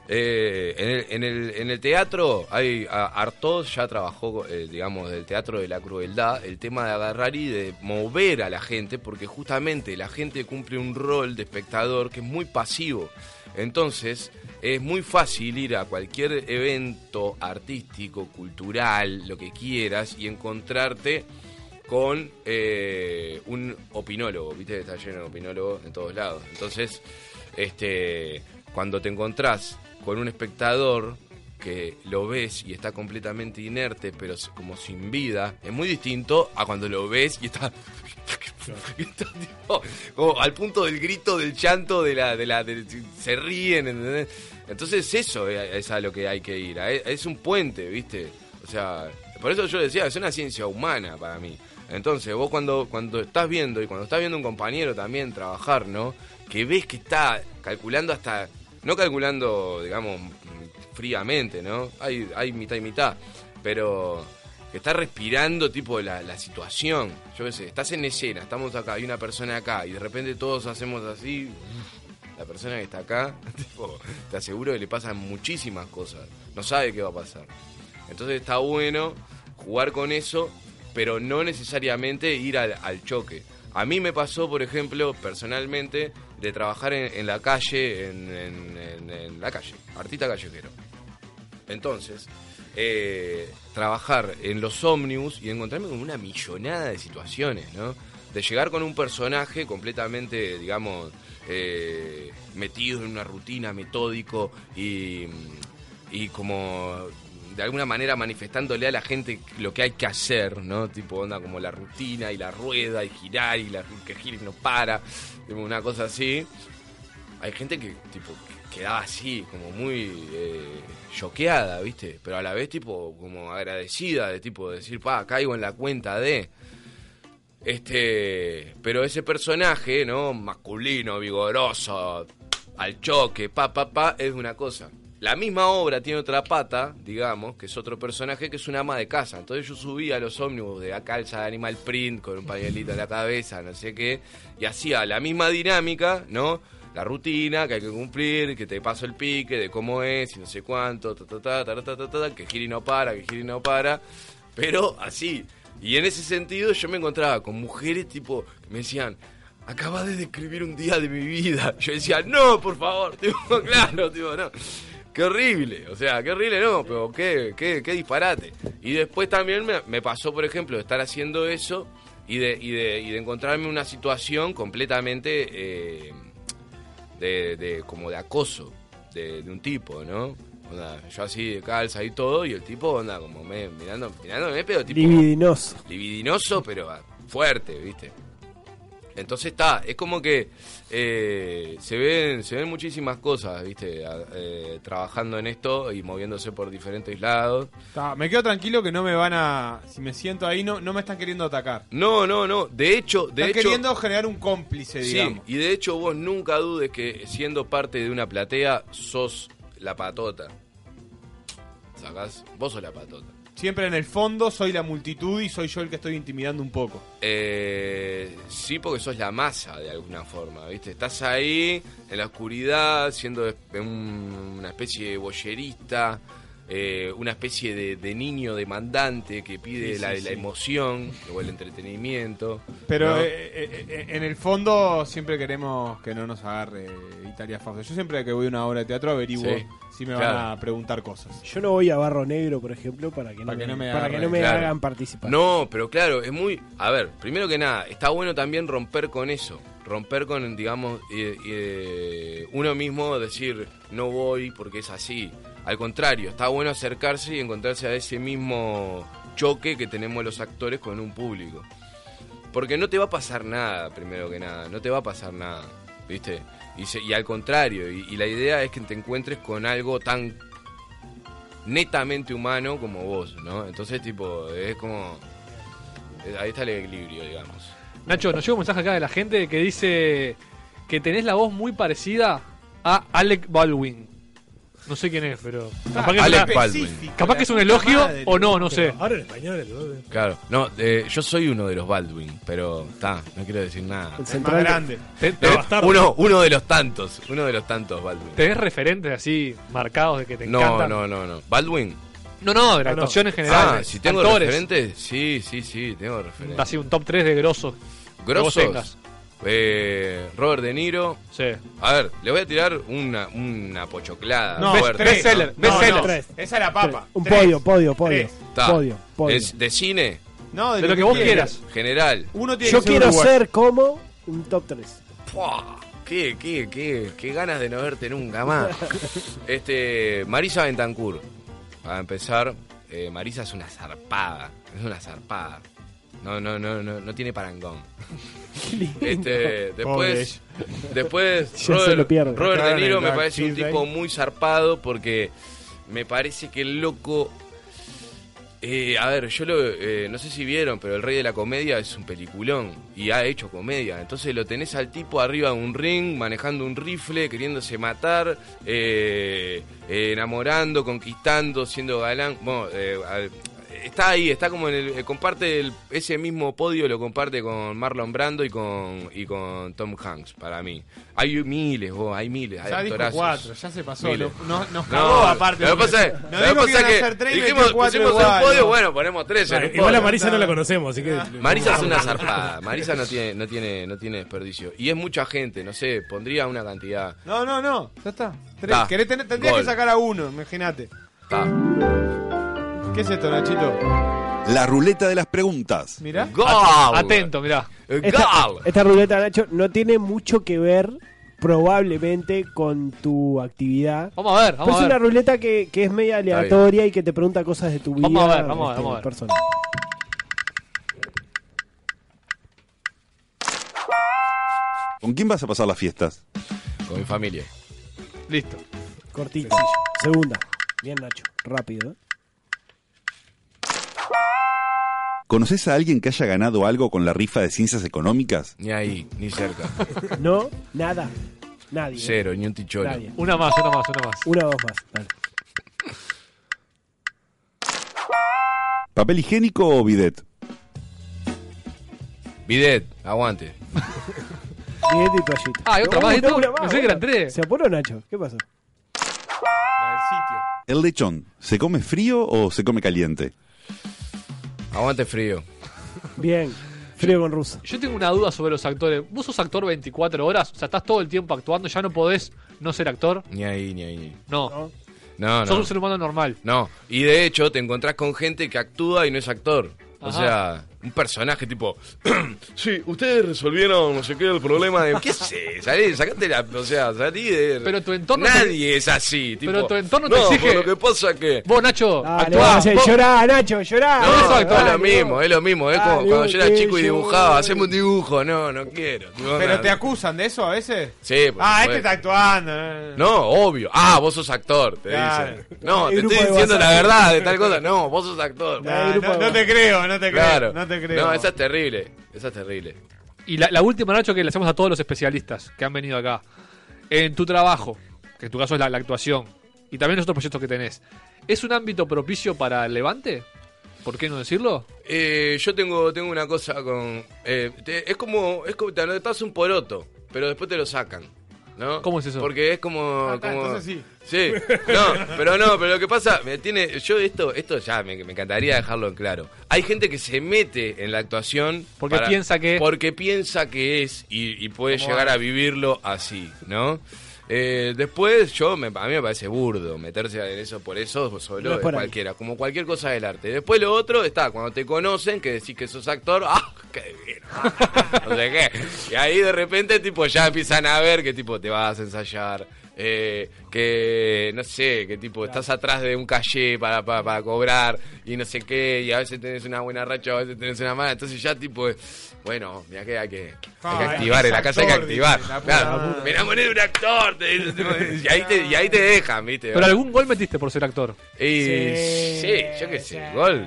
S10: eh, en, el, en, el, en el teatro, hay a- Artaud ya trabajó, eh, digamos, del teatro de la crueldad, el tema de agarrar y de mover a la gente, porque justamente la gente cumple un rol de espectador que es muy pasivo. Entonces, es muy fácil ir a cualquier evento artístico, cultural, lo que quieras, y encontrarte con eh, un opinólogo, viste que está lleno de opinólogos en todos lados. Entonces, este, cuando te encontrás con un espectador que lo ves y está completamente inerte, pero s- como sin vida, es muy distinto a cuando lo ves y está, *laughs* y está, tipo, como al punto del grito, del llanto, de la, de la, de- se ríen, ¿entendés? Entonces eso es es a lo que hay que ir, a- es un puente, viste, o sea, por eso yo decía, es una ciencia humana para mí. Entonces, vos cuando, cuando estás viendo y cuando estás viendo un compañero también trabajar, ¿no? Que ves que está calculando hasta, no calculando, digamos, fríamente, ¿no? Hay, hay mitad y mitad, pero que está respirando tipo la, la situación. Yo qué sé, estás en escena, estamos acá, hay una persona acá y de repente todos hacemos así. La persona que está acá, *laughs* tipo, te aseguro que le pasan muchísimas cosas. No sabe qué va a pasar. Entonces está bueno jugar con eso, pero no necesariamente ir al, al choque. A mí me pasó, por ejemplo, personalmente, de trabajar en, en la calle, en, en- en- en la calle, artista callejero. Entonces, eh, trabajar en los ómnibus y encontrarme con una millonada de situaciones, ¿no? De llegar con un personaje completamente, digamos, eh, metido en una rutina, metódico y, y como de alguna manera manifestándole a la gente lo que hay que hacer, ¿no? Tipo, onda como la rutina y la rueda y girar y la, que gira y no para, tipo, una cosa así. Hay gente que, tipo, quedaba así, como muy eh, choqueada, ¿viste? Pero a la vez, tipo, como agradecida de, tipo, decir, pa, caigo en la cuenta de... Este, pero ese personaje, ¿no? Masculino, vigoroso, al choque, pa, pa, pa, es una cosa. La misma obra tiene otra pata, digamos, que es otro personaje que es una ama de casa. Entonces yo subía a los ómnibus de la calza de Animal Print con un pañuelito en la cabeza, no sé qué, y hacía la misma dinámica, ¿no? La rutina que hay que cumplir, que te paso el pique de cómo es y no sé cuánto, ta, ta, ta, ta, ta, ta, ta, ta, que gira y no para, que gira y no para, pero así. Y en ese sentido yo me encontraba con mujeres tipo que me decían, acabas de describir un día de mi vida. *laughs* Yo decía, no, por favor, *laughs* tipo, claro, tipo, no. Qué horrible, o sea, qué horrible no, pero qué, qué, qué disparate. Y después también me, me pasó, por ejemplo, de estar haciendo eso y de, y de, y de encontrarme en una situación completamente eh, de, de- como de acoso de, de un tipo, ¿no? Onda, yo así de calza y todo, y el tipo, onda, como me, mirando, mirándome, pero tipo
S4: Dividinos.
S10: libidinoso, pero ah, fuerte, ¿viste? Entonces está, es como que eh, se ven se ven muchísimas cosas, ¿viste? A- eh, trabajando en esto y moviéndose por diferentes lados.
S6: Ta, me quedo tranquilo que no me van a. Si me siento ahí, no, no me están queriendo atacar.
S10: No, no, no, de hecho, de
S6: están
S10: hecho...
S6: queriendo generar un cómplice, digamos.
S10: Sí, y de hecho vos nunca dudes que siendo parte de una platea sos la patota. ¿Sacás? Vos sos la patota.
S6: Siempre en el fondo soy la multitud y soy yo el que estoy intimidando un poco.
S10: Eh, sí, porque sos la masa de alguna forma, ¿viste? Estás ahí en la oscuridad, siendo es- un- una especie de boyerista, eh, una especie de, de niño demandante que pide
S6: Sí, sí,
S10: la, la
S6: sí.
S10: emoción o el entretenimiento.
S6: Pero
S10: ¿no?
S6: eh, eh, eh, en el fondo siempre queremos que no nos agarre Italia Fausto. Yo siempre que voy a una obra de teatro averiguo
S10: Sí,
S6: si me
S10: claro.
S6: van a preguntar cosas.
S4: Yo no voy a Barro Negro, por ejemplo, para que no
S6: Para que
S4: me,
S6: no me
S4: para que
S6: agarren,
S4: no me
S10: claro.
S4: hagan participar.
S10: No, pero claro, es muy... A ver, primero que nada, está bueno también romper con eso. Romper con, digamos, eh, eh, uno mismo decir, no voy porque es así. Al contrario, está bueno acercarse y encontrarse a ese mismo choque que tenemos los actores con un público. Porque no te va a pasar nada, primero que nada. No te va a pasar nada, ¿viste? Y, se- y al contrario, y, y la idea es que te encuentres con algo tan netamente humano como vos, ¿no? Entonces, tipo, es como... eh, Ahí está el equilibrio, digamos.
S8: Nacho, nos llega un mensaje acá de la gente que dice que tenés la voz muy parecida a Alec Baldwin. No sé quién es, pero. Capaz que es,
S10: Ah, Alec
S8: una-
S10: Baldwin.
S8: capaz que es un elogio o no, no sé.
S5: Ahora en español, el-
S10: Claro, no, eh, yo soy uno de los Baldwin, pero está, no quiero decir nada.
S4: El central más grande.
S8: Te-
S10: No,
S8: te- bastardo.
S10: uno, uno de los tantos, uno de los tantos Baldwin.
S8: ¿Tenés referentes así marcados de que te
S10: No,
S8: encantan?
S10: no, no, no. ¿Baldwin?
S8: No, no, de la actuación en general.
S10: Ah, si tengo
S8: actores.
S10: referentes, sí, sí, sí, tengo referentes.
S8: Así un top 3 de grosos. Que vos
S10: Grosos.
S8: tengas.
S10: Eh, Robert De Niro.
S8: Sí.
S10: A ver, le voy a tirar una, una pochoclada.
S6: No,
S10: fuerte.
S6: tres, bestseller,
S10: No, no.
S6: bestseller. Esa es la papa.
S4: Un podio, podio, podio.
S10: Ta.
S4: Podio, podio.
S10: Es de cine.
S6: No, de De lo lo que que vos quieras.
S10: General.
S6: Uno
S4: Yo quiero ser como un top 3.
S10: Pua, Qué, qué, qué, qué ganas de no verte
S4: *laughs*
S10: nunca más. Este, Marisa Bentancur. Para empezar, eh, Marisa es una zarpada. Es una zarpada. No, no, no, no, no
S4: *laughs*
S10: tiene parangón. Este, después,
S6: Pobre.
S4: *laughs*
S10: después
S4: Ya se lo pierde.
S10: Robert, Robert De Niro me
S6: Dark
S10: parece un
S6: Tuesday.
S10: tipo muy zarpado porque me parece que el loco. eh, a ver, yo lo. eh, no sé si vieron, pero El Rey de la Comedia es un peliculón y ha hecho comedia. Entonces lo tenés al tipo arriba de un ring, manejando un rifle, queriéndose matar, eh, eh, enamorando, conquistando, siendo galán. Bueno, eh, al- está ahí, está como en el, eh, comparte el- ese mismo podio, lo comparte con Marlon Brando y con, y con Tom Hanks, para mí. Hay miles, vos, hay miles. hay
S6: Ya dijo
S10: actorazos.
S6: cuatro, ya se pasó,
S10: Miles.
S6: lo- nos- nos cagó aparte,
S10: Lo que
S6: porque
S10: pasa es
S6: nos
S10: lo que
S6: dijo que
S10: pasa es
S6: iban a
S10: que,
S6: hacer tres y
S10: dijimos,
S6: metió cuatro
S10: pusimos
S6: igual,
S10: un podio,
S6: ¿no?
S10: bueno, ponemos tres. ya no
S5: Claro,
S10: importa.
S5: igual a Marisa no la conocemos, así que.
S6: Ah.
S10: Ah. Marisa es una zarpada. Marisa no tiene, no tiene, no tiene desperdicio. Y es mucha gente, no sé, pondría una cantidad.
S6: No, no, no. Ya está. Tres.
S10: Da.
S6: Querés tener- tendrías
S10: Gol.
S6: que sacar a uno, imagínate.
S10: Ta.
S3: Ah.
S6: ¿Qué es esto, Nachito?
S3: La ruleta de las preguntas. Eh,
S6: Mirá.
S8: Atento, mirá.
S4: Esta, eh, esta ruleta, Nacho, no tiene mucho que ver probablemente con tu actividad.
S8: Vamos a ver,
S4: Pero
S8: vamos
S4: es
S8: a
S4: una
S8: ver.
S4: ruleta que, que es media
S8: bien.
S4: aleatoria y que te pregunta cosas de tu vida. este,
S8: Vamos a ver, vamos a ver, vamos a ver.
S4: personal.
S3: ¿Con quién vas a pasar las fiestas?
S10: Con mi familia.
S8: Listo.
S4: Cortito. Segunda. Bien, Nacho. Rápido. ¿eh?
S3: ¿Conoces a alguien que haya ganado algo con la rifa de ciencias económicas?
S10: Ni ahí, ni cerca.
S4: *laughs* No, nada. Nadie. ¿eh?
S10: Cero, ni un ticholo.
S4: Nadie.
S8: Una más, una más, una más.
S4: Una o dos más. dale.
S3: ¿Papel higiénico o bidet?
S10: Bidet, aguante.
S4: Billete y toallita.
S8: Ah, ¿hay otra más, esto?
S4: una
S8: Pensé que eran tres.
S4: ¿Se apuró, Nacho? ¿Qué pasó?
S3: ¿El lechón se come frío o se come caliente?
S10: Aguante frío.
S4: Bien. Frío con rusa.
S8: Yo tengo una duda sobre los actores. ¿Vos sos actor 24 horas? O sea, estás todo el tiempo actuando, ya no podés no ser actor.
S10: Ni ahí, ni ahí. ni ahí.
S8: No.
S10: No,
S8: Sos
S10: no.
S8: un ser humano normal.
S10: No, y de hecho te encontrás con gente que actúa y no es actor. O
S8: Ajá.
S10: sea, un personaje tipo, *clears throat* sí, ustedes resolvieron no sé qué el problema de... Eh, ¿Qué sé? Salí, sacate la... O sea, salí de...
S8: Pero tu entorno te-
S10: Nadie es así. Tipo,
S8: Pero tu entorno te
S10: "No,
S8: exige-
S10: por lo que pasa que...
S8: Vos, Nacho,
S4: Dale, vamos a hacer-
S10: vos-
S4: llorá, Nacho,
S8: *laughs*
S4: llorá.
S10: No,
S4: Dale,
S10: es
S4: dale,
S10: lo mismo, es lo mismo. Es
S4: Dale,
S10: como cuando yo era
S4: que
S10: chico y
S4: yo-
S10: dibujaba, hacemos un dibujo. No, no quiero. tipo,
S6: Pero
S10: nada.
S6: te acusan de eso a veces.
S10: Sí, por
S6: Ah,
S10: supuesto.
S6: este está actuando. eh.
S10: No, obvio. Ah, vos sos actor, te
S6: Claro.
S10: dicen. No,
S6: El
S10: te
S6: grupo
S10: estoy
S6: de
S10: diciendo la
S6: WhatsApp.
S10: verdad de tal cosa. No, vos sos actor.
S6: Nah, El grupo no- de no WhatsApp. te creo, no te creo,
S10: Claro.
S6: no te creo.
S10: No, esa es terrible. Esa es terrible.
S8: Y la, la última, Nacho, que le hacemos a todos los especialistas que han venido acá. En tu trabajo, que en tu caso es la, la actuación, y también los otros proyectos que tenés, ¿es un ámbito propicio para el levante? ¿Por qué no decirlo?
S10: Eh, yo tengo, tengo una cosa con. eh, te- es como. Es como te anotás un poroto, pero después te lo sacan. ¿No?
S8: ¿Cómo es eso?
S10: Porque es como.
S8: Ah, está,
S10: como-
S8: entonces sí.
S10: Sí. No, pero no, pero lo que pasa, me tiene. Yo esto, esto ya me, me encantaría dejarlo en claro. Hay gente que se mete en la actuación.
S8: Porque piensa que-
S10: Porque piensa que es y, y puede
S8: Como
S10: llegar a
S8: es.
S10: vivirlo así, ¿no? Eh, después, yo me- a mí me parece burdo meterse en eso por eso, sobre
S4: No es
S10: de
S4: por ahí.
S10: cualquiera, como cualquier cosa del arte. Después lo otro está, cuando te conocen, que decís que sos actor, *laughs* ¡ah, qué bien! *laughs* ah, no sé qué. Y ahí de repente, tipo, ya empiezan a ver que, tipo, te vas a ensayar, eh, que, no sé, que, tipo, estás atrás de un calle para, para, para cobrar y no sé qué, y a veces tenés una buena racha, a veces tenés una mala, entonces ya, tipo, bueno, mira que hay que, hay que
S6: Ah,
S10: activar,
S6: es
S10: en la casa hay que
S6: actor,
S10: activar.
S6: dice, la puta
S10: Claro,
S6: madre.
S10: me enamoré de un actor, te dice, tipo, y ahí te, y ahí te dejan, ¿viste?
S8: Pero algún gol metiste por ser actor.
S10: Y sí, yo qué sé, gol.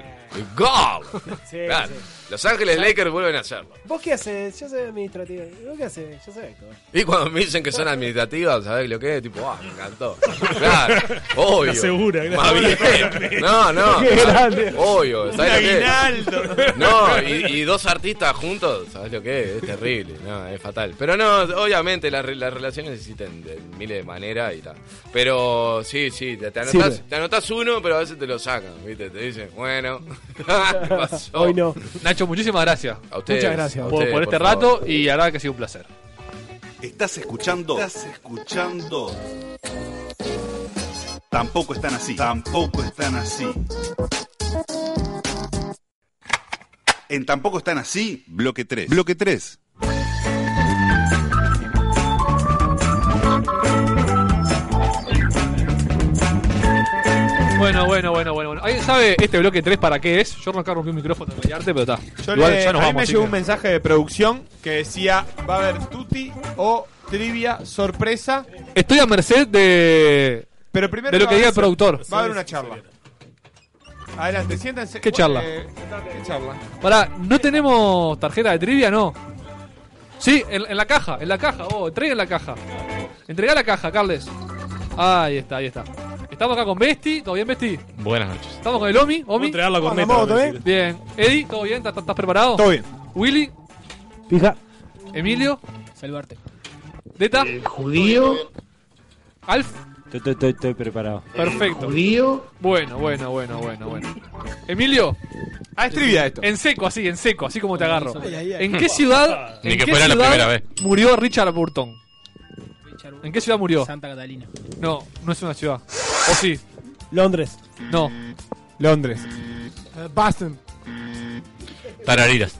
S10: ¡Gol!
S4: Sí,
S10: Claro,
S4: sí.
S10: Los Ángeles Lakers vuelven a hacerlo.
S4: ¿Vos qué haces? Yo soy administrativo. ¿Vos qué haces? Yo soy actor.
S10: Y cuando me dicen que son administrativas, ¿sabes lo que es? Tipo, ah, me
S5: *laughs*
S10: encantó. Claro, obvio.
S5: La segura,
S10: Más bien. No, no.
S5: Qué grande.
S10: Obvio, ¿sabes lo que es?
S6: aguinaldo.
S10: No, y, y dos artistas juntos, ¿sabes lo que es? Es terrible, no, es fatal. Pero no, obviamente las, re- las relaciones existen de miles de maneras y tal. Pero sí, sí, te, te anotás,
S4: Sirve.
S10: te anotás uno, pero a veces te lo sacan, ¿viste? Te dicen, bueno, *laughs*
S8: *laughs*
S10: ¿qué pasó?
S4: Hoy no.
S8: Nacho, muchísimas gracias.
S10: A ustedes,
S8: Muchas
S10: a
S8: gracias por,
S10: ustedes,
S8: por este
S10: por
S8: rato
S10: favor.
S8: y la verdad que ha sido un placer.
S3: ¿Estás escuchando? ¿Estás escuchando? Tampoco están así. Tampoco están así. En Tampoco están así, bloque 3. Bloque 3.
S8: Bueno, bueno, bueno, bueno. bueno. ¿Alguien sabe este bloque 3 para qué es? Yo acá rompí un micrófono en pelearte, pero está.
S6: *laughs* Yo
S8: Igual
S6: le-
S8: ya nos
S6: a mí
S8: vamos.
S6: me
S8: así
S6: llegó
S8: que-
S6: un mensaje de producción que decía: ¿va a haber tutti o trivia sorpresa?
S8: Estoy a merced de.
S6: Pero primero
S8: de lo
S6: va
S8: que
S6: a
S8: diga el
S6: haber-
S8: productor.
S6: Va a haber una charla. Adelante, siéntense.
S8: ¿Qué charla?
S6: Eh, ¿Qué charla?
S8: Pará, ¿no tenemos tarjeta de trivia? No. Sí, en, en la caja, en la caja. Oh, entreguen la caja. Entrega la caja, Carles. Ahí está, ahí está. Está Estamos acá con Besti, ¿todo bien Besti?
S7: Buenas noches.
S8: Estamos con el Omi, Omi.
S5: entregar la corneta,
S8: Vamos, ¿todo
S5: me
S8: bien? Bien. Eddie, ¿todo bien? ¿Estás estás preparado?
S6: Todo bien.
S8: Willy,
S4: Fija.
S8: Emilio.
S11: Salvarte.
S8: Deta.
S12: Judío.
S8: Alf.
S12: Estoy, estoy- estoy- estoy preparado.
S8: Perfecto. Bueno, bueno, bueno, bueno, bueno. Emilio.
S6: Ah, es trivia esto.
S8: En seco, así, en seco, así como te agarro.
S11: Ay, ay, ay.
S8: ¿En qué ciudad,
S7: *laughs* Ni
S8: en
S7: que
S8: qué
S7: fuera la
S8: ciudad
S7: primera vez.
S8: murió Richard Burton? ¿En qué ciudad murió?
S11: Santa Catalina.
S8: No, no es una ciudad. ¿O sí?
S4: Londres.
S8: No.
S6: Londres.
S11: Boston.
S7: Tarariras.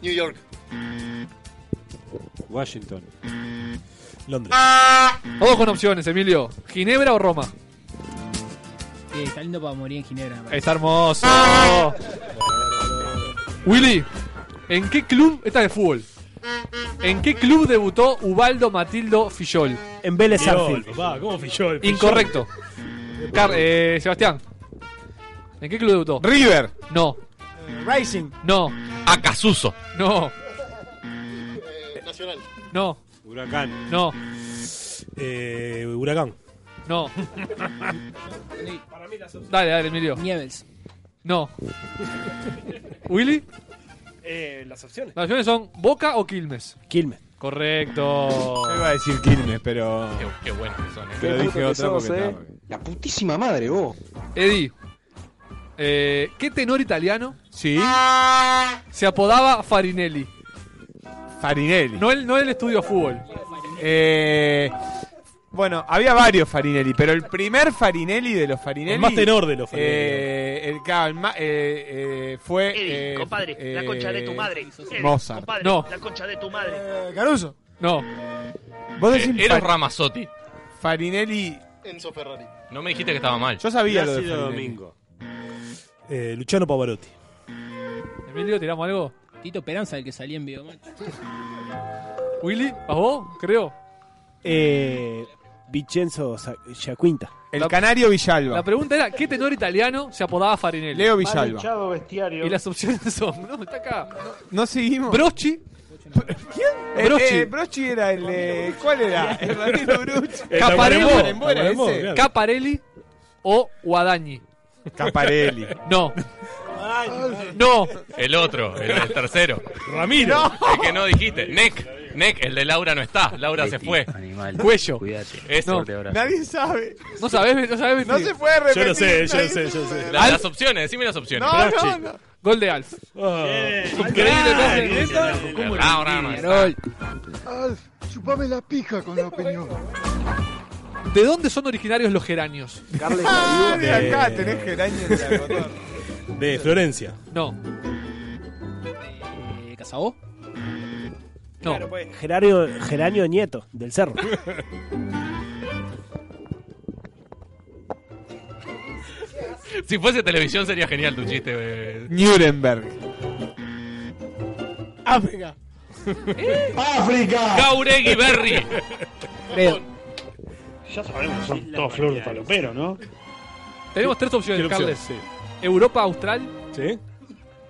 S14: New York.
S12: Washington.
S5: Londres.
S6: Ah,
S8: Vamos con opciones, Emilio. ¿Ginebra o Roma?
S11: Sí, está lindo para morir en Ginebra. me parece.
S8: Está hermoso. Willy, ¿en qué club? Esta es de fútbol. ¿En qué club debutó Ubaldo Matildo Fillol?
S4: En Vélez
S8: Fillol,
S4: Arfield.
S5: Papá, ¿cómo fichó el
S8: Incorrecto. Car- eh, Sebastián, ¿en qué club debutó?
S6: River.
S8: No,
S11: Racing.
S8: no,
S7: Acasuso.
S8: no,
S14: Eh, Nacional.
S8: no,
S5: Huracán.
S8: no,
S5: Eh, huracán.
S8: no. Dale, dale, Emilio.
S11: Nieves.
S8: No. ¿Willy?
S4: Eh, las opciones.
S8: Las opciones son Boca o Quilmes.
S4: Quilmes.
S8: Correcto.
S6: Yo iba a decir Quilmes, pero.
S7: Qué, qué buenos que son, eh.
S6: Pero
S15: Qué
S6: dije
S15: puto que
S6: otra
S15: sos,
S6: porque
S15: eh.
S6: estaba-
S15: La putísima madre, vos.
S8: Eddie, eh, ¿qué tenor italiano
S6: Sí.
S8: se apodaba Farinelli?
S6: Farinelli.
S8: No el, no el estudio fútbol.
S6: Eh, bueno, había varios Farinelli, pero el primer Farinelli de los Farinelli.
S5: El más tenor de los Farinelli.
S6: eh, el, claro, el ma- eh, eh, fue.
S14: Eddie,
S6: eh,
S14: compadre, la
S6: eh,
S14: concha de tu madre. Eddie,
S6: Mozart.
S14: compadre,
S8: No.
S14: la concha de tu madre.
S11: Caruso.
S8: No.
S6: Eh, Vos
S7: Eh,
S6: decís
S7: Eros
S6: Fa-
S7: Ramazzotti.
S6: Farinelli.
S14: Enzo Ferrari.
S7: No me dijiste que estaba mal.
S6: Yo sabía lo de
S12: Plácido
S6: Farinelli.
S12: Domingo.
S5: Eh, Luciano Pavarotti.
S8: Emilio, ¿tiramos algo?
S11: Tito Peranza, el que salía en Videomatch.
S8: ¿Willy? ¿A vos? Creo.
S4: Eh, Vincenzo Sa- Giaquinta.
S6: El
S8: La-
S6: canario Villalba.
S8: La pregunta era, ¿qué tenor italiano se apodaba Farinelli?
S6: Leo Villalba.
S8: Y las opciones son... No, está acá.
S6: No seguimos.
S8: Brocci,
S6: Eh,
S8: Brochi.
S6: eh, Brochi era el. eh,
S8: *laughs*
S6: ¿Cuál era? El ratero Brochi.
S5: Eh,
S8: Caparelli.
S5: Tacuarembó,
S6: Era
S5: Tacuarembó,
S6: ese.
S5: claro.
S8: Caparelli o Guadagni.
S6: Caparelli.
S8: *laughs* No. No.
S7: El otro, el, el tercero.
S5: Ramiro.
S7: El que no dijiste. Neck. Neck, el de Laura no está. Laura se fue.
S17: Animal.
S8: Cuello.
S17: Cuídate.
S7: Eso.
S17: Fuerte abrazo.
S6: Nadie sabe.
S8: No sabés, no sabés.
S6: No
S8: mentir.
S6: se puede repetir.
S5: Yo lo sé, yo lo
S6: nadie
S5: sé, yo lo
S6: sabe.
S5: sé.
S7: La- las opciones, decime las opciones.
S6: No, no, no.
S8: Gol de Alf.
S5: Ah,
S21: Oh.
S8: Increíble. entonces,
S7: El Rao Rama está.
S21: Alf, chupame la pija con la opinión.
S8: ¿De dónde son originarios los geranios?
S6: *laughs* Ah, de
S5: Eh.
S6: acá tenés geranio de algodón.
S5: De Florencia.
S8: No.
S11: Eh, Casabó.
S8: No.
S6: pues.
S4: Geranio, Geranio Nieto, del
S6: *laughs*
S4: Cerro.
S7: Si fuese televisión sería genial tu chiste. eh.
S6: Nuremberg.
S11: África.
S15: ¡África!
S7: Jauregui Berry.
S11: Creo.
S14: Ya sabemos, son todos flor de palopero, ¿no?
S8: Tenemos tres opciones,
S5: Quiero
S8: Carles.
S5: opción,
S8: Europa Austral,
S5: ¿Sí?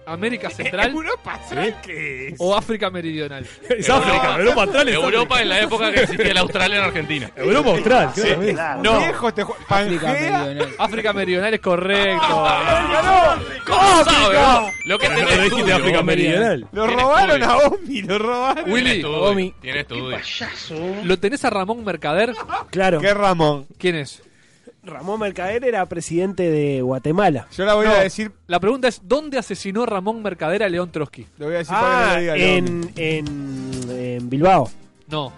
S8: América Central
S6: Eh, Europa, ¿sabes qué es?
S8: o África Meridional.
S5: ¿Sí? *laughs* Es África, Europa Austral es
S7: Europa en la época que existía el Australia en Argentina.
S5: África. *laughs* Europa Austral, claramente.
S6: No. Viejo, te jue-
S11: África
S6: Pangea. Ah,
S11: Meridional.
S8: África Meridional es correcto.
S7: ¿Cómo sabe, vos? Lo que
S5: Ah, Pero
S7: tenés
S5: no dijiste
S7: estudio.
S5: África Meridional.
S6: Lo
S7: Tiene
S6: robaron a
S7: estudio.
S6: Omi, lo robaron.
S8: Willy,
S7: Tiene estudio.
S8: Omi.
S7: Tiene estudio.
S8: ¿Lo tenés a Ramón Mercader?
S4: Claro.
S6: ¿Qué Ramón?
S8: ¿Quién es?
S4: Ramón Mercader era presidente de Guatemala.
S6: Yo la voy
S8: No.
S6: a decir,
S8: La pregunta es, ¿dónde asesinó Ramón Mercader a León Trotsky?
S6: lo voy a decir para que no
S4: Ah,
S6: lo diga el Omi.
S4: en, en, en Bilbao.
S8: No.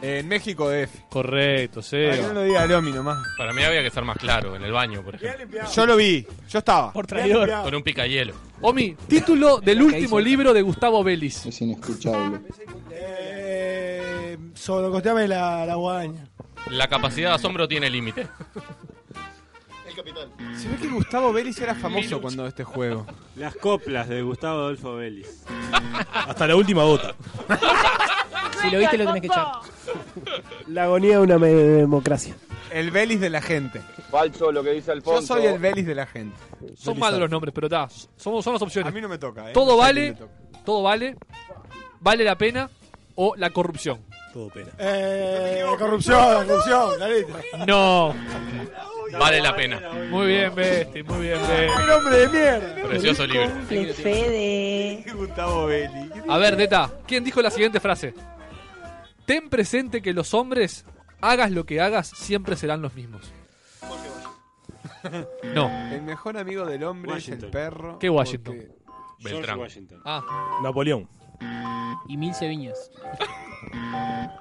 S6: En México DF.
S8: Correcto, sí.
S6: Eh, Para que no lo diga el Omi nomás.
S7: Para mí había que ser más claro en el baño, por ejemplo.
S6: Yo lo vi, yo estaba.
S11: Por traidor.
S7: Con un picayelo.
S8: Omi, título del último libro de Gustavo Vélez.
S21: Es inescuchable.
S11: Eh, Sobrecosteame la, la guadaña.
S7: La capacidad de asombro tiene límite.
S14: El capital.
S6: Se ve que Gustavo Vélez era famoso cuando este juego.
S12: Las coplas de Gustavo Adolfo Vélez.
S5: Hasta la última gota.
S11: Si lo viste, lo tenés que echar.
S4: La agonía de una me- democracia.
S6: El Vélez de la gente.
S18: Falso lo que dice
S6: Yo soy el Vélez de la gente.
S8: Son malos los nombres, pero está. Somos, son las
S6: A
S8: opciones.
S6: mí no me toca, ¿eh?
S8: Todo
S6: No sé
S8: vale.
S6: quién me toca.
S8: Todo vale. ¿Vale la pena o la corrupción?
S5: Todo pena.
S13: Eh, corrupción, corrupción, clarita.
S8: No.
S7: Vale la pena.
S8: Muy bien, Besti, muy bien,
S13: ¡Qué
S8: Besti.
S13: nombre de mierda!
S7: Precioso libro.
S20: Cumple Fede.
S13: Gustavo Belli.
S8: A ver, Deta, ¿quién dijo la siguiente frase? Ten presente que los hombres, hagas lo que hagas, siempre serán los mismos. No.
S6: El mejor amigo del hombre es el perro.
S8: ¿Qué Washington?
S6: porque-
S8: Ah.
S5: Napoleón.
S11: Y Milce Viñas.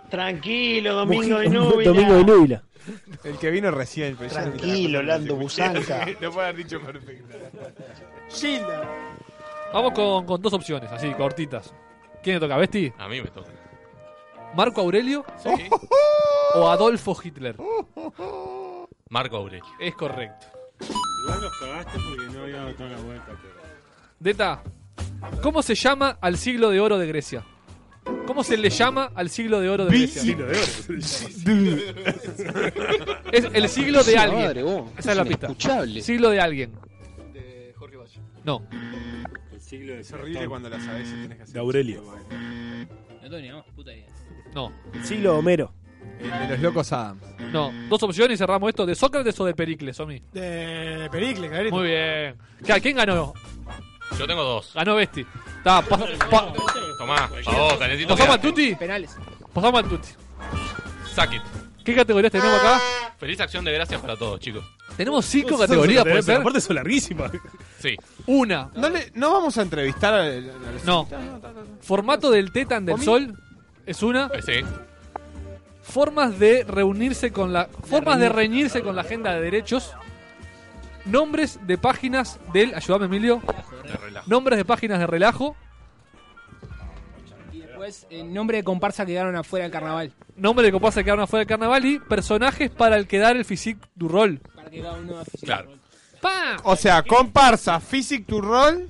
S14: Tranquilo,
S11: Domingo de
S14: Núbila.
S4: Domingo de Núbila.
S6: El que vino recién. pero ya ni te
S14: Tranquilo,
S6: acuerdas
S14: Lando
S6: cómo se escucha.
S14: Busanca.
S6: *laughs* Lo puede haber dicho perfecto.
S8: Vamos con, con dos opciones, así, cortitas. ¿Quién le toca, Besti?
S7: A mí me toca.
S8: ¿Marco Aurelio? ¿O Adolfo Hitler?
S7: Marco Aurelio.
S8: Es correcto.
S14: Igual nos cagaste porque no había dado toda la vuelta, pero.
S8: Deta, ¿cómo se llama al siglo de oro de Grecia? ¿Cómo se le llama al siglo de oro de Grecia?
S5: Siglo de
S8: oro. *laughs* es el siglo de
S16: Puta
S8: alguien.
S16: madre, vos.
S8: Esa es la
S16: Es
S8: pista.
S16: inescuchable.
S8: Siglo de alguien.
S6: Jorge Valle.
S8: No.
S6: El siglo de Es horrible cuando la sabes y tienes que hacer.
S5: De Aurelio.
S11: No tengo ni la más puta idea.
S8: No.
S4: El siglo de Homero.
S6: De los locos Adams.
S8: No. Dos opciones y cerramos esto. ¿De Sócrates o de Pericles, Omi?
S13: De Pericle, clarito.
S8: Muy bien. ¿Qué- ¿Quién ganó?
S7: Yo tengo dos.
S8: Ganó Besti. Ta, pas- pa-
S7: Tomá, favor, calentito.
S8: ¿Pasamos al
S7: quedate.
S8: Tuti? Penales. Pasamos al Tuti.
S7: Suck it.
S8: ¿Qué categorías tenemos acá?
S7: Feliz acción de gracias para todos, chicos.
S8: Tenemos cinco
S7: Son- son
S8: categorías, ¿puede
S7: categorías,
S8: ser?
S7: aparte
S5: son larguísimas.
S7: Sí.
S8: Una.
S6: ¿No, le- no vamos a entrevistar a, a los
S8: No. Formato del Tetan del
S6: Omi.
S8: Sol es una.
S6: Eh,
S7: Sí.
S8: Formas de reunirse con la. Formas de reñirse con la agenda de derechos. Nombres de páginas del. Ayúdame, Emilio.
S7: De relajo.
S8: Nombres de páginas de relajo.
S11: Y después, en nombre de comparsa quedaron afuera del carnaval.
S8: Nombre de comparsa que quedaron afuera del carnaval. Y personajes para el que dar el physique du rol.
S11: Para que cada uno
S7: Claro.
S8: ¡Pam!
S6: O sea, comparsa, physic to roll.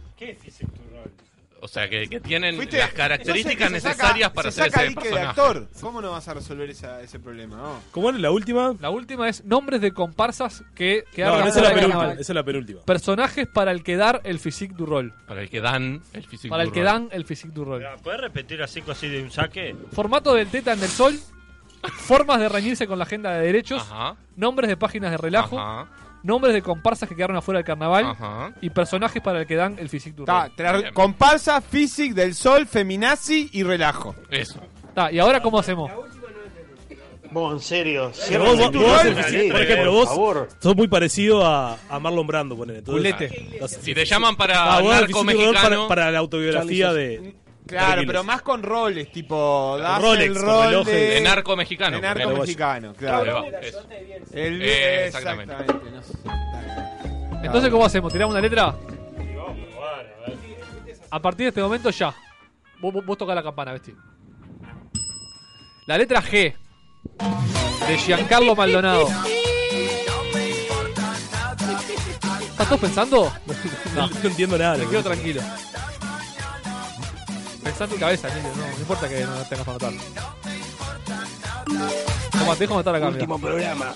S7: O sea, que, que tienen
S6: ¿Viste?
S7: las características
S6: Entonces, se saca-
S7: necesarias para
S6: se
S7: ser
S6: saca
S7: ese
S6: dique de
S7: personaje.
S6: actor. ¿Cómo no vas a resolver esa- ese problema? no?
S5: ¿Cómo es la última?
S8: La última es nombres de comparsas que quedaron
S5: No, no, esa es
S8: afuera
S5: la
S8: del
S5: penúltima.
S8: carnaval.
S5: Esa es la penúltima.
S8: Personajes para el que dar el physique du rol.
S7: Para el que dan el físico.
S8: Para el que dan el physique du rol.
S14: ¿Puedes repetir así así de un saque?
S8: Formato del Tetan del Sol. Formas de reñirse con la agenda de derechos. Nombres de páginas de relajo. Nombres de comparsas que quedaron afuera del carnaval. Y personajes para el que dan el physique du
S6: Ta,
S8: rol.
S6: te la- comparsa, physic del sol, feminazi y relajo.
S7: Eso.
S8: Ta, ¿Y ahora cómo hacemos?
S14: Vos, en serio.
S5: Pero
S14: cierra
S5: vos,
S14: tu
S5: vos- vos-
S14: rol, Felipe,
S5: por ejemplo,
S14: por
S5: vos
S14: favor.
S5: sos muy parecido a, a Marlon Brando, ponele.
S7: Culete.
S5: *laughs*
S7: Si te llaman
S5: Ah,
S7: para narco
S5: narco mexicano
S7: mexicano-
S5: para, para la autobiografía
S7: Charlie
S5: de...
S6: Claro,
S5: Pericles.
S6: pero más con roles, tipo. Das
S5: Rolex,
S6: el
S5: con
S6: rol
S5: relojes.
S6: de...
S7: De narco mexicano.
S6: De narco
S7: Uruguayo.
S6: mexicano, claro.
S7: Ahí va, eso.
S6: El-
S7: Eh, exactamente.
S6: no sé.
S8: Entonces, ¿cómo hacemos? ¿Tiramos una letra? A partir de este momento ya. Vos, vos, vos tocás la campana, vestido. La letra G. De Giancarlo Maldonado. ¿Estás todos pensando? No,
S5: entiendo nada.
S8: Me quedo tranquilo. Pensá en tu cabeza, Emilio, No, no importa que no tengas para matar. Toma, te dejo matar acá,
S15: Último
S8: mira.
S15: programa,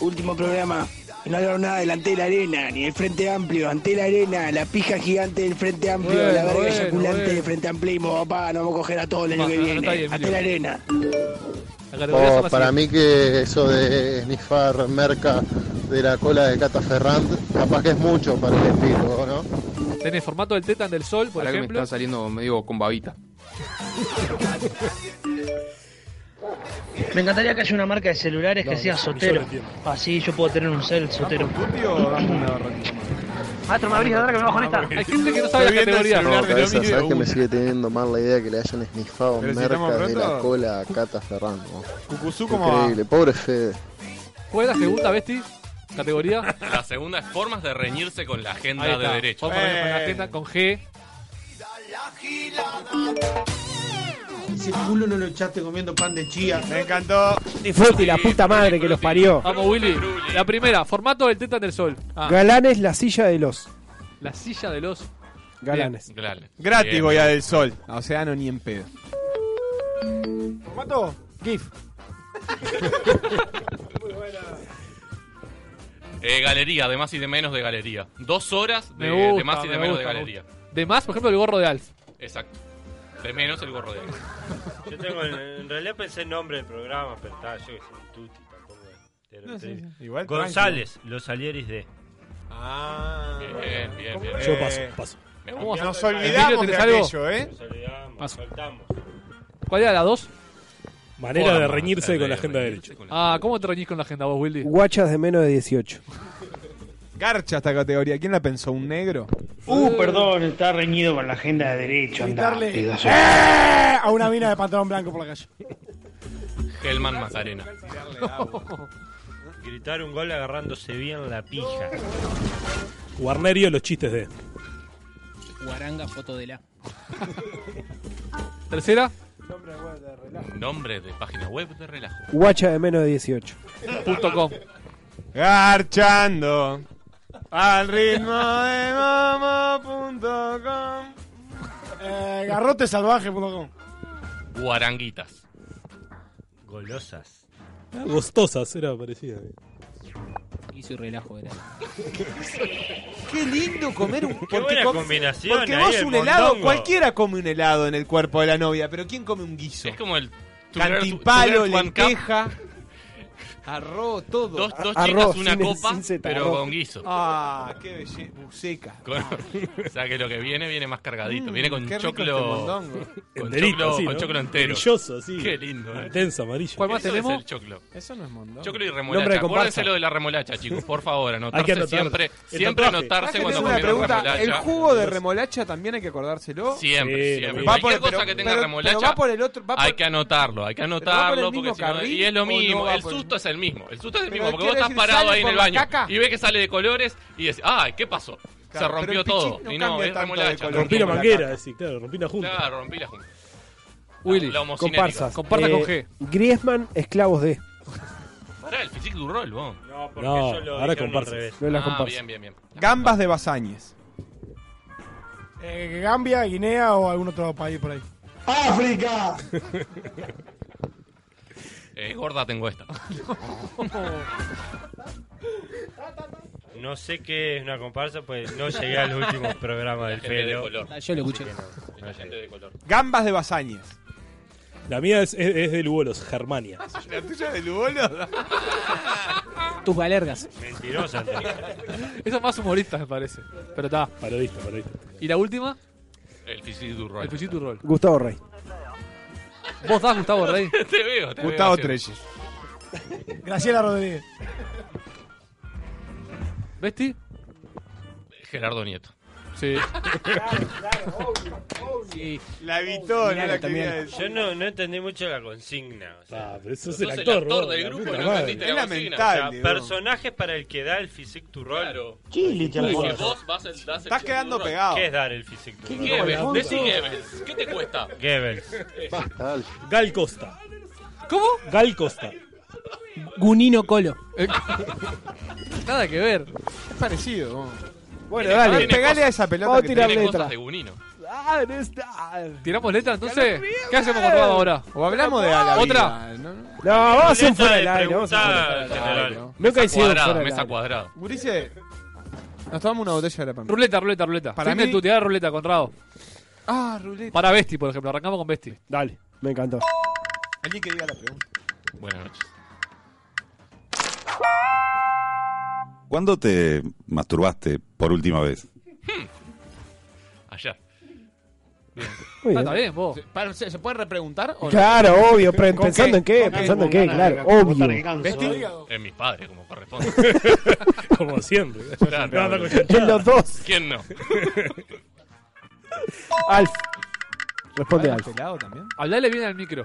S15: último programa. Y No hablaron nada delante de la arena, ni del Frente Amplio, ante la arena, la pija gigante del Frente Amplio,
S8: Bueno,
S15: la verga
S8: bueno,
S15: eyaculante
S8: bueno.
S15: del Frente Amplismo, papá, nos vamos a coger a todos el año
S8: Papá,
S15: que
S8: no, no está
S15: viene,
S8: bien,
S15: ante la arena.
S8: La categoría son
S21: Oh,
S8: las
S21: para
S8: siguientes.
S21: mí que eso de esnifar merca de la cola de Cata Ferrand, capaz que es mucho para el espíritu, ¿no?
S8: Tenés formato del Tetan del Sol, por
S23: Ahora que me
S8: ejemplo.
S23: está saliendo medio con babita.
S24: Me encantaría que haya una marca de celulares que
S23: No,
S24: sea
S23: no, yo
S24: Sotero.
S23: lo entiendo.
S24: Así yo puedo tener un cel Sotero.
S23: Maestro, me abrís la que me bajo en esta.
S8: Hay gente que no sabe la categoría.
S21: No, cabeza, sabes que me sigue teniendo mal la idea que le hayan esnifado
S8: Pero si
S21: merca
S8: estamos
S21: de la
S8: rotos.
S21: cola a Cata Ferrand. ¿no?
S6: Cucuzú, ¿cómo va?
S21: Increíble, pobre Fede.
S8: ¿Cuál es la segunda, Besti? Categoría.
S7: *laughs* La segunda es formas de reñirse con la agenda
S8: Ahí está.
S7: de derechos.
S8: Vamos a poner con
S6: Eh.
S8: la agenda con G.
S13: Ese culo no lo echaste comiendo pan de chía.
S6: Me encantó.
S4: Disfruti, la puta madre que los parió.
S8: Vamos, Willy. La primera, formato del Tetan del Sol. Ah,
S4: Galanes, la silla de los.
S8: La silla de los.
S4: Galanes.
S8: Bien.
S6: Gratis
S8: Bien.
S6: voy a del sol. A Océano ni en pedo.
S13: ¿Formato? GIF.
S7: Eh, galería, de más y de menos de galería. Dos horas de,
S8: Me gusta,
S7: de más y de
S8: me
S7: menos de
S8: gusta, me
S7: galería.
S8: gusta. De más, por ejemplo, el gorro de Alf.
S7: Exacto. De menos el gorro de Ares.
S12: Yo tengo, en, en realidad pensé el nombre del programa, pero está, yo que soy un tuti tampoco. Pero
S6: No,
S12: te-
S6: sí, sí. Igual
S12: González, los Alieris de.
S6: Ah,
S12: Bien, bien, bien.
S6: Yo paso, paso.
S12: Me
S6: Vamos,
S12: gusta.
S6: nos olvidamos
S8: Emilio, ¿tenés
S6: de
S8: algo?
S6: aquello, ¿eh?
S12: Nos olvidamos,
S8: Paso.
S12: faltamos.
S8: ¿Cuál era la dos?
S5: Manera de reñirse con la agenda de derecho.
S8: Ah, ¿cómo te reñís con la agenda vos, Wildy?
S4: Guachas de menos de 18.
S6: Garcha esta categoría. ¿Quién la pensó? ¿Un negro?
S25: Uh, perdón, está reñido con la agenda de derecho. Andá,
S6: Gritarle,
S25: pedazo.
S6: ¡Eh!
S9: A una mina de pantalón blanco por la calle.
S7: Helman
S6: *laughs*
S7: Macarena.
S12: Gritar un gol agarrándose bien la pija.
S5: Guarnerio, los chistes de.
S2: Guaranga, foto de la.
S8: ¿Tercera?
S7: Nombre de página web de relajo.
S4: Guacha de menos de 18.
S8: Punto com.
S6: Garchando. Al ritmo de mama.com.
S9: Eh, garrotesalvaje.com.
S7: Guaranguitas.
S12: Golosas.
S5: Gostosas era parecida.
S2: Y su relajo era.
S6: Qué lindo comer
S7: *laughs*
S6: un
S12: Qué buena
S6: com-
S12: combinación
S6: Porque
S12: ahí,
S6: vos
S12: el
S6: un helado,
S12: mondongo.
S6: cualquiera come un helado en el cuerpo de la novia, pero ¿quién come un guiso?
S7: Es como el.
S6: Cantimpalo,
S7: Tuber One Cup.
S6: lenteja, arroz, todo.
S7: Dos, dos chicas, una copa, pero con guiso. *laughs*
S6: Ah, qué belleza. Buceca.
S7: Con- o sea que lo que viene, viene más cargadito.
S6: Mm,
S7: Viene con
S6: qué rico este
S7: choclo.
S6: mondongo.
S7: con
S5: Enterito,
S7: choclo,
S5: así,
S7: con
S5: ¿no?
S7: choclo entero.
S5: Brilloso, así.
S7: Qué lindo. eh.
S5: Intenso, amarillo.
S8: ¿Cuál más
S7: Eso
S8: tenemos?
S7: Es el choclo.
S6: Eso no es mondongo.
S7: Choclo y
S5: Nombre
S7: remolacha.
S5: de comparsa.
S7: Acuérdense lo de la remolacha, chicos. Por favor,
S5: Hay
S7: anotarse
S5: que anotar.
S7: siempre.
S5: El
S7: Siempre
S5: tatuaje.
S7: anotarse
S6: Tengo
S7: cuando
S6: una
S7: comieron
S6: pregunta.
S7: remolacha.
S6: ¿El jugo de remolacha también hay que acordárselo?
S7: Siempre,
S5: Sí,
S7: siempre.
S5: lo
S6: mismo.
S7: Cualquier
S6: Va por-
S7: cosa
S6: pero-
S7: que tenga
S6: pero-
S7: remolacha,
S6: pero va por el otro- va
S7: hay
S6: por-
S7: que anotarlo, hay que
S6: va por el
S7: anotarlo.
S6: mismo
S7: porque si no-
S6: carril
S7: y es
S6: o
S7: lo
S6: no
S7: mismo,
S6: va
S7: el
S6: por el
S7: susto es el mismo, el susto es el
S6: Pero
S7: mismo, porque vos
S6: quiere
S7: estás
S6: decir,
S7: parado
S6: sale
S7: ahí en
S6: por
S7: el
S6: la
S7: baño
S6: caca.
S7: y ves que sale de colores y decís, ay, ¿qué pasó?
S6: Claro,
S7: Se
S6: pero
S7: rompió
S6: el
S7: todo.
S6: pichín no
S7: y no,
S6: cambia
S7: es
S6: tanto de
S7: remolacha.
S6: color.
S5: Rompí la
S6: Como la
S5: manguera,
S6: caca.
S5: decís, claro, rompí la junta.
S7: Claro, rompí la junta.
S8: Willy,
S7: La homocinética.
S4: Comparsas.
S8: Comparsa con
S4: Eh, Griezmann, esclavos de.
S7: Pará, el physique du rol, vos.
S12: No,
S7: porque
S5: No, yo lo ahora dijeron al comparsas. revés. No es la
S7: Ah,
S5: comparsa.
S7: bien, bien, bien.
S6: Gambas de Bazañes.
S9: Eh, Gambia, Guinea o algún otro país por ahí.
S26: ¡África!
S7: Eh, gorda tengo
S5: *laughs*
S7: esta.
S12: No sé qué es una comparsa, pues no llegué al último
S7: *laughs*
S12: programa del
S7: Gente de
S12: pelo.
S7: color. Ah,
S2: yo lo escuché.
S7: La gente de color.
S6: Gambas de Bazañes.
S5: La mía es, es, es de Lugolos, Germania.
S6: ¿La tuya de Lugolo?
S2: Tus galergas.
S12: Mentirosa,
S6: *laughs*
S12: Andrés.
S8: Eso es más humorista, me parece. Pero está.
S5: Parodista, parodista.
S8: ¿Y la última?
S7: El physique du rol.
S8: El Fujitu Roll.
S4: Gustavo Rey.
S8: ¿Vos das, Gustavo Rey?
S7: *laughs* Te veo, te
S6: Gustavo
S7: veo.
S6: Treyes.
S9: Graciela Rodríguez.
S8: ¿Vesti?
S7: Gerardo Nieto.
S8: Sí.
S2: Sí.
S6: La evitó, no
S2: Mirá,
S6: la
S2: también.
S6: quería decir.
S12: Yo no, no entendí mucho la consigna. o sea.
S5: Ah, pero sos,
S7: Sos
S5: el
S7: el
S5: actor,
S7: actor
S5: vos,
S7: del
S5: la
S7: grupo
S5: puta
S7: y no
S5: madre.
S7: entendiste
S6: Es
S7: la consigna.
S12: O
S6: lamentable.
S12: sea,
S6: bro.
S12: personajes para el que da el physique to roll.
S7: Claro.
S9: Chile,
S7: Porque
S9: chaval.
S7: vos vas el, das el
S6: Estás
S7: physique
S6: quedando
S7: du rol.
S6: pegado.
S12: ¿Qué es dar el physique to roll?
S7: Goebbels, decí *laughs* Goebbels. ¿Qué te cuesta?
S12: Goebbels.
S27: Basta, Alf.
S5: Gal Costa.
S8: ¿Cómo?
S5: Gal Costa.
S2: Gunino Colo.
S8: Nada que ver.
S6: Es parecido. vos.
S4: Bueno,
S7: Tiene-
S4: dale.
S7: tiene
S6: Pegale
S7: cosas-
S6: a esa pelota.
S4: Vamos a
S6: que
S4: tirar
S7: Tiene
S4: letra.
S7: cosas de Gunino.
S4: Ah, no está.
S8: ¿Tiramos letra entonces? Eh, ¿Qué hacemos con Roda ahora?
S6: O hablamos de Ala
S8: ¿Otra?
S6: Vida, ¿no?
S4: No, vamos a hacer un
S12: Letra
S4: fuera
S12: de
S4: del aire. Vamos a hacer un fuera del
S12: pregunta
S4: aire.
S12: general.
S6: ¿no?
S4: Nunca
S7: Mesa
S4: hicimos
S7: cuadrada,
S4: fuera del
S7: mesa
S4: aire.
S7: cuadrada.
S6: Gurice, nos tomamos una botella de la pampa.
S8: Ruleta, ruleta, ruleta.
S6: Para
S8: Para
S6: mí-
S8: mí... tu tirada ruleta, Conrado.
S6: Ah, ruleta.
S8: Para Besti, por ejemplo. Arrancamos con Besti.
S4: Dale, me encantó.
S6: Alguien que diga la pregunta.
S7: Buenas noches.
S3: ¿Cuándo te masturbaste por última vez?
S7: Hmm. Ayer.
S4: Muy
S8: Ah,
S4: bien.
S8: está bien, vos.
S6: Para- ¿Se, se puede repreguntar? o no?
S4: Claro, obvio. pre-
S6: ¿Con
S4: Pensando
S6: qué?
S4: en qué,
S6: ¿Con qué?
S4: pensando en
S6: Con
S4: qué,
S6: ganas de
S4: claro.
S6: cagar.
S4: Obvio.
S6: ¿Vesti?
S7: En mis padres, como corresponde.
S5: Como siempre.
S7: Claro.
S5: No, no, con
S4: En
S5: chanchada.
S4: los dos.
S7: ¿Quién no?
S4: Alf. Responde
S6: ¿Hablas
S4: Alf.
S6: pelado también?
S8: Hablale bien al micro.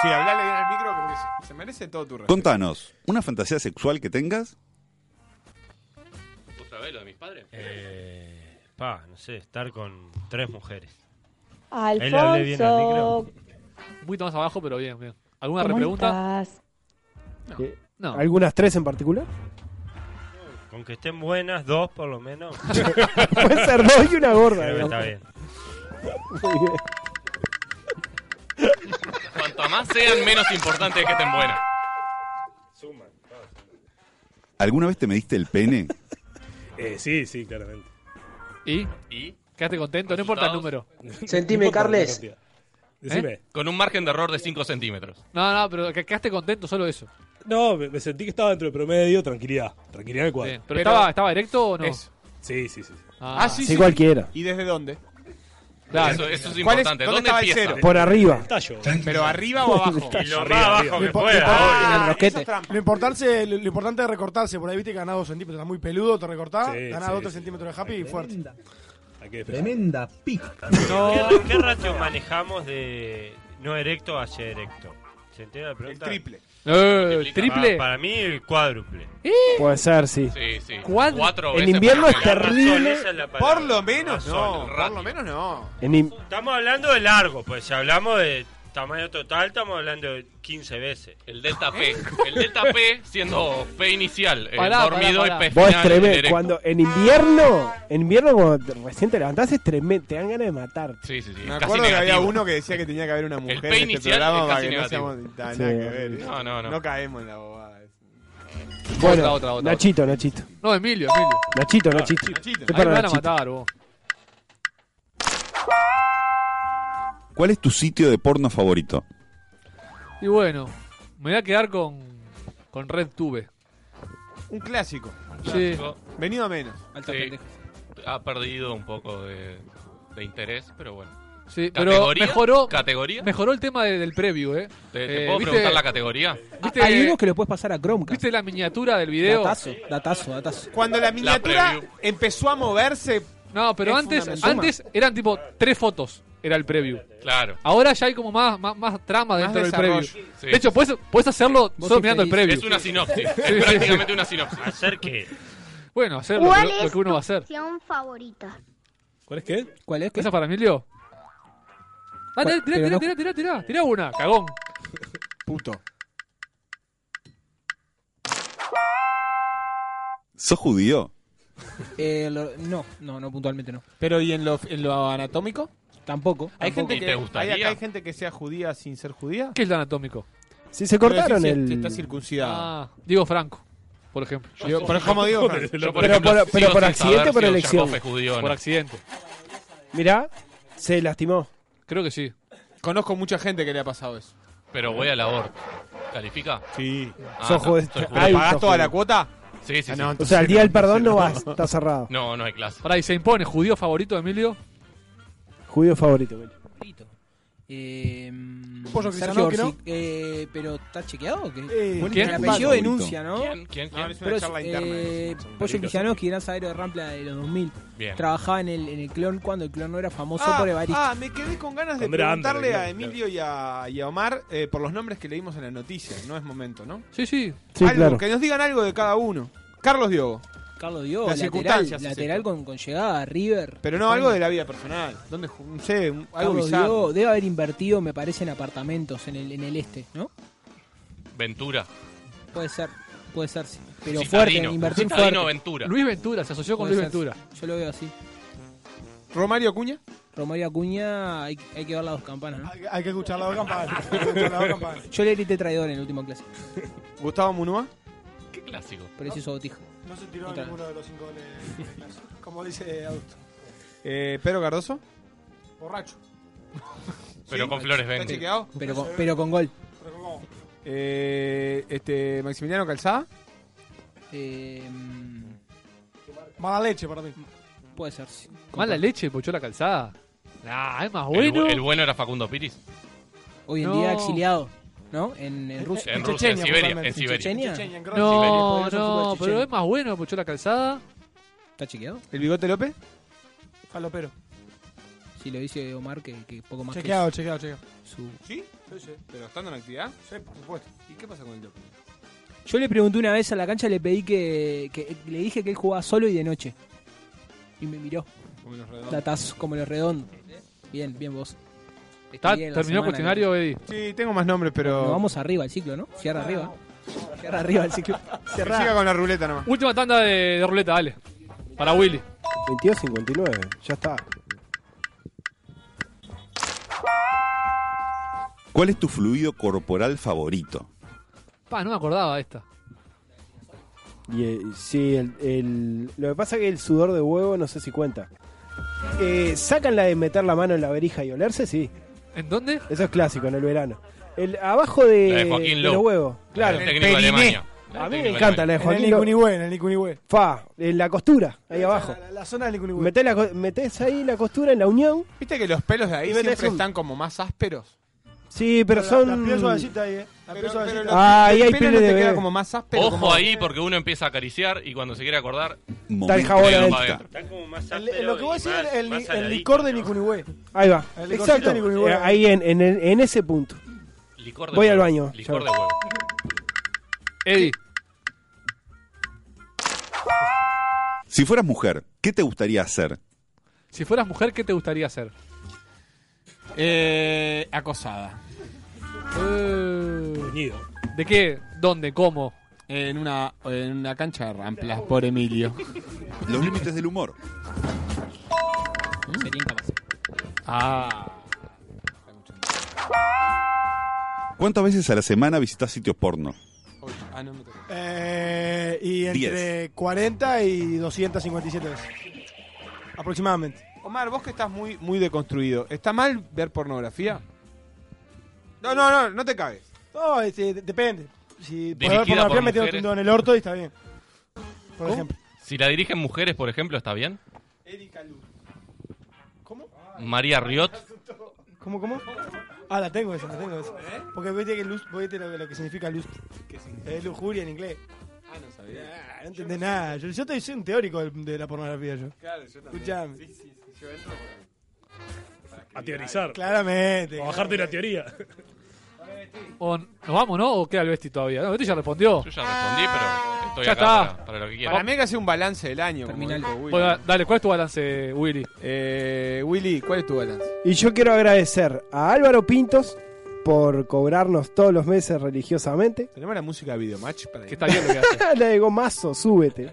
S6: Sí, hablale bien al micro porque se- se merece todo tu respeto.
S3: Contanos, ¿una fantasía sexual que tengas?
S7: ¿Vos sabés lo de mis padres?
S12: Eh, pa, no sé, estar con tres mujeres. Ahí le hablé bien al
S28: Alfonso,
S8: Un poquito más abajo, pero bien, bien. ¿Alguna
S28: ¿cómo
S8: repregunta?
S28: estás?
S4: Eh,
S8: No.
S4: ¿Algunas tres en particular?
S12: Con que estén buenas, dos por lo menos.
S4: *laughs* Puede ser dos y una gorda.
S12: Creo que
S4: digamos.
S12: está bien.
S4: Muy bien.
S7: Cuanto más sean, menos importante es que estén buenas.
S3: ¿Alguna vez te mediste el pene?
S5: Eh, sí, sí, claramente.
S8: ¿Y?
S7: ¿Y?
S8: Quedaste contento, no importa el número.
S7: Sentime,
S8: No importa
S7: Carles.
S8: la cantidad. ¿Eh?
S7: Con un margen de error de 5 centímetros.
S8: No, no, pero que- quedaste contento solo eso.
S5: No, me, me sentí que estaba dentro del promedio, tranquilidad. Tranquilidad en el cuadro.
S8: Bien, ¿pero estaba- estaba directo o no?
S5: Eso. Sí, sí, sí.
S8: Ah,
S6: sí,
S4: sí, cualquiera.
S6: ¿Y desde dónde?
S8: Claro.
S7: Eso- eso es
S6: ¿Cuál
S7: importante.
S6: ¿Dónde,
S7: ¿Dónde
S6: estaba
S7: empieza?
S6: el cero?
S4: Por arriba.
S6: ¿Pero arriba o *laughs* abajo?
S4: Y lo más Arriba, abajo arriba. que pueda. Ah, en el roquete.
S9: Lo, importante, lo, lo importante es recortarse. Por ahí viste que ganás dos centímetros. Estás muy peludo, te recortás.
S5: Sí,
S9: ganás
S5: sí,
S9: otro
S5: sí.
S9: centímetro de happy y fuerte.
S5: Hay que despejar.
S9: Tremenda pica.
S7: *laughs*
S1: ¿Qué,
S9: *laughs*
S1: qué ratio manejamos de no erecto hacia erecto? ¿Se entiende la pregunta? El triple.
S4: Eh, ¿triple?
S1: Para, para mí el cuádruple.
S4: Puede ser, sí.
S7: ¿Eh? Sí, sí.
S4: Cuad- Cuatro en veces invierno por es semana. terrible.
S1: Esa es la palabra.
S6: Por lo menos no. Por lo menos no.
S4: En im-
S1: Estamos hablando de largo, pues si hablamos de tamaño total, estamos hablando de 15 veces.
S7: El delta P. El delta P siendo P inicial. eh,
S1: Pará, pará,
S7: dormido
S1: pará.
S7: y P
S4: Vos
S7: final.
S4: es tremendo.
S7: erecto.
S4: Cuando en invierno, en invierno cuando te- recién te levantás es tremendo. Te dan ganas de matarte.
S7: Sí, sí, sí.
S6: Me
S7: Casi
S6: acuerdo que había
S7: negativo.
S6: uno que decía que tenía que haber una mujer
S7: P
S6: en este
S7: inicial
S6: programa
S7: es
S6: para
S7: casi
S6: que no
S7: negativo.
S6: seamos... Ah,
S4: Sí.
S6: nada que ver.
S7: No, no, no.
S6: No caemos en la bobada.
S8: ¿Eh?
S4: Bueno,
S6: Otra, otra, otra,
S4: Nachito, Nachito.
S8: No, Emilio, Emilio.
S4: Nachito, Nachito.
S8: Ahí
S4: Es
S8: me
S4: para
S8: van a
S4: Nachito.
S8: matar, vos.
S3: ¿Cuál es tu sitio de porno favorito?
S8: Y bueno, me voy a quedar con, con Red Tube.
S6: Un clásico.
S8: Sí.
S6: Venido a menos.
S7: Sí. Ha perdido un poco de, de interés, pero bueno.
S8: Sí, pero
S7: ¿Categoría?
S8: mejoró,
S7: ¿Categoría?
S8: mejoró el tema de- del preview, ¿eh?
S7: ¿Te, te
S8: Eh,
S7: puedo
S8: ¿viste-
S7: preguntar la categoría?
S8: viste-
S2: Hay uno que lo puedes pasar a Chromecast.
S8: ¿Viste la miniatura del video?
S2: Datazo, datazo, datazo.
S6: Cuando la miniatura
S8: preview.
S6: empezó a moverse.
S8: No, pero
S6: es
S8: antes,
S6: fundamental.
S8: antes eran tipo tres fotos, era el preview.
S7: Claro.
S8: Ahora ya hay como más, más, más trama
S7: Más
S8: dentro del
S7: desarrollo.
S8: preview.
S7: Sí.
S8: De hecho, puedes, puedes hacerlo
S7: Vos
S8: solo
S7: sos
S8: mirando el
S7: feliz.
S8: preview.
S7: Es una sinopsis, es
S8: Sí, sí, sí.
S7: prácticamente una sinopsis. ¿Hacer qué?
S8: Bueno, hacer lo,
S16: ¿Cuál
S8: que- lo
S16: es
S8: que uno va a
S16: tu
S8: hacer.
S16: canción favorita?
S5: ¿Cuál es qué?
S2: ¿Cuál es?
S8: ¿Esa para Emilio? Ah,
S2: ¿Cuál?
S8: tirá, tirá,
S2: Pero
S8: tirá,
S2: no-
S8: tirá, tirá, tirá, tirá una, cagón.
S6: Puto.
S3: ¿Sos judío?
S2: Eh, lo- no, no, no puntualmente no.
S6: Pero ¿y en lo, en lo anatómico?
S2: Tampoco.
S6: Hay
S2: Tampoco.
S6: gente que, hay, acá hay gente que sea judía sin ser judía.
S8: ¿Qué es lo anatómico?
S4: Si se cortaron
S6: Pero si-
S4: el.
S6: si está circuncidado.
S8: Ah, Diego Franco, por ejemplo.
S6: Yo- por- ¿cómo Diego Franco?
S8: *laughs* Yo,
S4: Pero por- pero
S8: sigo
S4: por
S8: sin
S4: accidente
S8: saber
S4: o por
S8: si Don
S4: elección.
S8: Jacob es judío o no. Por accidente.
S4: Mirá, se lastimó.
S8: Creo que sí.
S6: Conozco mucha gente que le ha pasado eso.
S7: Pero voy al aborto. ¿Califica? Ah,
S6: Sí.
S8: Ah,
S4: Sos judío.
S7: ¿Pero
S4: Ay, sos judío.
S6: Ah,
S7: Sí, sí, sí.
S4: O sea, el día del perdón no vas, está cerrado.
S7: No, no hay clase.
S8: Pará, y se impone, judío favorito de Emilio.
S4: Judío favorito, Willy.
S2: Eh,
S9: Pollo
S2: Sergio
S9: Cristiano, ¿que no?
S2: Orsi- eh, pero ¿está chequeado o qué?
S9: Eh,
S2: Bueno,
S9: ¿quién?
S2: El
S9: Favorito.
S2: apellido denuncia, ¿no?
S9: ¿Quién? ¿Quién? ¿Quién?
S2: Ah,
S9: es una charla interna,
S2: eh,
S9: eso, son
S2: Pollo
S9: delitos.
S2: Cristianowski era aero de Rampla de los 2000.
S9: Bien.
S2: Trabajaba en el, en el clon cuando el clon no era famoso
S6: Ah,
S2: por Evaristo.
S6: ah, me quedé con ganas de
S2: Cuando era under,
S6: preguntarle a
S2: claro.
S6: Emilio y a, y a Omar eh, por los nombres que leímos en la noticia. No es momento, ¿no?
S8: Sí, sí.
S4: Sí,
S6: Algo,
S4: claro.
S6: Que nos digan algo de cada uno. Carlos Diogo.
S2: Carlos Diogo,
S6: Las
S2: lateral,
S6: circunstancias,
S2: lateral con, con llegada a River.
S6: Pero no, algo de la vida personal. ¿Dónde, ju- no sé, un- algo
S2: Carlos
S6: bizarro.
S2: Diogo debe haber invertido, me parece, en apartamentos en el, en el este, ¿no?
S7: Ventura.
S2: Puede ser, puede ser, sí. Pero
S7: Citadino,
S2: fuerte, invertir
S7: Citadino
S2: fuerte.
S7: Ventura.
S8: Luis Ventura, se asoció con
S2: Puede
S8: Luis
S2: ser,
S8: Ventura.
S2: Yo lo veo así.
S6: ¿Romario Acuña?
S2: Romario Acuña, hay, hay que ver las dos campanas,
S9: *laughs*
S2: ¿no?
S9: Hay que escuchar la dos campanas. Hay que escuchar las dos campanas.
S2: Yo le grité traidor en el
S9: *laughs*
S2: último clase.
S6: ¿Gustavo Munua?
S7: *laughs* Qué clásico.
S2: Preciso botija.
S9: No se tiró
S2: Otra.
S9: ninguno de los cinco goles. Como dice Augusto.
S6: Eh, ¿Pedro Cardoso?
S9: Borracho.
S7: Pero con Flores
S6: ¿Está
S7: Benz.
S6: chequeado?
S2: Pero con- pero con gol.
S9: Pero con gol.
S6: Eh, este, ¿Maximiliano Calzada?
S2: Eh,
S9: Mala leche para mí.
S2: Puede ser, sí.
S8: Mala leche, pochó la calzada. Nah, es más
S7: El bu-
S8: bueno.
S7: El, bueno era Facundo Piris.
S2: Hoy en
S8: No.
S2: día exiliado, ¿no? En, en Rusia.
S7: En Rusia, en Chechenia, Siberia, en Siberia.
S2: Chechenia?
S7: En Chechenia, en Croacia.
S8: No,
S2: Podría ser fútbol
S8: no,
S2: checheno.
S8: pero es más bueno, pochó la calzada.
S2: ¿Está chequeado?
S6: ¿El bigote López?
S9: Falopero.
S2: Si lo dice Omar, que, que poco más. que
S9: Chequeado,
S2: eso.
S9: chequeado, chequeado.
S2: Su-
S6: ¿Sí? Sí, sí. ¿Pero estando en actividad?
S9: Sí, por supuesto.
S6: ¿Y qué pasa con el López?
S2: Yo le pregunté una vez a la cancha, le pedí que, que- Le dije que él jugaba solo y de noche. Y me miró.
S6: Como los redondos.
S2: Datazo, como los redondos. Bien, bien vos.
S8: Ta-
S2: Estudié en la
S8: terminó el
S2: semana,
S8: cuestionario, Eddie.
S6: Sí, tengo más nombres, pero.
S2: Nos vamos arriba al ciclo, ¿no? Cierra arriba. Cierra arriba el ciclo. Cierra.
S6: Siga con la ruleta nomás.
S8: Última tanda de, de ruleta, dale. Para Willy.
S4: 22.59, ya está.
S3: ¿Cuál es tu fluido corporal favorito?
S8: Pa, no me acordaba de esta.
S4: Y, eh, sí, el, el- lo que pasa es que el sudor de huevo no sé si cuenta. Eh, ¿Sacan la de meter la mano en la verija y olerse? Sí.
S8: ¿En dónde?
S4: Eso es clásico, en el verano. El, abajo de,
S7: La de Joaquín
S4: los
S7: Lowe.
S4: huevos. Claro.
S7: El técnico de
S4: Periné.
S7: Alemania.
S4: A
S7: El
S4: mí
S7: técnico
S4: me
S7: de
S4: encanta la
S7: Alemania.
S4: de Joaquín
S9: En el
S4: Lowe.
S9: Nicunigüe, en el Nicunigüe.
S4: Fa, en la costura, ahí abajo.
S9: La zona del Nicunigüe.
S4: Metés, la co- metés ahí la costura en la unión.
S6: Viste que los pelos de ahí
S4: Y metés
S6: siempre
S4: un-
S6: están como más ásperos.
S4: Sí, pero,
S9: la-
S4: son.
S9: La piel suavecita ahí, eh. La piel suavecita.
S4: los- Ah, ahí
S6: el
S4: hay
S6: pelo
S4: piel
S6: no
S4: de
S6: te queda
S4: bebé.
S6: como más áspero.
S7: Ojo
S6: como-
S7: ahí porque uno empieza a acariciar y cuando se quiere acordar.
S4: Está el jabón
S7: dedo
S4: adentro.
S7: pa' adentro.
S9: El- Lo que voy a decir es el,
S7: más
S9: el
S7: saladito,
S9: licor de Nicunigüe.
S4: Ahí va.
S9: El licorcito
S4: Exacto.
S9: de Nicunigüe.
S4: Eh, Ahí en, en, el- en ese punto.
S7: Licor de
S4: Voy al
S7: huevo.
S4: baño.
S7: Licor de
S4: Chao.
S7: huevo.
S8: Eddie.
S3: Si fueras mujer, ¿qué te gustaría hacer?
S8: Si fueras mujer, ¿qué te gustaría hacer?
S6: Eh, acosada.
S8: ¿De qué? ¿Dónde? ¿Cómo?
S6: En una, en una cancha de ramplas por Emilio.
S3: Los límites del humor.
S8: ¿Mm?
S6: Sería incapaz. Ah.
S3: ¿Cuántas veces a la semana visitas sitios porno?
S6: Ah, no me toca.
S9: Eh, y entre 40 y 257 veces. Aproximadamente.
S6: Omar, vos que estás muy, muy deconstruido, ¿está mal ver pornografía? No, no, no, no te cagues.
S9: No, este, de- depende. Si por ver
S7: Dirigida
S9: pornografía
S7: por
S9: metiéndote
S7: mujeres.
S9: un dedo en el orto y está bien. Por ejemplo.
S7: Si la dirigen mujeres, por ejemplo, ¿está bien? María Riot.
S9: ¿Cómo, cómo? Ah, la tengo esa, la tengo esa.
S6: ¿Eh?
S9: Porque viste que luz, viste lo, lo que significa luz. Es lujuria en inglés.
S6: Ah, no sabía.
S9: Ah, no entendés nada. Yo, yo te- soy un teórico del- de la pornografía yo.
S6: Claro, yo
S9: también. Escuchame.
S6: Sí, sí, sí, yo entro.
S5: A teorizar.
S9: Claramente.
S5: A bajarte la teoría.
S8: ¿O n- ¿Nos vamos, no? ¿O queda el Besti todavía? No, Besti ya respondió.
S7: Yo ya respondí, pero estoy
S8: Ya
S7: acá
S8: está.
S7: Para, para lo que quieras.
S6: Ah. Para mí que hace un balance del año. como dijo Willy.
S8: Bueno, da- dale, ¿cuál es tu balance, Willy?
S6: Eh, Willy, ¿cuál es tu balance?
S4: Y yo quiero agradecer a Álvaro Pintos por cobrarnos todos los meses religiosamente.
S6: ¿Tenemos la música de Videomatch? Para
S8: que está bien
S6: *laughs*
S8: lo que
S4: *laughs* La de Gomazo,
S7: *laughs*
S4: súbete.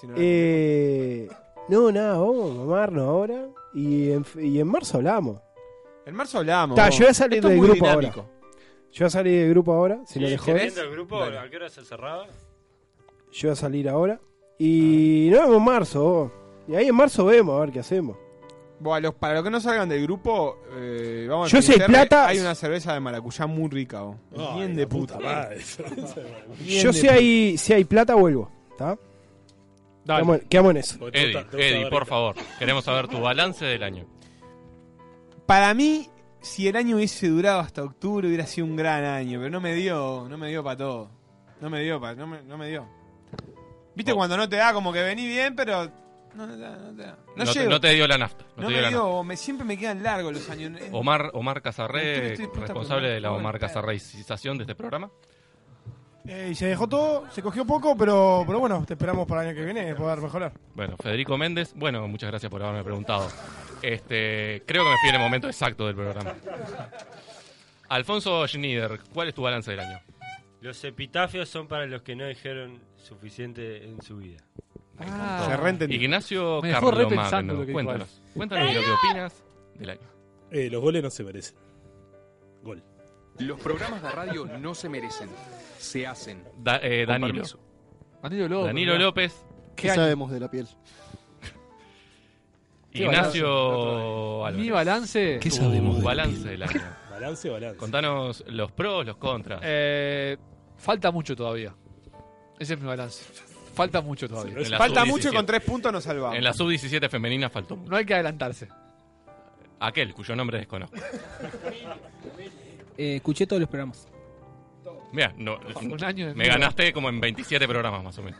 S6: Si no,
S4: Eh, no, nada, vamos a mamarnos ahora. Y en, f- y en marzo hablamos.
S6: En marzo hablábamos.
S4: Ta,
S6: vos.
S4: yo voy a salir
S6: Esto es
S4: del
S6: muy
S4: grupo
S6: dinámico.
S4: ahora. Yo voy a salir del grupo ahora, si no le jodes.
S1: el grupo? ¿A qué hora se cerraba?
S4: Yo voy a salir ahora. Y
S7: Ah.
S4: nos vemos en marzo. vos. Y ahí en marzo vemos a ver qué hacemos.
S6: Bueno, a los- para los que no salgan del grupo, eh, vamos a
S4: Yo si hay plata-
S6: Hay una cerveza de maracuyá muy rica, vos. Bien de puta.
S5: madre.
S6: Bien
S4: Yo
S6: de
S4: si
S6: puta.
S4: hay, si hay plata vuelvo. ¿Está? Quedamos, quedamos en eso.
S7: Eddie, Eddie, por favor. Queremos saber tu balance del año.
S6: Para mí, si el año hubiese durado hasta octubre, hubiera sido un gran año, pero no me dio, no me dio para todo. No me dio para, no me, no me dio. Viste cuando no te da, como que vení bien, pero no, te da, no te da.
S7: No,
S6: No,
S7: te,
S6: llego.
S7: no te dio la nafta. No,
S6: No
S7: te
S6: me
S7: dio la
S6: dio,
S7: nafta.
S6: me- siempre me quedan largos los años. Eh,
S7: Omar, Omar
S6: Estoy-
S7: Casarré,
S6: estoy puesta
S7: responsable
S6: por-
S7: de la
S6: por-
S7: Omar Casarreización de este programa.
S9: Eh, y se dejó todo, se cogió poco, pero, pero bueno, te esperamos para el año que viene eh, poder mejorar.
S7: Bueno, Federico Méndez, bueno, muchas gracias por haberme preguntado. Este, creo que me fui en el momento exacto del programa. Alfonso Schneider, ¿cuál es tu balance del año?
S1: Los epitafios son para los que no dijeron suficiente en su vida.
S8: Ah.
S6: Se renten.
S7: Ignacio
S8: Me dejó
S7: Carlos
S8: repensando lo que dijo
S7: Cuéntanos,
S8: Alf.
S7: cuéntanos lo que opinas del año.
S5: Eh, los goles no se merecen. Gol.
S23: Los programas de radio no se merecen, se hacen.
S7: Da- eh,
S23: Con
S7: Danilo.
S23: permiso.
S8: Danilo López.
S7: Danilo
S8: mirá.
S7: López,
S8: ¿Qué
S23: ¿Qué
S8: año?
S23: sabemos de la piel?
S8: Qué
S7: Ignacio Álvarez.
S8: Mi balance. uh.
S7: Tu balance del año.
S5: Balance, balance.
S7: Contanos los pros, los contras.
S8: Eh, falta mucho todavía. Ese es mi balance. Falta mucho todavía.
S7: En la
S6: Falta
S7: sub-17.
S6: mucho y con tres puntos nos salvamos.
S7: En la sub-17 femenina faltó mucho.
S8: No hay que adelantarse.
S7: Aquel cuyo nombre desconozco.
S2: Eh, escuché todos los programas.
S7: Mira, no,
S8: Un año de
S7: me
S8: mierda.
S7: ganaste como en 27 programas más o menos.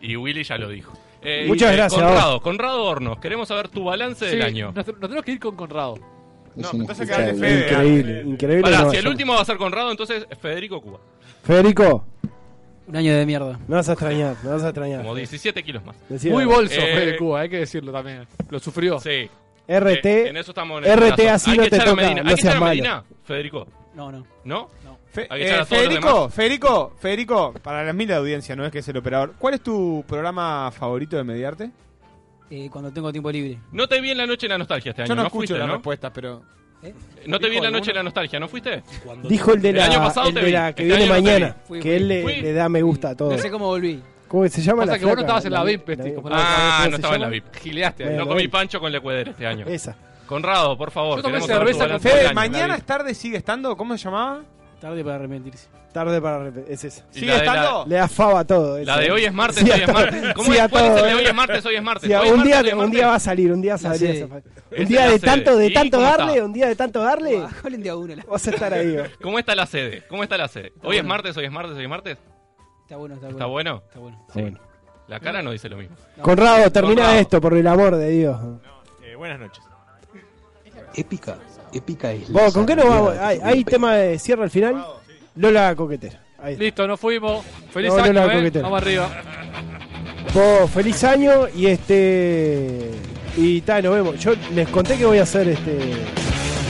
S7: Y Willy ya lo dijo. Eh,
S4: Muchas
S7: eh,
S4: gracias,
S7: Conrado, Conrado Hornos, queremos saber tu balance del
S8: Sí,
S7: año.
S8: Nos, nos tenemos que ir con Conrado.
S23: No,
S6: entonces que hable Fede.
S4: Increíble, increíble.
S7: ¿eh? Pará,
S4: no,
S7: si el
S4: yo-
S7: último va a ser Conrado, entonces Federico Cuba.
S4: Federico,
S11: Un año de mierda.
S4: me vas a extrañar, me vas a extrañar.
S7: Como 17 kilos más.
S4: Decía-
S8: Muy bolso
S7: Eh,
S8: fue de Cuba, hay que decirlo también. Lo sufrió.
S7: Sí.
S4: RT,
S7: Eh, en eso estamos en
S4: RT
S7: razón.
S4: así
S7: Hay
S4: no
S7: que
S4: te
S7: echar a
S4: toca,
S7: Medina.
S4: no
S7: ¿Hay que
S4: seas
S7: echar a
S4: malo.
S7: Medina, Federico?
S11: No, no.
S7: ¿No?
S6: Fe-
S7: Hay que echar
S6: eh,
S7: a todos los
S6: Federico, Federico, Federico, para la mil de audiencia, no es que es el operador. ¿Cuál es tu programa favorito de Mediarte?
S11: Eh, cuando tengo tiempo libre.
S7: No te vi en la noche de la nostalgia este año.
S6: Yo no,
S7: no
S6: escucho
S7: fuiste,
S6: las
S7: ¿no?
S6: respuestas, pero.
S7: No te vi en la
S6: ¿Dijo
S7: noche de la nostalgia, ¿no fuiste?
S4: Dijo el de
S7: El
S4: la,
S7: año pasado
S4: el
S7: te
S4: de
S7: vi,
S4: la que
S7: este
S4: viene
S7: año no te
S4: mañana,
S11: vi. Fui,
S4: que él
S11: fui,
S4: le,
S7: fui.
S4: le da me gusta a todo.
S11: No sé cómo volví.
S4: ¿Cómo que se llama
S8: Pasa
S4: la
S8: que vos no
S4: flaca?
S8: estabas en la VIP,
S4: la-
S8: este, como la-
S7: Ah,
S4: ¿cómo
S7: no
S4: se
S7: estaba en la
S4: llama?
S7: VIP. Gileaste.
S4: Bueno,
S7: no
S4: la
S7: comí
S4: VIP.
S7: pancho con Lecueder este año.
S4: Esa.
S7: Conrado, por favor.
S6: Yo tomé
S7: queremos saber tu
S6: cerveza con
S7: balance del
S6: Fede.
S7: año.
S6: Mañana es tarde, sigue estando. ¿Cómo se llamaba?
S11: Tarde para arrepentirse.
S4: Tarde para arrepentirse. Es esa.
S6: ¿Sigue estando?
S4: Le da fava a todo.
S7: La
S4: esa.
S7: de hoy es martes,
S4: Sí,
S7: hoy
S4: a
S7: es martes.
S4: todo.
S7: ¿Cómo
S4: Sí,
S7: es?
S4: a
S7: ¿Cuál es el
S4: todo.
S7: de hoy es martes, hoy es martes?
S4: Sí, a-
S7: Hoy es
S4: un,
S7: martes,
S4: día,
S7: hoy es
S4: un
S7: martes.
S4: día va a salir, un día va a
S7: La
S4: salir.
S7: sede.
S4: esa-
S7: Esa
S4: Un día
S7: es la
S4: de
S7: sede.
S4: tanto, de
S7: ¿Y
S4: tanto
S7: cómo está?
S4: darle, un día de tanto darle.
S11: Jolen de a uno. la-
S4: Vas a *laughs* estar ahí. vos.
S7: ¿Cómo está la sede? ¿Cómo está la sede? Hoy es martes, hoy es martes, hoy es martes.
S11: Está bueno, está bueno.
S7: ¿Está bueno?
S11: Está bueno.
S7: Sí. La cara no dice lo mismo.
S4: Conrado, termina
S7: Conrado.
S4: esto, por el amor de Dios.
S7: Eh, buenas noches.
S18: Épica, épica es
S4: Vos, ¿con qué nos vamos? Hay, hay tema de cierre al final. Lola Coquetera.
S8: Listo, nos fuimos. Feliz
S4: No, no
S8: año,
S4: la
S8: eh.
S4: coquetera.
S8: Vamos arriba.
S4: Vos, feliz año y este. Y tal, nos vemos. Yo les conté que voy a hacer este.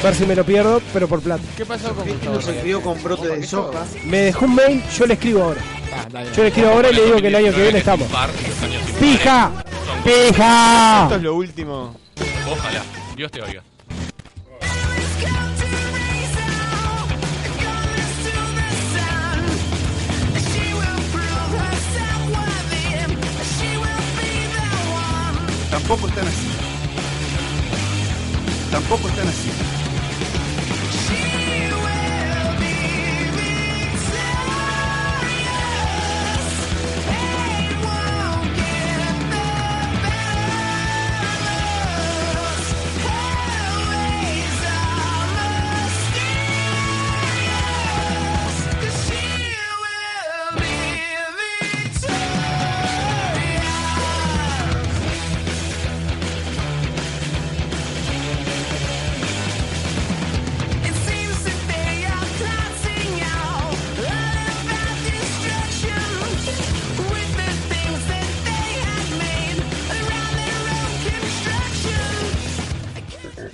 S4: Ver si me lo pierdo, pero por plata.
S9: ¿Qué pasó con
S13: No se crió con brote de sopa.
S4: Me dejó un mail, yo le escribo ahora. Yo le escribo ahora y le digo que el año que viene estamos. ¡Pija! ¡Pija!
S6: Esto es lo último.
S7: Ojalá. Dios te oiga.
S3: Tampoco están así. Tampoco están así.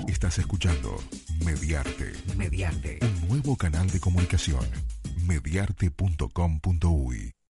S10: Estás escuchando Mediarte. Mediarte. Un nuevo canal de comunicación. Mediarte.com.uy